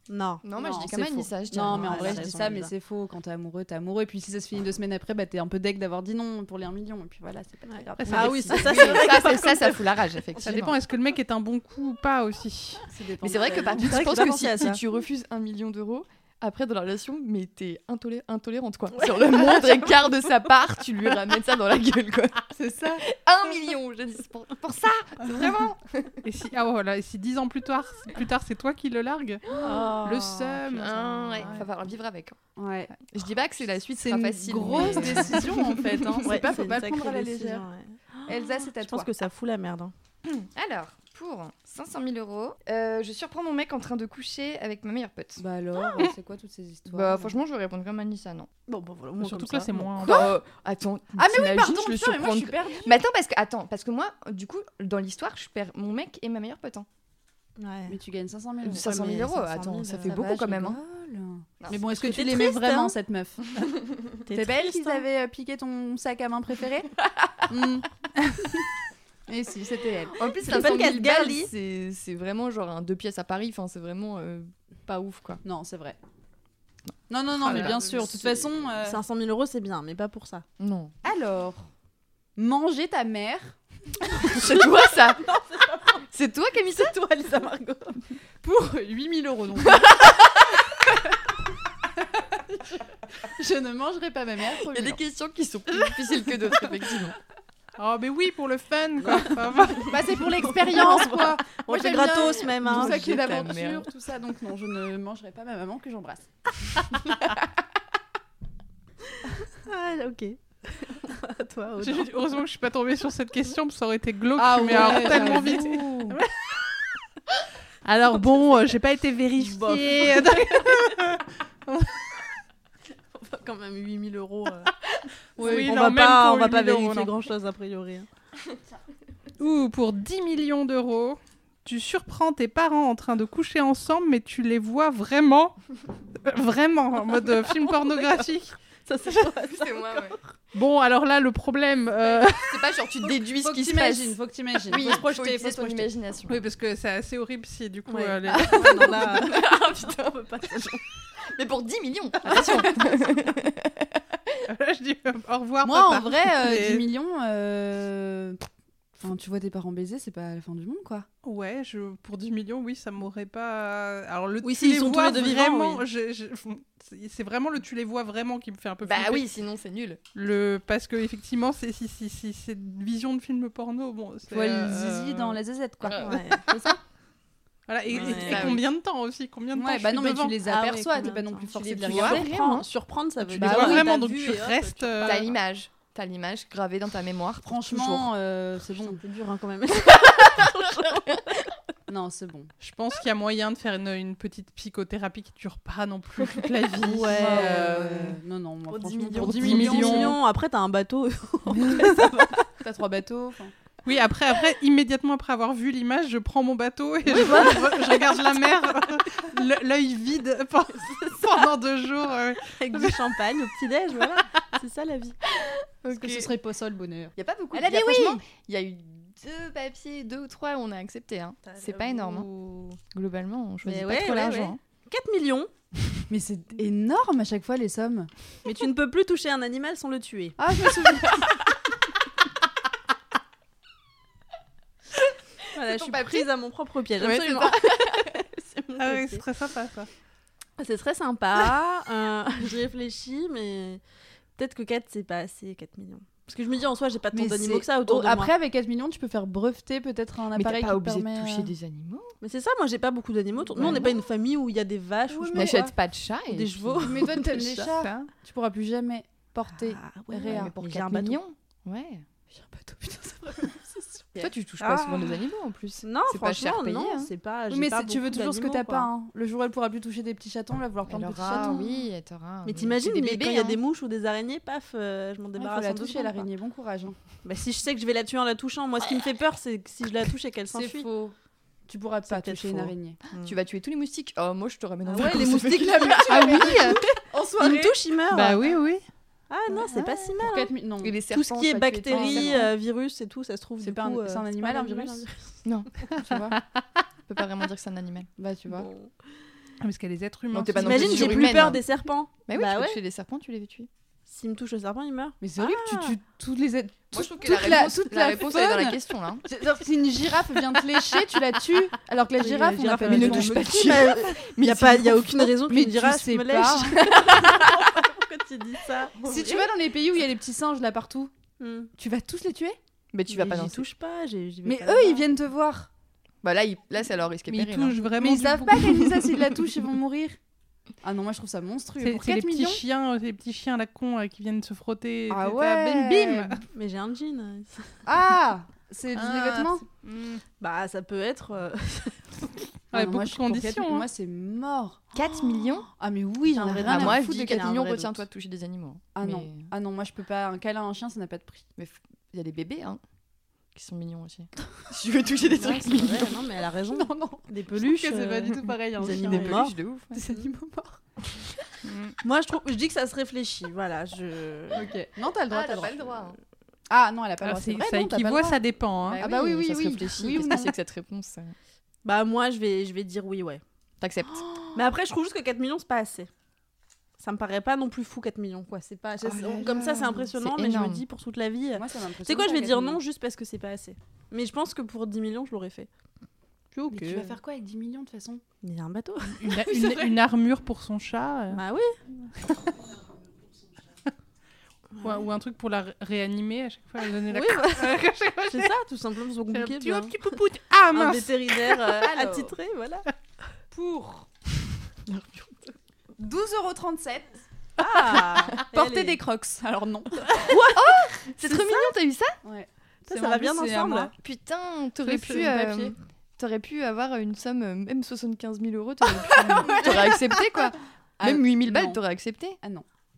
Speaker 1: Non.
Speaker 2: Non, mais je dis
Speaker 4: c'est
Speaker 2: quand même
Speaker 4: faux.
Speaker 2: ça. je dis
Speaker 4: Non,
Speaker 2: un-
Speaker 4: mais en
Speaker 1: ouais,
Speaker 4: vrai, je
Speaker 1: ça
Speaker 4: dis
Speaker 1: semble
Speaker 4: ça, mais
Speaker 1: bizarre.
Speaker 4: c'est faux. Quand t'es amoureux, t'es amoureux. Et puis si ça se finit deux semaines après, bah t'es un peu deg d'avoir dit non pour les un million. Et puis voilà, c'est pas très
Speaker 1: Ouais.
Speaker 4: grave.
Speaker 7: ça
Speaker 1: Ah
Speaker 7: dépend.
Speaker 1: oui, ça, ça,
Speaker 2: Oui,
Speaker 1: c'est vrai
Speaker 2: ça,
Speaker 1: que par
Speaker 2: c'est- ça, ça fout la rage, effectivement.
Speaker 7: Ça dépend. Est-ce que le mec est un bon coup ou pas aussi
Speaker 2: Mais c'est vrai que par contre,
Speaker 1: vrai
Speaker 2: je
Speaker 1: que
Speaker 2: pense
Speaker 1: j'ai
Speaker 2: que
Speaker 1: pas
Speaker 2: si,
Speaker 1: pensé à
Speaker 2: si
Speaker 1: ça.
Speaker 2: tu refuses un million d'euros, après dans la relation, mais t'es intolé- intolérante quoi. Sur le moindre écart de sa part, tu lui ramènes ça dans la gueule quoi.
Speaker 4: C'est ça.
Speaker 2: Un million, je dis c'est pour, pour ça, c'est vraiment.
Speaker 7: Et si, ah voilà, et si dix ans plus tard, plus tard c'est toi qui le largue Le seum.
Speaker 2: Putain, Ah, ouais,
Speaker 7: Ouais.
Speaker 2: va falloir vivre avec. hein.
Speaker 4: Ouais.
Speaker 2: Je dis pas que c'est la suite,
Speaker 4: C'est
Speaker 2: sera
Speaker 4: une
Speaker 2: facile.
Speaker 4: grosse
Speaker 2: mais-
Speaker 4: décision en fait. Hein.
Speaker 1: Ouais,
Speaker 4: c'est pas, faut
Speaker 1: c'est
Speaker 4: pas
Speaker 1: une
Speaker 4: le prendre à
Speaker 1: sacrée
Speaker 4: la
Speaker 1: décision,
Speaker 4: légère.
Speaker 1: ouais.
Speaker 4: Elsa, c'est à
Speaker 1: Je pense
Speaker 4: toi.
Speaker 1: que ça fout la merde. hein.
Speaker 2: Alors, pour 500 000 euros, euh, je surprends mon mec en train de coucher avec ma meilleure pote.
Speaker 4: Bah alors, c'est quoi toutes ces histoires euh
Speaker 2: Bah franchement, je vais répondre comme Anissa, non.
Speaker 1: Bon, bon, voilà, au moins
Speaker 7: Surtout
Speaker 1: comme
Speaker 7: que là,
Speaker 1: ça.
Speaker 7: c'est moins.
Speaker 2: Bah, euh, attends,
Speaker 4: Ah mais oui,
Speaker 2: t'imagines,
Speaker 4: pardon.
Speaker 2: je le
Speaker 4: putain, mais moi,
Speaker 2: surprends
Speaker 4: je suis perdue.
Speaker 2: Mais attends parce que attends parce que moi du coup dans l'histoire je perds mon mec et ma meilleure pote. hein.
Speaker 1: Ouais.
Speaker 4: Mais tu gagnes 500 000 euros.
Speaker 2: 500 000
Speaker 1: mais
Speaker 2: euros
Speaker 1: 500 000,
Speaker 2: attends ça
Speaker 1: euh,
Speaker 2: fait
Speaker 1: ça
Speaker 2: beaucoup quand même. hein.
Speaker 4: Mais bon, est-ce que,
Speaker 1: que
Speaker 4: tu
Speaker 1: t'es
Speaker 4: l'aimais
Speaker 1: triste,
Speaker 4: vraiment
Speaker 1: hein
Speaker 4: cette meuf
Speaker 1: T'es
Speaker 4: T'es belle
Speaker 1: triste,
Speaker 4: qu'ils
Speaker 1: hein.
Speaker 4: avaient euh, piqué ton sac à main préféré Hmm. Et si, c'était elle.
Speaker 2: En plus
Speaker 1: C'est
Speaker 2: 500
Speaker 1: le
Speaker 2: 000
Speaker 1: podcast
Speaker 2: balles,
Speaker 1: Girly.
Speaker 2: c'est c'est vraiment genre un deux pièces à Paris enfin c'est vraiment euh, pas ouf quoi.
Speaker 4: Non, c'est vrai. Non, non, non,
Speaker 7: Ah
Speaker 4: mais
Speaker 7: là
Speaker 4: bien
Speaker 7: là,
Speaker 4: sûr. De toute
Speaker 7: c'est-
Speaker 4: façon. euh,
Speaker 1: 500 000 euros, c'est bien, mais pas pour ça.
Speaker 2: Non.
Speaker 4: Alors, manger ta mère
Speaker 2: C'est toi ça. C'est toi qui as mis ça.
Speaker 1: Toi, Lisa Margot.
Speaker 4: pour 8000 euros. Donc. Je ne mangerai pas ma mère. pour
Speaker 2: Il y a
Speaker 4: 8
Speaker 2: des
Speaker 4: 000
Speaker 2: questions qui sont plus difficiles que d'autres effectivement.
Speaker 7: Oh mais oui, pour le fun quoi. Enfin, voilà.
Speaker 4: euros. Bah, c'est pour l'expérience, quoi.
Speaker 1: On
Speaker 4: Moi,
Speaker 1: le fait
Speaker 4: j'aime bien
Speaker 1: gratos, même. hein.
Speaker 4: tout ça qui est
Speaker 2: Manger ta
Speaker 4: l'aventure,
Speaker 2: mère.
Speaker 4: tout ça. Donc, non, je ne mangerai pas ma maman que j'embrasse.
Speaker 1: Ah, ok. À toi, Audrey.
Speaker 7: J'ai- Heureusement que je suis pas tombée sur cette question, parce que ça aurait été glauque,
Speaker 4: Ah
Speaker 7: mais
Speaker 4: ouais,
Speaker 7: alors tellement
Speaker 4: j'avoue.
Speaker 7: vite. Alors bon, euh, j'ai pas été vérifiée.
Speaker 1: Enfin, quand même 8000 euros. euh.
Speaker 7: Oui,
Speaker 1: on
Speaker 7: non,
Speaker 1: va
Speaker 7: même
Speaker 1: pas,
Speaker 7: pour
Speaker 1: on va pas
Speaker 7: 8 000 euros,
Speaker 1: vérifier
Speaker 7: non.
Speaker 1: grand chose a priori. hein.
Speaker 7: Ou pour 10 millions d'euros, tu surprends tes parents en train de coucher ensemble, mais tu les vois vraiment, euh, vraiment, en mode euh, film pornographique.
Speaker 1: Ça, c'est
Speaker 2: C'est moi ouais.
Speaker 7: Bon, alors là, le problème... euh,
Speaker 2: C'est pas genre tu déduis ce
Speaker 4: Faut que
Speaker 2: qui se passe.
Speaker 4: t'imagines, faut que t'imagines.
Speaker 2: Oui,
Speaker 4: faut se
Speaker 2: faut
Speaker 4: projeter, faut
Speaker 2: utiliser
Speaker 4: se
Speaker 2: ton
Speaker 4: projeter.
Speaker 2: imagination.
Speaker 7: Oui, parce que c'est assez horrible si du coup...
Speaker 1: Ouais.
Speaker 7: euh, les-
Speaker 1: Ah, non, là, euh, putain, on peut pas.
Speaker 2: Mais pour 10 millions Attention
Speaker 7: je dis euh, au revoir,
Speaker 4: Moi, en
Speaker 7: papa.
Speaker 4: vrai, euh,
Speaker 7: Mais-
Speaker 4: 10 millions. euh, Enfin, tu vois tes parents baiser, c'est pas la fin du monde, quoi.
Speaker 7: Ouais, je... pour 10 millions, oui, ça m'aurait pas. Alors, le
Speaker 1: Oui,
Speaker 7: tu
Speaker 1: s'ils
Speaker 7: les
Speaker 1: sont tous
Speaker 7: vois
Speaker 1: les deux vivants,
Speaker 7: vraiment. je- je- C'est vraiment le tu les vois vraiment qui me fait un peu
Speaker 2: Bah
Speaker 7: flipper.
Speaker 2: oui, sinon c'est
Speaker 4: Euh,
Speaker 2: nul.
Speaker 7: Le... Parce que, effectivement, c'est si, si, si, c'est une vision de film porno. Bon, c'est,
Speaker 4: Tu vois le
Speaker 7: euh,
Speaker 4: zizi dans la ZZ, quoi.
Speaker 2: Ouais.
Speaker 1: Ouais.
Speaker 7: Voilà, et, et-
Speaker 1: Ouais.
Speaker 7: et
Speaker 2: Bah oui.
Speaker 7: combien de temps aussi Combien de temps
Speaker 4: Ouais,
Speaker 7: je
Speaker 4: bah
Speaker 7: suis
Speaker 4: non, mais
Speaker 7: devant
Speaker 4: tu les
Speaker 1: Ah ouais,
Speaker 4: aperçois, t'es
Speaker 1: combien
Speaker 4: pas
Speaker 1: de
Speaker 4: non
Speaker 1: temps
Speaker 4: plus
Speaker 1: Tu
Speaker 4: forcé
Speaker 1: les
Speaker 4: de les
Speaker 1: vois
Speaker 4: regarder.
Speaker 1: Surprendre-
Speaker 2: hein.
Speaker 1: Surprendre, ça veut
Speaker 7: Tu les
Speaker 1: dire-
Speaker 2: Bah
Speaker 7: vois
Speaker 2: oui,
Speaker 7: vraiment,
Speaker 1: t'as
Speaker 7: donc
Speaker 1: vu
Speaker 7: tu
Speaker 1: et hop,
Speaker 7: restes. euh,
Speaker 2: T'as l'image. T'as l'image gravée dans ta mémoire. pour toujours.
Speaker 4: Franchement, euh, c'est
Speaker 1: C'est un
Speaker 4: bon.
Speaker 1: peu dur hein, quand même.
Speaker 4: Non, c'est bon.
Speaker 7: Je pense qu'il y a moyen de faire une, une petite psychothérapie qui dure pas non plus toute la vie.
Speaker 1: Ouais.
Speaker 7: Euh,
Speaker 4: Non, non, moi,
Speaker 1: Pour 10
Speaker 4: franchement,
Speaker 1: millions.
Speaker 4: pour 10
Speaker 7: 10
Speaker 4: millions,
Speaker 7: millions.
Speaker 1: Après, t'as un bateau.
Speaker 4: t'as trois bateaux. enfin.
Speaker 7: Oui, après, après, immédiatement après avoir vu l'image, je prends mon bateau et je, je- je regarde la mer, le- l'œil vide pendant, pendant deux jours. euh.
Speaker 1: avec du champagne au petit-déj, voilà. C'est ça la vie.
Speaker 2: Parce
Speaker 4: Parce que ce serait pas ça le bonheur.
Speaker 2: Il y a pas beaucoup.
Speaker 3: Elle a
Speaker 2: Il y a
Speaker 3: dit oui.
Speaker 2: franchement, Il y a eu deux papiers, deux ou trois, on a accepté. hein. C'est pas énorme. hein. Globalement, on choisit
Speaker 1: Mais
Speaker 2: pas
Speaker 1: ouais,
Speaker 2: trop
Speaker 1: ouais,
Speaker 2: l'argent.
Speaker 1: ouais.
Speaker 2: hein.
Speaker 1: 4 millions,
Speaker 4: Mais c'est énorme à chaque fois les sommes.
Speaker 1: mais tu ne peux plus toucher un animal sans le tuer.
Speaker 4: Ah, je me souviens.
Speaker 1: Voilà,
Speaker 2: C'est
Speaker 1: je
Speaker 2: ton
Speaker 1: suis
Speaker 2: papier
Speaker 1: prise à mon propre piège,
Speaker 2: Ouais,
Speaker 1: absolument. C'est mon
Speaker 7: Ah oui,
Speaker 1: papier. Ah,
Speaker 7: c'est très sympa ça.
Speaker 1: C'est très sympa. euh, je réfléchis, mais peut-être que 4, c'est pas assez, 4 millions. Parce que je me dis, en soi, j'ai pas tant
Speaker 4: Mais
Speaker 1: d'animaux
Speaker 4: c'est-
Speaker 1: que ça autour
Speaker 4: Oh,
Speaker 1: de
Speaker 4: Après,
Speaker 1: moi.
Speaker 4: avec 4 millions, tu peux faire breveter peut-être un
Speaker 2: Mais t'es
Speaker 4: appareil
Speaker 2: pas
Speaker 4: qui
Speaker 2: obligé
Speaker 4: permet,
Speaker 2: de toucher
Speaker 4: euh,
Speaker 2: des animaux.
Speaker 1: Mais c'est ça, moi, j'ai pas beaucoup d'animaux autour. Nous,
Speaker 2: Ouais,
Speaker 1: on n'est pas une famille où il y a des vaches
Speaker 4: Oui,
Speaker 1: ou je sais pas
Speaker 2: N'achète
Speaker 1: quoi.
Speaker 2: pas de chat et
Speaker 1: Des
Speaker 2: puis-
Speaker 1: chevaux.
Speaker 4: Mais toi, t'aimes les
Speaker 2: Chat.
Speaker 4: chats. Tu pourras plus jamais porter.
Speaker 1: Ah, ouais,
Speaker 4: Réa.
Speaker 1: mais
Speaker 2: pour
Speaker 1: j'ai
Speaker 2: 4
Speaker 1: un bateau.
Speaker 2: millions. Ouais.
Speaker 4: J'ai un bateau, putain, c'est vrai.
Speaker 2: Toi, tu touches pas
Speaker 7: Ah.
Speaker 2: souvent nos animaux en plus.
Speaker 1: Non,
Speaker 2: C'est pas cher
Speaker 1: franchement,
Speaker 2: payé,
Speaker 1: non,
Speaker 2: hein.
Speaker 1: c'est pas.
Speaker 4: Oui,
Speaker 1: j'ai
Speaker 4: mais
Speaker 1: pas
Speaker 4: c'est- tu veux
Speaker 1: beaucoup
Speaker 4: toujours ce que
Speaker 1: d'animaux,
Speaker 4: t'as
Speaker 1: quoi.
Speaker 4: pas. hein. Le jour où elle pourra plus toucher des petits chatons, elle va vouloir plein
Speaker 2: Elle
Speaker 4: de petits
Speaker 2: aura,
Speaker 4: chatons.
Speaker 2: oui, elle aura.
Speaker 1: Mais t'imagines,
Speaker 2: des
Speaker 1: mais
Speaker 2: bébés,
Speaker 1: quand il y a
Speaker 2: hein.
Speaker 1: des mouches ou des araignées, paf, euh, je m'en
Speaker 4: Il
Speaker 1: débarrasse
Speaker 4: faut la
Speaker 1: en deux
Speaker 4: toucher
Speaker 1: secondes, quoi.
Speaker 4: l'araignée, bon courage. hein.
Speaker 1: Bah, si je sais que je vais la tuer en la touchant, moi, ce qui me fait peur, c'est que si je la touche et qu'elle s'enfuit.
Speaker 4: faux. Tu pourras
Speaker 1: C'est
Speaker 4: pas
Speaker 1: peut-être
Speaker 4: toucher une
Speaker 1: faux.
Speaker 4: araignée.
Speaker 2: Tu vas tuer tous les moustiques. Oh, moi, je te ramène
Speaker 1: Mm.
Speaker 2: un
Speaker 1: Ah ouais,
Speaker 2: vacances.
Speaker 1: les moustiques, la merde.
Speaker 2: Ah oui
Speaker 1: en soirée. Ils me touchent, ils meurent.
Speaker 7: oui, Bah oui.
Speaker 1: Ah non, c'est pas si mal.
Speaker 4: Pour 4 mi- non.
Speaker 2: Et les
Speaker 1: Tout ce
Speaker 2: serpents,
Speaker 1: qui est
Speaker 2: pas tuer tous les
Speaker 1: bactéries,
Speaker 2: serpents.
Speaker 1: euh, virus et tout, ça se trouve.
Speaker 4: C'est
Speaker 1: du
Speaker 4: pas un-
Speaker 1: coup, euh,
Speaker 4: c'est un
Speaker 1: pas
Speaker 4: animal, un virus
Speaker 2: Non,
Speaker 4: tu vois.
Speaker 2: on peut pas vraiment dire que c'est un animal.
Speaker 4: Bah, tu vois.
Speaker 1: Bon.
Speaker 7: Parce qu'elle les êtres humains.
Speaker 2: Non, t'es pas
Speaker 7: c'est-
Speaker 2: non plus
Speaker 1: Imagine, j'ai plus
Speaker 2: surhumaine,
Speaker 1: peur
Speaker 2: hein.
Speaker 1: des serpents.
Speaker 2: Bah oui,
Speaker 1: Bah
Speaker 2: tu peux
Speaker 1: ouais.
Speaker 2: tuer les serpents, tu les tues.
Speaker 1: S'ils me touchent au serpent, ils meurent.
Speaker 4: Mais c'est horrible, tu
Speaker 1: Ah.
Speaker 4: tues toutes les aides.
Speaker 2: Moi, je trouve que
Speaker 4: toute
Speaker 2: la
Speaker 4: la-
Speaker 2: réponse,
Speaker 4: toute
Speaker 2: la
Speaker 4: la
Speaker 2: réponse elle est dans la
Speaker 4: faune.
Speaker 2: question là. hein.
Speaker 4: Si une girafe vient te lécher, tu la tues. Alors que la
Speaker 1: Oui, la
Speaker 4: girafe, on
Speaker 1: girafe,
Speaker 4: l'appelle
Speaker 1: elle
Speaker 4: le
Speaker 1: est
Speaker 4: monkey.
Speaker 1: pas Il y a pas, il y a aucune raison que
Speaker 4: Mais
Speaker 1: tu me diras,
Speaker 4: tu sais
Speaker 1: me lèche.
Speaker 4: pas.
Speaker 1: Pourquoi tu dis ça
Speaker 4: Si tu vas dans les pays où il y a les petits singes là partout,
Speaker 1: Hmm.
Speaker 4: tu vas tous les tuer
Speaker 2: Mais tu vas
Speaker 1: Mais
Speaker 2: pas
Speaker 1: j'y
Speaker 2: dans
Speaker 1: touche pas. j'ai- j'y vais
Speaker 4: Mais
Speaker 1: pas
Speaker 4: eux,
Speaker 1: là-bas.
Speaker 4: ils viennent te voir.
Speaker 2: Bah là, il- là c'est leur risque et
Speaker 7: Mais ils
Speaker 2: péril, hein.
Speaker 7: touchent vraiment.
Speaker 4: Mais ils
Speaker 7: du
Speaker 4: savent
Speaker 7: bout.
Speaker 4: pas qu'Anissa, s'ils la touchent, ils vont mourir. Ah non, moi je trouve ça monstrueux.
Speaker 7: C'est
Speaker 4: Pour
Speaker 7: c'est les
Speaker 4: 4
Speaker 7: petits
Speaker 4: millions.
Speaker 7: chiens, les petits chiens à la con euh, qui viennent se frotter.
Speaker 4: Ah
Speaker 7: etc.
Speaker 4: ouais.
Speaker 7: Bim bim.
Speaker 1: Mais j'ai un jean.
Speaker 4: Ah C'est
Speaker 7: Ah,
Speaker 4: les vêtements
Speaker 1: Bah, ça peut être. euh,
Speaker 7: Ouais,
Speaker 4: Ah non,
Speaker 7: beaucoup
Speaker 4: moi,
Speaker 7: de
Speaker 4: je suis pour quatre
Speaker 7: conditions,
Speaker 4: millions.
Speaker 7: hein.
Speaker 4: Moi c'est mort.
Speaker 2: 4 millions
Speaker 4: Ah mais oui, j'en ai
Speaker 1: Ah,
Speaker 4: rien
Speaker 1: bah,
Speaker 2: Ah,
Speaker 4: à
Speaker 2: moi, je
Speaker 4: foutre de
Speaker 2: dis
Speaker 1: qu'il y a
Speaker 2: 4
Speaker 1: un
Speaker 4: 4
Speaker 2: millions,
Speaker 1: vrai
Speaker 2: retiens-toi
Speaker 1: doute.
Speaker 2: de toucher des animaux. hein.
Speaker 4: Ah non.
Speaker 2: Mais-
Speaker 4: Ah non, moi je peux pas. Un câlin à un chien, ça n'a pas de prix.
Speaker 2: Mais f- il y a les bébés hein, qui sont mignons aussi. Si je veux toucher des
Speaker 1: ouais,
Speaker 2: trucs
Speaker 1: c'est
Speaker 2: mignons.
Speaker 1: vrai, Non, mais elle a raison.
Speaker 4: Non, non.
Speaker 1: Des
Speaker 7: Peluche,
Speaker 1: peluches.
Speaker 7: c'est pas
Speaker 1: euh,
Speaker 7: du tout pareil. hein.
Speaker 1: des
Speaker 2: Des
Speaker 1: animaux
Speaker 2: peluches
Speaker 1: morts.
Speaker 2: de ouf. ouais.
Speaker 4: Des animaux morts.
Speaker 7: Mm.
Speaker 1: Moi, je trouve, je dis que ça se réfléchit. Voilà, je.
Speaker 4: Ok. Non, t'as le droit. t'as
Speaker 2: Ah, t'as
Speaker 4: le droit.
Speaker 2: pas le droit. hein.
Speaker 4: Ah non, elle a pas le
Speaker 7: Alors,
Speaker 4: droit. C'est
Speaker 7: c'est-
Speaker 4: vrai,
Speaker 7: ça
Speaker 4: non, t'as pas le
Speaker 7: équivaut,
Speaker 4: droit.
Speaker 7: ça dépend. hein.
Speaker 4: Ah bah oui, oui,
Speaker 2: ça se
Speaker 4: oui.
Speaker 2: réfléchit.
Speaker 4: Oui ou
Speaker 2: Qu'est-ce que
Speaker 4: non
Speaker 2: c'est que cette réponse euh
Speaker 1: Bah moi, je vais, je vais dire oui, ouais.
Speaker 2: T'acceptes
Speaker 1: Mais après, je trouve juste que 4 millions, c'est pas assez. Ça me paraît pas non plus fou 4 millions, quoi. C'est pas. c'est-
Speaker 2: Oh là
Speaker 1: comme ça,
Speaker 2: là,
Speaker 1: c'est impressionnant,
Speaker 2: c'est
Speaker 1: mais je me
Speaker 2: énorme.
Speaker 1: dis pour toute la vie.
Speaker 4: Moi, ça
Speaker 1: C'est quoi, je vais dire non juste parce que c'est pas assez. Mais je pense que pour 10 millions, je l'aurais fait.
Speaker 7: Tu es ok.
Speaker 4: Mais tu vas faire quoi avec 10 millions de toute façon
Speaker 1: Mais il y a un bateau.
Speaker 7: Une, une- une armure pour son chat euh,
Speaker 1: bah oui.
Speaker 7: ou, un- ou un truc pour la ré- réanimer à chaque fois, lui donner la
Speaker 1: Oui, bah, c'est ça, tout simplement, son
Speaker 7: Un
Speaker 1: compliqué.
Speaker 7: petit,
Speaker 1: bah,
Speaker 7: un petit poupoute. Ah
Speaker 1: un
Speaker 7: mince
Speaker 1: vétérinaire euh,
Speaker 4: Alors.
Speaker 1: attitré, voilà.
Speaker 4: Pour 12,37€.
Speaker 1: Ah,
Speaker 4: Porter
Speaker 1: elle est-
Speaker 4: des crocs. Alors non.
Speaker 2: C'est trop mignon, t'as vu ça
Speaker 4: Ouais.
Speaker 1: Ça,
Speaker 4: C'est
Speaker 1: ça
Speaker 4: en
Speaker 1: va
Speaker 4: plus,
Speaker 1: bien
Speaker 4: c'est à
Speaker 1: ensemble.
Speaker 2: hein.
Speaker 4: moi.
Speaker 2: Putain, t'aurais
Speaker 4: C'est
Speaker 2: pu,
Speaker 4: sur le
Speaker 2: euh,
Speaker 4: papier.
Speaker 2: t'aurais pu avoir une somme, euh, même 75 000 euros, t'aurais, pu- euh, t'aurais accepté quoi.
Speaker 4: Ah,
Speaker 2: Même 8 000
Speaker 4: non.
Speaker 2: balles, t'aurais accepté.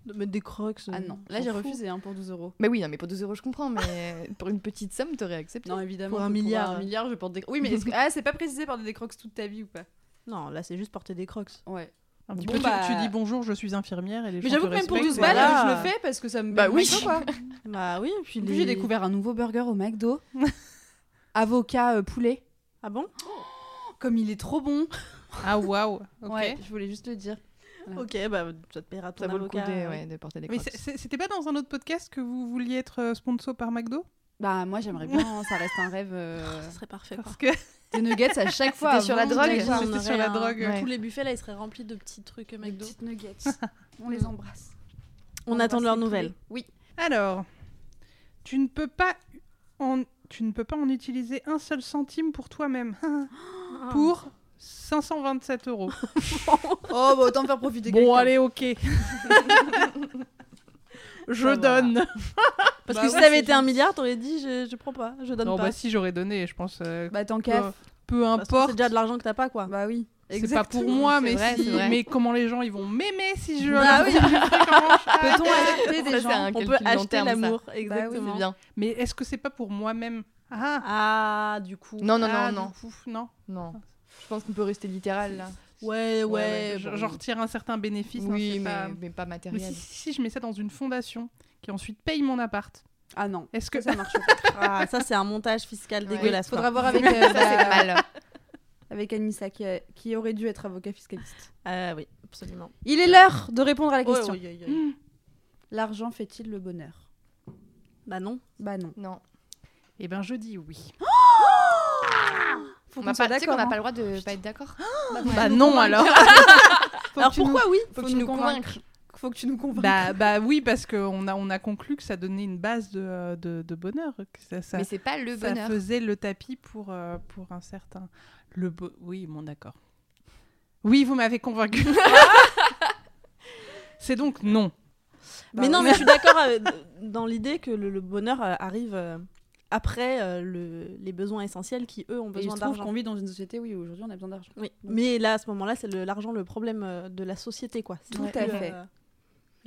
Speaker 1: De mettre des crocs. euh,
Speaker 4: Ah non, là
Speaker 1: s'en
Speaker 4: j'ai
Speaker 1: fout.
Speaker 4: refusé hein, pour 12 euros.
Speaker 2: Mais oui, non, mais pour 12 euros, je comprends, mais euh, pour une petite somme, t'aurais accepté.
Speaker 4: Non, évidemment.
Speaker 1: Pour un
Speaker 4: que
Speaker 1: milliard.
Speaker 4: un milliard, je porte des Oui, mais est-ce que... ah, c'est pas précisé porter des crocs toute ta vie ou pas
Speaker 1: Non, là, c'est juste porter des crocs.
Speaker 4: Ouais.
Speaker 7: Un petit
Speaker 4: Bon,
Speaker 7: peu, tu-
Speaker 4: bah.
Speaker 7: tu, dis bonjour, je suis infirmière. Et les
Speaker 4: Mais
Speaker 7: gens
Speaker 4: j'avoue
Speaker 7: te
Speaker 4: que même pour
Speaker 7: respectent,
Speaker 4: 12 balles,
Speaker 7: voilà.
Speaker 1: voilà.
Speaker 4: Bah, je le fais parce que ça me.
Speaker 2: Bah oui.
Speaker 4: Pourquoi pas
Speaker 1: Bah oui, et puis
Speaker 4: En
Speaker 1: les...
Speaker 4: plus, j'ai découvert un nouveau burger au McDo. Avocat euh, poulet. Oh,
Speaker 1: Ah bon
Speaker 4: Comme il est trop bon.
Speaker 7: Ah waouh, ok.
Speaker 4: Ouais, je voulais juste le dire.
Speaker 1: Ok, bah ça te paiera ton
Speaker 2: Ça vaut le coup
Speaker 1: avocat.
Speaker 2: de,
Speaker 1: euh,
Speaker 2: ouais, de porter des
Speaker 7: Mais
Speaker 2: crocs.
Speaker 7: c'est- c'est- c'était pas dans un autre podcast que vous vouliez être euh, sponsor par McDo
Speaker 4: Bah, moi, j'aimerais bien, hein, ça reste un rêve. euh,
Speaker 1: Ça serait parfait. quoi.
Speaker 7: Parce que
Speaker 4: Des nuggets à chaque fois.
Speaker 2: C'était sur la
Speaker 4: avant,
Speaker 2: drogue,
Speaker 4: j'imagine.
Speaker 1: Imagine, on
Speaker 7: c'était
Speaker 1: aurait
Speaker 7: sur la
Speaker 1: un-
Speaker 7: drogue,
Speaker 2: ouais.
Speaker 1: Tous les buffets là, ils seraient remplis de petits trucs euh,
Speaker 4: Des
Speaker 1: McDo.
Speaker 4: petites nuggets. On les embrasse.
Speaker 1: On attend de
Speaker 4: embrasse
Speaker 1: leurs
Speaker 4: les
Speaker 1: nouvelles.
Speaker 4: poules. Oui.
Speaker 7: Alors, tu ne peux pas en, tu ne peux pas en utiliser un seul centime pour toi-même. pour 527 euros.
Speaker 4: Oh, bah autant faire profiter
Speaker 7: Bon, allez, ok. Je
Speaker 4: Bah, voilà.
Speaker 7: donne.
Speaker 1: Parce
Speaker 7: Bah
Speaker 1: que
Speaker 7: ouais,
Speaker 1: si ça avait
Speaker 7: c'est
Speaker 1: été un milliard, t'aurais dit je, je prends pas, je donne
Speaker 7: Non,
Speaker 1: pas.
Speaker 7: bah si j'aurais donné, je pense. euh,
Speaker 4: Bah, tant
Speaker 7: peu,
Speaker 4: qu'à.
Speaker 7: peu
Speaker 1: De toute façon,
Speaker 7: importe.
Speaker 1: C'est déjà de l'argent que t'as pas quoi.
Speaker 4: Bah oui.
Speaker 7: C'est pas pour
Speaker 4: Exactement.
Speaker 7: moi,
Speaker 2: c'est
Speaker 7: mais
Speaker 2: vrai,
Speaker 7: si-
Speaker 2: c'est vrai.
Speaker 7: mais comment les gens ils vont m'aimer si je.
Speaker 1: Bah oui.
Speaker 4: Peut-on acheter des
Speaker 2: Ça, c'est
Speaker 4: gens
Speaker 2: un
Speaker 1: On peut
Speaker 2: calcul long
Speaker 1: acheter
Speaker 2: terme, ça.
Speaker 1: l'amour,
Speaker 4: Bah oui,
Speaker 1: exactement.
Speaker 2: C'est bien.
Speaker 7: Mais est-ce que c'est pas pour moi-même Ah.
Speaker 1: Ah, du coup.
Speaker 2: Non, non,
Speaker 7: ah,
Speaker 2: non, non.
Speaker 7: du coup, non.
Speaker 2: Non. Je pense qu'on peut rester littéral là.
Speaker 1: Ouais, ouais.
Speaker 2: ouais, bah
Speaker 1: bon.
Speaker 7: Euh, Je- J'en retire un certain bénéfice. hein,
Speaker 2: oui,
Speaker 7: c'est
Speaker 2: mais,
Speaker 7: pas-
Speaker 2: mais pas
Speaker 7: Mais
Speaker 2: matériel.
Speaker 7: si, si, si, je mets ça dans une fondation qui ensuite paye mon appart,
Speaker 4: Ah non.
Speaker 7: est-ce que
Speaker 4: Que ça marche.
Speaker 1: Ah, ça, c'est un montage fiscal
Speaker 2: Ouais.
Speaker 1: dégueulasse.
Speaker 4: Faudra
Speaker 1: quoi.
Speaker 4: voir avec, euh,
Speaker 2: Ça, c'est
Speaker 4: bah,
Speaker 2: mal.
Speaker 4: avec Anissa qui, a- qui aurait dû être avocat fiscaliste.
Speaker 1: Ah oui, absolument.
Speaker 4: Il est l'heure de répondre à la question.
Speaker 1: Ouais, ouais, ouais, ouais.
Speaker 7: Hmm.
Speaker 4: L'argent fait-il le bonheur
Speaker 1: Bah non.
Speaker 4: Bah non.
Speaker 2: Non.
Speaker 7: Eh ben, je dis oui.
Speaker 4: Faut
Speaker 2: On n'a
Speaker 4: soit
Speaker 2: pas, tu sais qu'on n'a
Speaker 4: d'accord,
Speaker 2: pas
Speaker 4: hein.
Speaker 2: le droit de pas être d'accord.
Speaker 7: Bah non alors. Faut
Speaker 1: Alors
Speaker 7: que tu nous-
Speaker 1: pourquoi oui
Speaker 2: Faut que tu nous convainques.
Speaker 4: Faut que tu nous convainques.
Speaker 7: bah, bah oui parce qu'on a on a conclu que ça donnait une base de, euh, de, de bonheur. Que ça, ça,
Speaker 2: Mais c'est pas le
Speaker 7: ça
Speaker 2: bonheur.
Speaker 7: faisait le tapis pour euh, pour un certain le beau- oui bon d'accord. Oui vous m'avez convaincu. c'est donc non.
Speaker 1: Mais non, mais je suis d'accord euh, d- dans l'idée que le, le bonheur euh, arrive euh, après euh, le- les besoins essentiels qui, eux, ont
Speaker 4: Et il
Speaker 1: besoin
Speaker 4: se trouve
Speaker 1: d'argent.
Speaker 4: qu'on vit dans une société, oui, aujourd'hui on a besoin d'argent.
Speaker 1: Oui. Mais là, à ce moment-là, c'est le- l'argent le problème euh, de la société, quoi. C'est
Speaker 4: Tout
Speaker 1: plus,
Speaker 4: à fait.
Speaker 1: euh,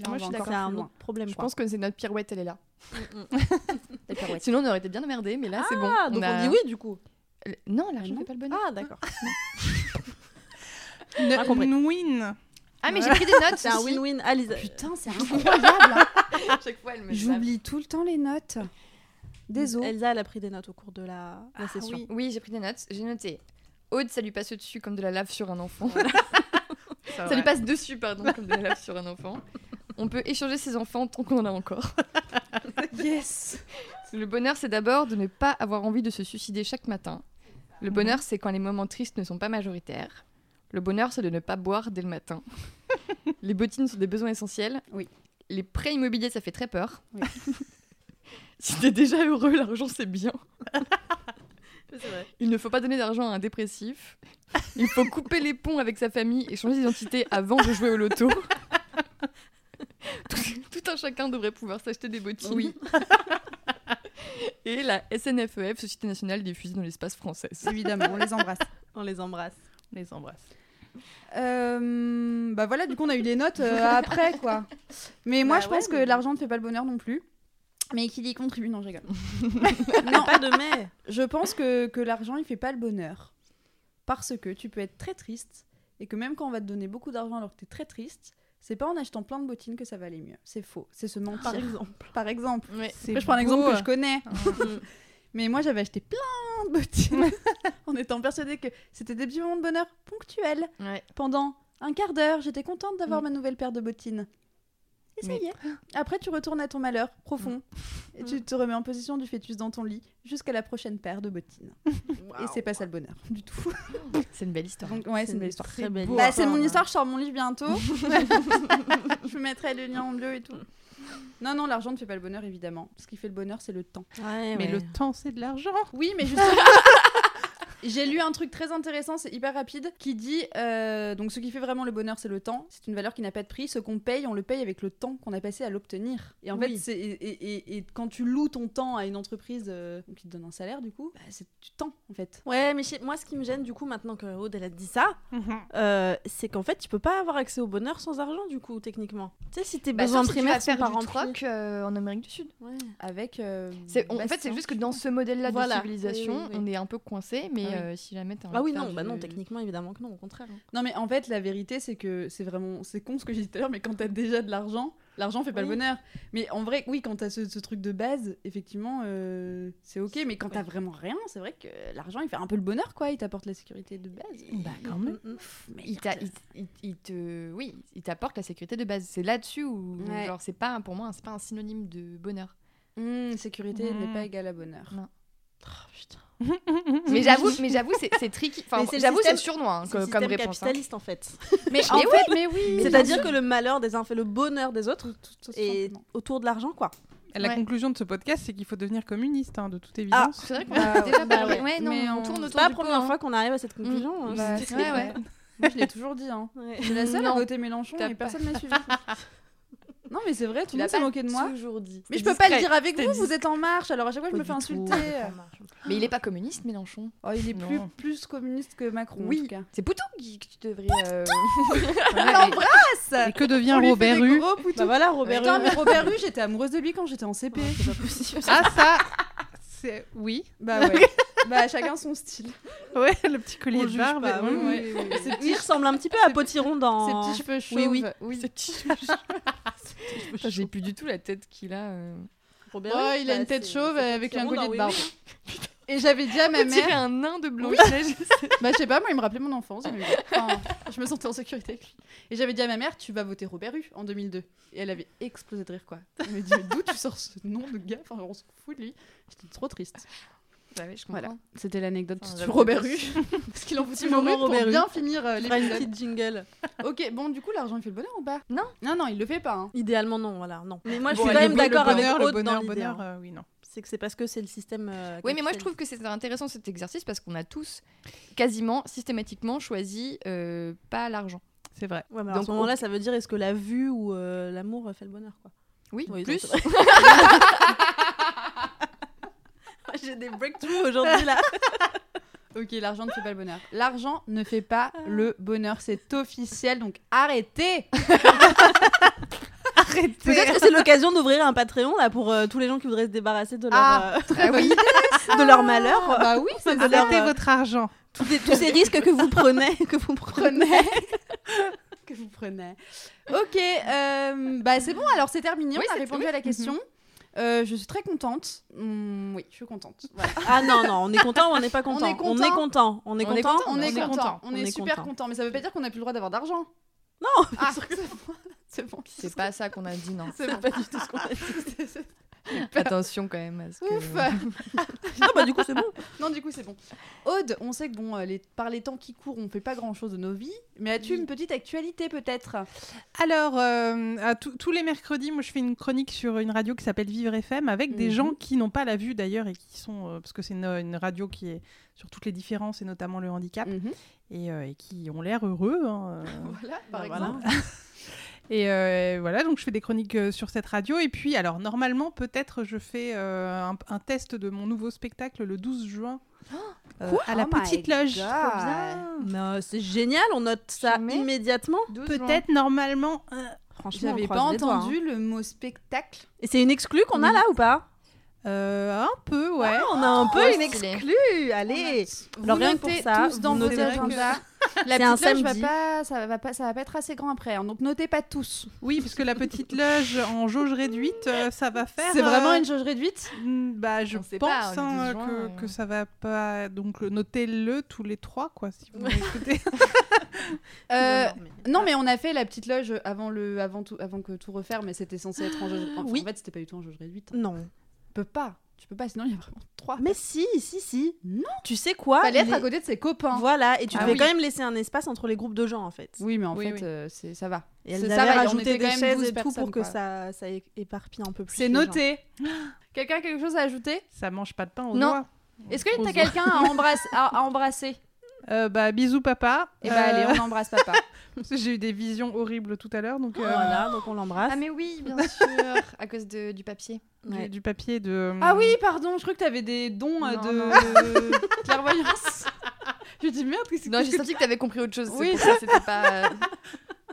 Speaker 4: on
Speaker 2: Moi, je
Speaker 4: va
Speaker 2: suis
Speaker 4: encore
Speaker 2: d'accord.
Speaker 1: C'est un
Speaker 4: plus
Speaker 1: autre
Speaker 4: loin.
Speaker 1: problème,
Speaker 2: Je
Speaker 1: quoi.
Speaker 2: pense que c'est notre pirouette, elle est là.
Speaker 1: Mm, mm.
Speaker 2: Sinon, on aurait été bien emmerdés, mais là, c'est bon.
Speaker 1: Ah, donc on
Speaker 2: a-
Speaker 1: dit oui, du coup.
Speaker 2: Le- Non, l'argent
Speaker 4: Non.
Speaker 2: fait pas le bonheur.
Speaker 1: Ah, d'accord.
Speaker 7: Ne-
Speaker 1: Pas compris.
Speaker 7: win.
Speaker 2: Ah, mais j'ai pris des notes.
Speaker 1: C'est un
Speaker 2: aussi.
Speaker 1: win-win. Ah, Lisa.
Speaker 4: Putain, c'est incroyable. hein.
Speaker 2: À chaque fois, elle me zappe.
Speaker 4: J'oublie tout le temps les notes. Désolé.
Speaker 1: Elsa, elle a pris des notes au cours de la, la session.
Speaker 2: Oui, oui, j'ai pris des notes. J'ai noté. Aude, ça lui passe dessus comme de la lave sur un enfant.
Speaker 4: Ah
Speaker 7: Ça,
Speaker 2: ça lui
Speaker 7: ouais.
Speaker 2: passe dessus, pardon, comme de la lave sur un enfant. On peut échanger ses enfants tant qu'on en a encore.
Speaker 4: Yes.
Speaker 2: Le bonheur, c'est d'abord de ne pas avoir envie de se suicider chaque matin. Le bonheur, c'est quand les moments tristes ne sont pas majoritaires. Le bonheur, c'est de ne pas boire dès le matin. les bottines sont des besoins essentiels.
Speaker 4: Oui.
Speaker 2: Les prêts immobiliers, ça fait très peur.
Speaker 4: Oui.
Speaker 2: si t'es déjà heureux, l'argent, c'est bien.
Speaker 1: C'est vrai.
Speaker 2: Il ne faut pas donner d'argent à un dépressif. Il faut couper les ponts avec sa famille et changer d'identité avant de jouer au loto. tout, tout un chacun devrait pouvoir s'acheter des bottines.
Speaker 4: Oui.
Speaker 2: Et la SNFEF, E Société nationale des fusées dans l'espace française.
Speaker 4: Évidemment, on les embrasse.
Speaker 1: On les embrasse.
Speaker 7: On les embrasse.
Speaker 4: Euh, bah voilà, du coup, on a eu les notes euh, après, quoi. Mais moi,
Speaker 1: Bah
Speaker 4: je
Speaker 1: ouais,
Speaker 4: pense que
Speaker 1: mais-
Speaker 4: l'argent ne fait pas le bonheur non plus. Mais qu'il y contribue, non, je rigole.
Speaker 1: Non, pas de mais.
Speaker 4: Je pense que, que l'argent, il fait pas le bonheur. Parce que tu peux être très triste, et que même quand on va te donner beaucoup d'argent alors que t'es très triste, c'est pas en achetant plein de bottines que ça va aller mieux. C'est faux. C'est se mentir.
Speaker 1: Par exemple.
Speaker 4: Par exemple.
Speaker 2: Ouais.
Speaker 7: C'est
Speaker 4: Après, je prends un exemple
Speaker 7: beau.
Speaker 4: que je connais. Mais moi, j'avais acheté plein de bottines en étant persuadée que c'était des petits moments de bonheur ponctuels. Pendant un quart d'heure, j'étais contente d'avoir ma nouvelle paire de bottines. Et ça
Speaker 2: Mais-
Speaker 4: y est. Après, tu retournes à ton malheur profond. Et tu te remets en position du fœtus dans ton lit jusqu'à la prochaine paire de bottines. Et c'est pas ça le bonheur du tout.
Speaker 2: C'est une belle histoire.
Speaker 4: Donc, ouais, c'est une belle histoire.
Speaker 1: Très belle
Speaker 4: Bah, c'est mon histoire, je sors mon livre bientôt. je vous mettrai le lien en bio et tout. Non, non, l'argent ne fait pas le bonheur, évidemment. Ce qui fait le bonheur, c'est le temps.
Speaker 2: Eh
Speaker 1: Ouais,
Speaker 7: Mais
Speaker 1: ouais.
Speaker 7: le temps c'est de l'argent.
Speaker 4: Oui, mais justement. J'ai lu un truc très intéressant, c'est hyper rapide, qui dit euh, donc ce qui fait vraiment le bonheur, c'est le temps. C'est une valeur qui n'a pas de prix. Ce qu'on paye, on le paye avec le temps qu'on a passé à l'obtenir. Et en
Speaker 1: Oui.
Speaker 4: fait, c'est- et, et- et- et quand tu loues ton temps à une entreprise euh, qui te donne un salaire, du coup, bah, c'est du temps en fait.
Speaker 1: Ouais, mais chez- moi, ce qui me gêne, du coup, maintenant que Aude, elle a dit ça,
Speaker 2: Mhm.
Speaker 1: euh, c'est qu'en fait, tu peux pas avoir accès au bonheur sans argent, du coup, techniquement. Tu sais, si tes
Speaker 2: Bah,
Speaker 1: besoins
Speaker 2: sauf si tu vas
Speaker 1: primaires sont
Speaker 2: faire
Speaker 1: pas
Speaker 2: du
Speaker 1: remplis.
Speaker 2: troc euh, en Amérique du Sud.
Speaker 1: Ouais.
Speaker 4: Avec. euh,
Speaker 2: C'est- on- en fait,
Speaker 4: Bastien.
Speaker 2: c'est juste que dans ce modèle-là
Speaker 1: Voilà.
Speaker 2: de civilisation,
Speaker 1: Oui, oui, oui.
Speaker 2: on est un peu coincé, mais
Speaker 1: Ah oui.
Speaker 2: euh, si jamais t'as envie
Speaker 1: Ah oui,
Speaker 2: de faire
Speaker 1: non, bah
Speaker 2: du-
Speaker 1: non, techniquement, évidemment que non, au contraire. hein.
Speaker 4: Non mais en fait, la vérité, c'est que c'est vraiment c'est con ce que j'ai dit tout à l'heure, mais quand t'as déjà de l'argent, L'argent fait pas le
Speaker 1: Oui.
Speaker 4: bonheur. Mais en vrai, oui, quand t'as ce, ce truc de base, effectivement, euh, c'est ok. Mais quand t'as vraiment rien, c'est vrai que l'argent, il fait un peu le bonheur, quoi. Il t'apporte la sécurité de base.
Speaker 2: Bah, quand
Speaker 1: Mm,
Speaker 2: même. Il, t'a- il- il- il te, oui, il t'apporte la sécurité de base. C'est là-dessus où,
Speaker 4: Ouais.
Speaker 2: genre, c'est pas un- pour moi, c'est pas un synonyme de bonheur.
Speaker 4: Hum, sécurité
Speaker 7: Mmh.
Speaker 4: n'est pas égale à bonheur.
Speaker 2: Mais j'avoue, mais j'avoue, c'est, c'est tricky. Enfin,
Speaker 1: Mais c'est le
Speaker 2: j'avoue, c'est
Speaker 1: système-
Speaker 2: le surnois hein,
Speaker 1: C'est
Speaker 2: co-
Speaker 1: le
Speaker 2: comme,
Speaker 1: système
Speaker 2: réponse. hein.
Speaker 1: capitaliste en fait.
Speaker 4: Mais en
Speaker 2: Mais
Speaker 4: fait, mais oui.
Speaker 1: C'est-à-dire que le malheur des uns fait le bonheur des autres et
Speaker 4: Et
Speaker 1: autour de l'argent quoi.
Speaker 7: La
Speaker 2: Ouais. Ah,
Speaker 7: conclusion de ce podcast, c'est qu'il faut devenir communiste, hein, de toute évidence.
Speaker 2: C'est vrai qu'on
Speaker 4: Bah,
Speaker 2: a déjà
Speaker 4: bah
Speaker 2: parlé.
Speaker 4: ouais.
Speaker 2: Ouais, non,
Speaker 4: Mais
Speaker 2: on
Speaker 4: on-
Speaker 2: tourne
Speaker 4: c'est
Speaker 2: autour
Speaker 1: C'est pas
Speaker 2: du
Speaker 1: la
Speaker 2: pot,
Speaker 1: première
Speaker 2: hein. Mm.
Speaker 1: fois qu'on arrive à cette conclusion. hein.
Speaker 4: Bah,
Speaker 2: Ouais, ouais.
Speaker 4: moi, je l'ai toujours dit. Hein.
Speaker 1: Ouais.
Speaker 4: Je suis la seule à
Speaker 2: Non.
Speaker 4: voter Mélenchon
Speaker 2: T'as
Speaker 4: et
Speaker 2: pas-
Speaker 4: personne m'a suivi. non, mais c'est vrai, tout
Speaker 2: Tu
Speaker 4: le
Speaker 2: l'as
Speaker 4: monde s'est
Speaker 2: pas
Speaker 4: moqué de moi.
Speaker 2: toujours dit.
Speaker 4: Mais je
Speaker 2: C'était
Speaker 4: peux pas le
Speaker 2: discret.
Speaker 4: dire avec
Speaker 2: C'était
Speaker 4: vous, vous êtes en marche, alors à chaque fois je me fais
Speaker 1: Pas du tout.
Speaker 4: insulter.
Speaker 2: Mais il est pas communiste, Mélenchon.
Speaker 4: Oh, il est plus,
Speaker 7: Non.
Speaker 4: plus communiste que Macron en
Speaker 2: Oui.
Speaker 4: tout cas.
Speaker 2: C'est Poutou qui- que tu devrais. euh,
Speaker 7: Et que devient
Speaker 4: On lui fait
Speaker 7: Robert
Speaker 4: des
Speaker 7: Hue
Speaker 4: gros poutous.
Speaker 1: Bah voilà Robert.
Speaker 4: Putain,
Speaker 1: Hue.
Speaker 4: mais Robert Hue, j'étais amoureuse de lui quand j'étais en CP.
Speaker 7: Ah, ça c'est... Oui.
Speaker 4: bah ouais. bah chacun son style.
Speaker 7: Ouais, le petit
Speaker 1: On
Speaker 7: collier
Speaker 1: juge
Speaker 7: de barbe.
Speaker 4: Ah
Speaker 7: hein.
Speaker 1: pas,
Speaker 7: oui,
Speaker 1: ouais.
Speaker 7: oui, oui, oui.
Speaker 4: Ses petits,
Speaker 1: Il ressemble un petit peu à Potiron
Speaker 2: Bah,
Speaker 4: ses
Speaker 1: dans.
Speaker 4: petits cheveux chauves.
Speaker 1: Oui, oui.
Speaker 2: Putain, J'ai plus du tout la tête qu'il a. euh.
Speaker 1: Robert
Speaker 4: Oh,
Speaker 1: Hue,
Speaker 4: il a
Speaker 1: bah,
Speaker 4: une tête
Speaker 1: c'est-
Speaker 4: chauve
Speaker 1: c'est
Speaker 4: avec un collier
Speaker 1: Potiron dans
Speaker 4: de
Speaker 1: Oui,
Speaker 4: barbe.
Speaker 1: oui.
Speaker 4: Et j'avais dit à ma
Speaker 2: On dirait
Speaker 4: mère,
Speaker 2: un nain de Blanche-Neige.
Speaker 4: bah je sais pas, moi il me rappelait mon enfance. mais bon. Enfin, je me sentais en sécurité avec lui. Et j'avais dit à ma mère, tu vas voter Robert Hue en 2002. Et elle avait explosé de rire quoi. Elle me dit, mais d'où tu sors ce nom de gars Enfin, on s'en fout de lui. J'étais trop triste.
Speaker 2: Bah oui, je
Speaker 4: Voilà.
Speaker 2: comprends.
Speaker 4: C'était l'anecdote
Speaker 2: Enfin,
Speaker 4: sur
Speaker 2: j'avoue.
Speaker 4: Robert Hue. Parce qu'il en foutait
Speaker 1: moment
Speaker 4: Robert pour
Speaker 1: Robert Hue.
Speaker 4: bien finir euh,
Speaker 1: Il fera une
Speaker 4: l'épisode.
Speaker 1: petite jingle.
Speaker 4: ok, bon, du coup, l'argent, il fait le bonheur ou pas
Speaker 2: Non.
Speaker 4: Non, non, il le fait pas. hein.
Speaker 1: Idéalement non voilà non. Mais moi je
Speaker 7: Bon,
Speaker 1: suis
Speaker 7: et
Speaker 1: quand
Speaker 7: le
Speaker 1: même
Speaker 7: bo- le
Speaker 1: d'accord avec
Speaker 7: bonheur,
Speaker 1: Aude
Speaker 7: Le
Speaker 1: dans
Speaker 7: bonheur,
Speaker 1: l'idée.
Speaker 7: bonheur,
Speaker 1: hein.
Speaker 7: euh, oui, non.
Speaker 1: C'est que c'est parce que c'est le système. euh,
Speaker 2: Oui, mais moi je
Speaker 1: capitaliste.
Speaker 2: trouve que c'est intéressant cet exercice parce qu'on a tous quasiment systématiquement choisi euh, pas l'argent.
Speaker 7: C'est vrai.
Speaker 1: Ouais, mais alors, à
Speaker 2: Donc,
Speaker 1: ce moment-là, ça veut dire est-ce que la vue ou euh, l'amour fait le bonheur quoi.
Speaker 2: Oui,
Speaker 1: Oui,
Speaker 2: plus.
Speaker 1: donc- J'ai des breakthroughs aujourd'hui là.
Speaker 4: Ok, l'argent ne fait pas le bonheur. L'argent ne fait pas
Speaker 1: Ah.
Speaker 4: le bonheur, c'est officiel, donc arrêtez
Speaker 1: Peut-être que c'est l'occasion d'ouvrir un Patreon là pour euh, tous les gens qui voudraient se débarrasser de leur,
Speaker 4: Ah,
Speaker 1: euh,
Speaker 2: Ah oui,
Speaker 1: de leur malheur,
Speaker 4: Bah oui, c'est ça.
Speaker 7: Arrêtez
Speaker 1: euh,
Speaker 7: votre argent.
Speaker 1: tous, les- tous ces risques que vous prenez, que vous prenez.
Speaker 4: Prenez Que vous prenez. Ok, euh, bah c'est bon, alors c'est terminé,
Speaker 2: Oui,
Speaker 4: on a
Speaker 2: c'est-
Speaker 4: répondu
Speaker 2: oui.
Speaker 4: à la
Speaker 1: Mhm.
Speaker 4: question. Euh, je suis très contente. Hum, oui, je suis contente. Voilà.
Speaker 1: Ah non non, on est content ou on n'est pas content.
Speaker 4: est content.
Speaker 1: On est content. On est
Speaker 2: On est
Speaker 1: content.
Speaker 2: content,
Speaker 4: On, est,
Speaker 2: content.
Speaker 4: content. on, est, super content. mais ça veut pas dire qu'on a plus le droit d'avoir d'argent.
Speaker 1: Non.
Speaker 4: Ah, c'est bon.
Speaker 2: c'est pas ça qu'on a dit, non.
Speaker 4: C'est bon.
Speaker 1: pas du tout ce qu'on a
Speaker 2: Attention quand même. à ce que-
Speaker 4: Ouf.
Speaker 1: Non bah du coup c'est bon.
Speaker 4: Non, du coup, c'est bon. Aude, on sait que bon, euh, les, par les temps qui courent, on fait pas grand chose de nos vies, mais as-tu une petite actualité peut-être
Speaker 7: Alors, euh, à tous- tous les mercredis, moi, je fais une chronique sur une radio qui s'appelle Vivre FM avec des
Speaker 4: Mhm.
Speaker 7: gens qui n'ont pas la vue d'ailleurs et qui sont. euh, parce que c'est une, une radio qui est sur toutes les différences et notamment le handicap
Speaker 4: Mhm.
Speaker 7: et, euh, et qui ont l'air heureux. hein, euh.
Speaker 4: Voilà, par
Speaker 1: Bah, voilà.
Speaker 4: exemple.
Speaker 7: Et euh, voilà, donc je fais des chroniques euh, sur cette radio. Et puis, alors, normalement, peut-être je fais euh, un, un test de mon nouveau spectacle le 12 juin euh, à la
Speaker 4: Oh my
Speaker 7: Petite Loge.
Speaker 4: God.
Speaker 7: Trop bien.
Speaker 1: Mais, euh, c'est génial, on note ça
Speaker 2: Jamais.
Speaker 1: immédiatement.
Speaker 2: 12 juin.
Speaker 7: Peut-être normalement. euh,
Speaker 1: Franchement, on
Speaker 4: J'avais
Speaker 1: croise
Speaker 4: pas
Speaker 1: les doigts, hein.
Speaker 4: entendu le mot spectacle.
Speaker 1: Et c'est une exclue qu'on a là ou pas
Speaker 7: euh, un peu, ouais.
Speaker 1: On a un peu une
Speaker 2: stylé.
Speaker 1: exclue.
Speaker 4: Ah
Speaker 1: Allez. Alors,
Speaker 4: Vous
Speaker 1: rien que pour
Speaker 4: notez
Speaker 1: ça,
Speaker 4: tous dans
Speaker 1: vous
Speaker 4: vos
Speaker 1: noterez que-
Speaker 4: agendas. La
Speaker 1: C'est un
Speaker 4: petite loge va
Speaker 1: samedi.
Speaker 4: pas, ça va pas, ça va pas être assez grand après. hein, donc notez pas tous.
Speaker 7: Oui, parce que la petite loge en jauge réduite, euh, ça va faire.
Speaker 4: C'est vraiment
Speaker 7: euh,
Speaker 4: une jauge réduite.
Speaker 7: mm, Bah, je
Speaker 2: On sait
Speaker 7: pense
Speaker 2: pas, le
Speaker 7: hein,
Speaker 2: 12 juin,
Speaker 7: que,
Speaker 2: euh.
Speaker 7: que ça va pas. Donc, euh, notez-le tous les trois, quoi, si vous m'écoutez.
Speaker 4: Euh,
Speaker 1: Non, non, mais-
Speaker 4: non mais on a fait la petite loge avant le, avant tout, avant que tout referme, mais c'était censé être en jauge. enfin,
Speaker 1: Oui.
Speaker 4: En fait, c'était pas du tout en jauge réduite. hein.
Speaker 1: Non.
Speaker 4: Tu peux pas, tu peux pas. Sinon, il y a vraiment trois.
Speaker 1: Mais si, si, si.
Speaker 4: Non.
Speaker 1: Tu sais quoi
Speaker 4: Fallait être
Speaker 1: les-
Speaker 4: à côté de ses copains.
Speaker 1: Voilà, et tu
Speaker 4: Ah
Speaker 1: devais
Speaker 4: oui.
Speaker 1: quand même laisser un espace entre les groupes de gens en fait.
Speaker 4: Oui, mais en
Speaker 7: Oui,
Speaker 4: fait,
Speaker 7: oui.
Speaker 4: euh, c'est- ça va.
Speaker 1: Et elles
Speaker 4: C'est- ça
Speaker 1: avaient
Speaker 4: va, il y en
Speaker 1: rajouté
Speaker 4: était
Speaker 1: des
Speaker 4: quand même
Speaker 1: chaises
Speaker 4: 12
Speaker 1: et tout pour que
Speaker 4: personnes, quoi.
Speaker 1: ça, ça é- éparpille un peu plus.
Speaker 4: C'est
Speaker 1: les gens.
Speaker 4: noté. Quelqu'un a quelque chose à ajouter
Speaker 7: ça mange pas de pain aux
Speaker 2: Non.
Speaker 7: noix.
Speaker 4: Est-ce que
Speaker 7: Aux
Speaker 4: t'as quelqu'un à, embrasse- à- à embrasser
Speaker 7: Euh, bah, bisous, papa.
Speaker 4: Eh bah
Speaker 7: Euh,
Speaker 4: allez, on embrasse papa.
Speaker 7: Parce que J'ai eu des visions horribles tout à l'heure, donc euh,
Speaker 1: Voilà, donc on l'embrasse.
Speaker 2: Ah mais oui, bien sûr, à cause de- du papier.
Speaker 7: du,
Speaker 1: Ouais.
Speaker 7: du papier de.
Speaker 4: Oh, ah oui, pardon, je crois que t'avais des dons euh,
Speaker 2: Non,
Speaker 4: de clairvoyance. je dis merde, qu'est-ce que
Speaker 2: Non, j'ai senti que t'avais compris autre chose.
Speaker 4: Oui.
Speaker 2: Oui, ça c'était pas.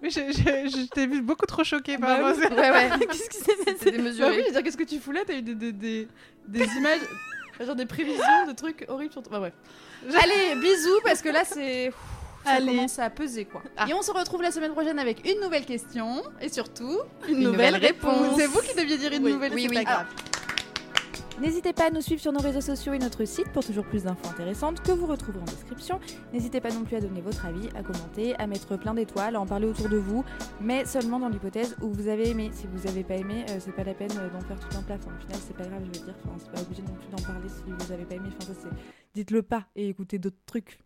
Speaker 7: Mais je, je- je t'ai vu beaucoup trop choquée par
Speaker 4: Bah
Speaker 7: rapport à ça.
Speaker 2: Ouais ouais.
Speaker 1: Qu'est-ce qui s'est passé
Speaker 2: C'était
Speaker 4: Bah oui, je
Speaker 2: mesuré.
Speaker 4: veux dire, qu'est-ce que tu fous là T'as eu des, des, des- des images, genre des prévisions de trucs horribles sur toi. Bah bref. Allez, bisous, parce que là, c'est. ça
Speaker 7: Allez.
Speaker 4: commence à peser quoi.
Speaker 2: Ah.
Speaker 4: Et on se retrouve la semaine prochaine avec une nouvelle question et surtout
Speaker 7: Une
Speaker 2: nouvelle réponse.
Speaker 4: C'est vous qui deviez dire une
Speaker 7: Oui.
Speaker 4: nouvelle.
Speaker 2: Oui,
Speaker 4: c'est
Speaker 2: oui.
Speaker 4: pas grave.
Speaker 8: N'hésitez pas à nous suivre sur nos réseaux sociaux et notre site pour toujours plus d'infos intéressantes que vous retrouverez en description. N'hésitez pas non plus à donner votre avis, à commenter, à mettre plein d'étoiles, à en parler autour de vous, mais seulement dans l'hypothèse où vous avez aimé. Si vous n'avez pas aimé, euh, c'est pas la peine euh, d'en faire tout un plat. Enfin, au final, c'est pas grave, je veux dire. Enfin, c'est pas obligé non plus d'en parler si vous n'avez pas aimé. Enfin, ça, c'est. Dites-le pas et écoutez d'autres trucs.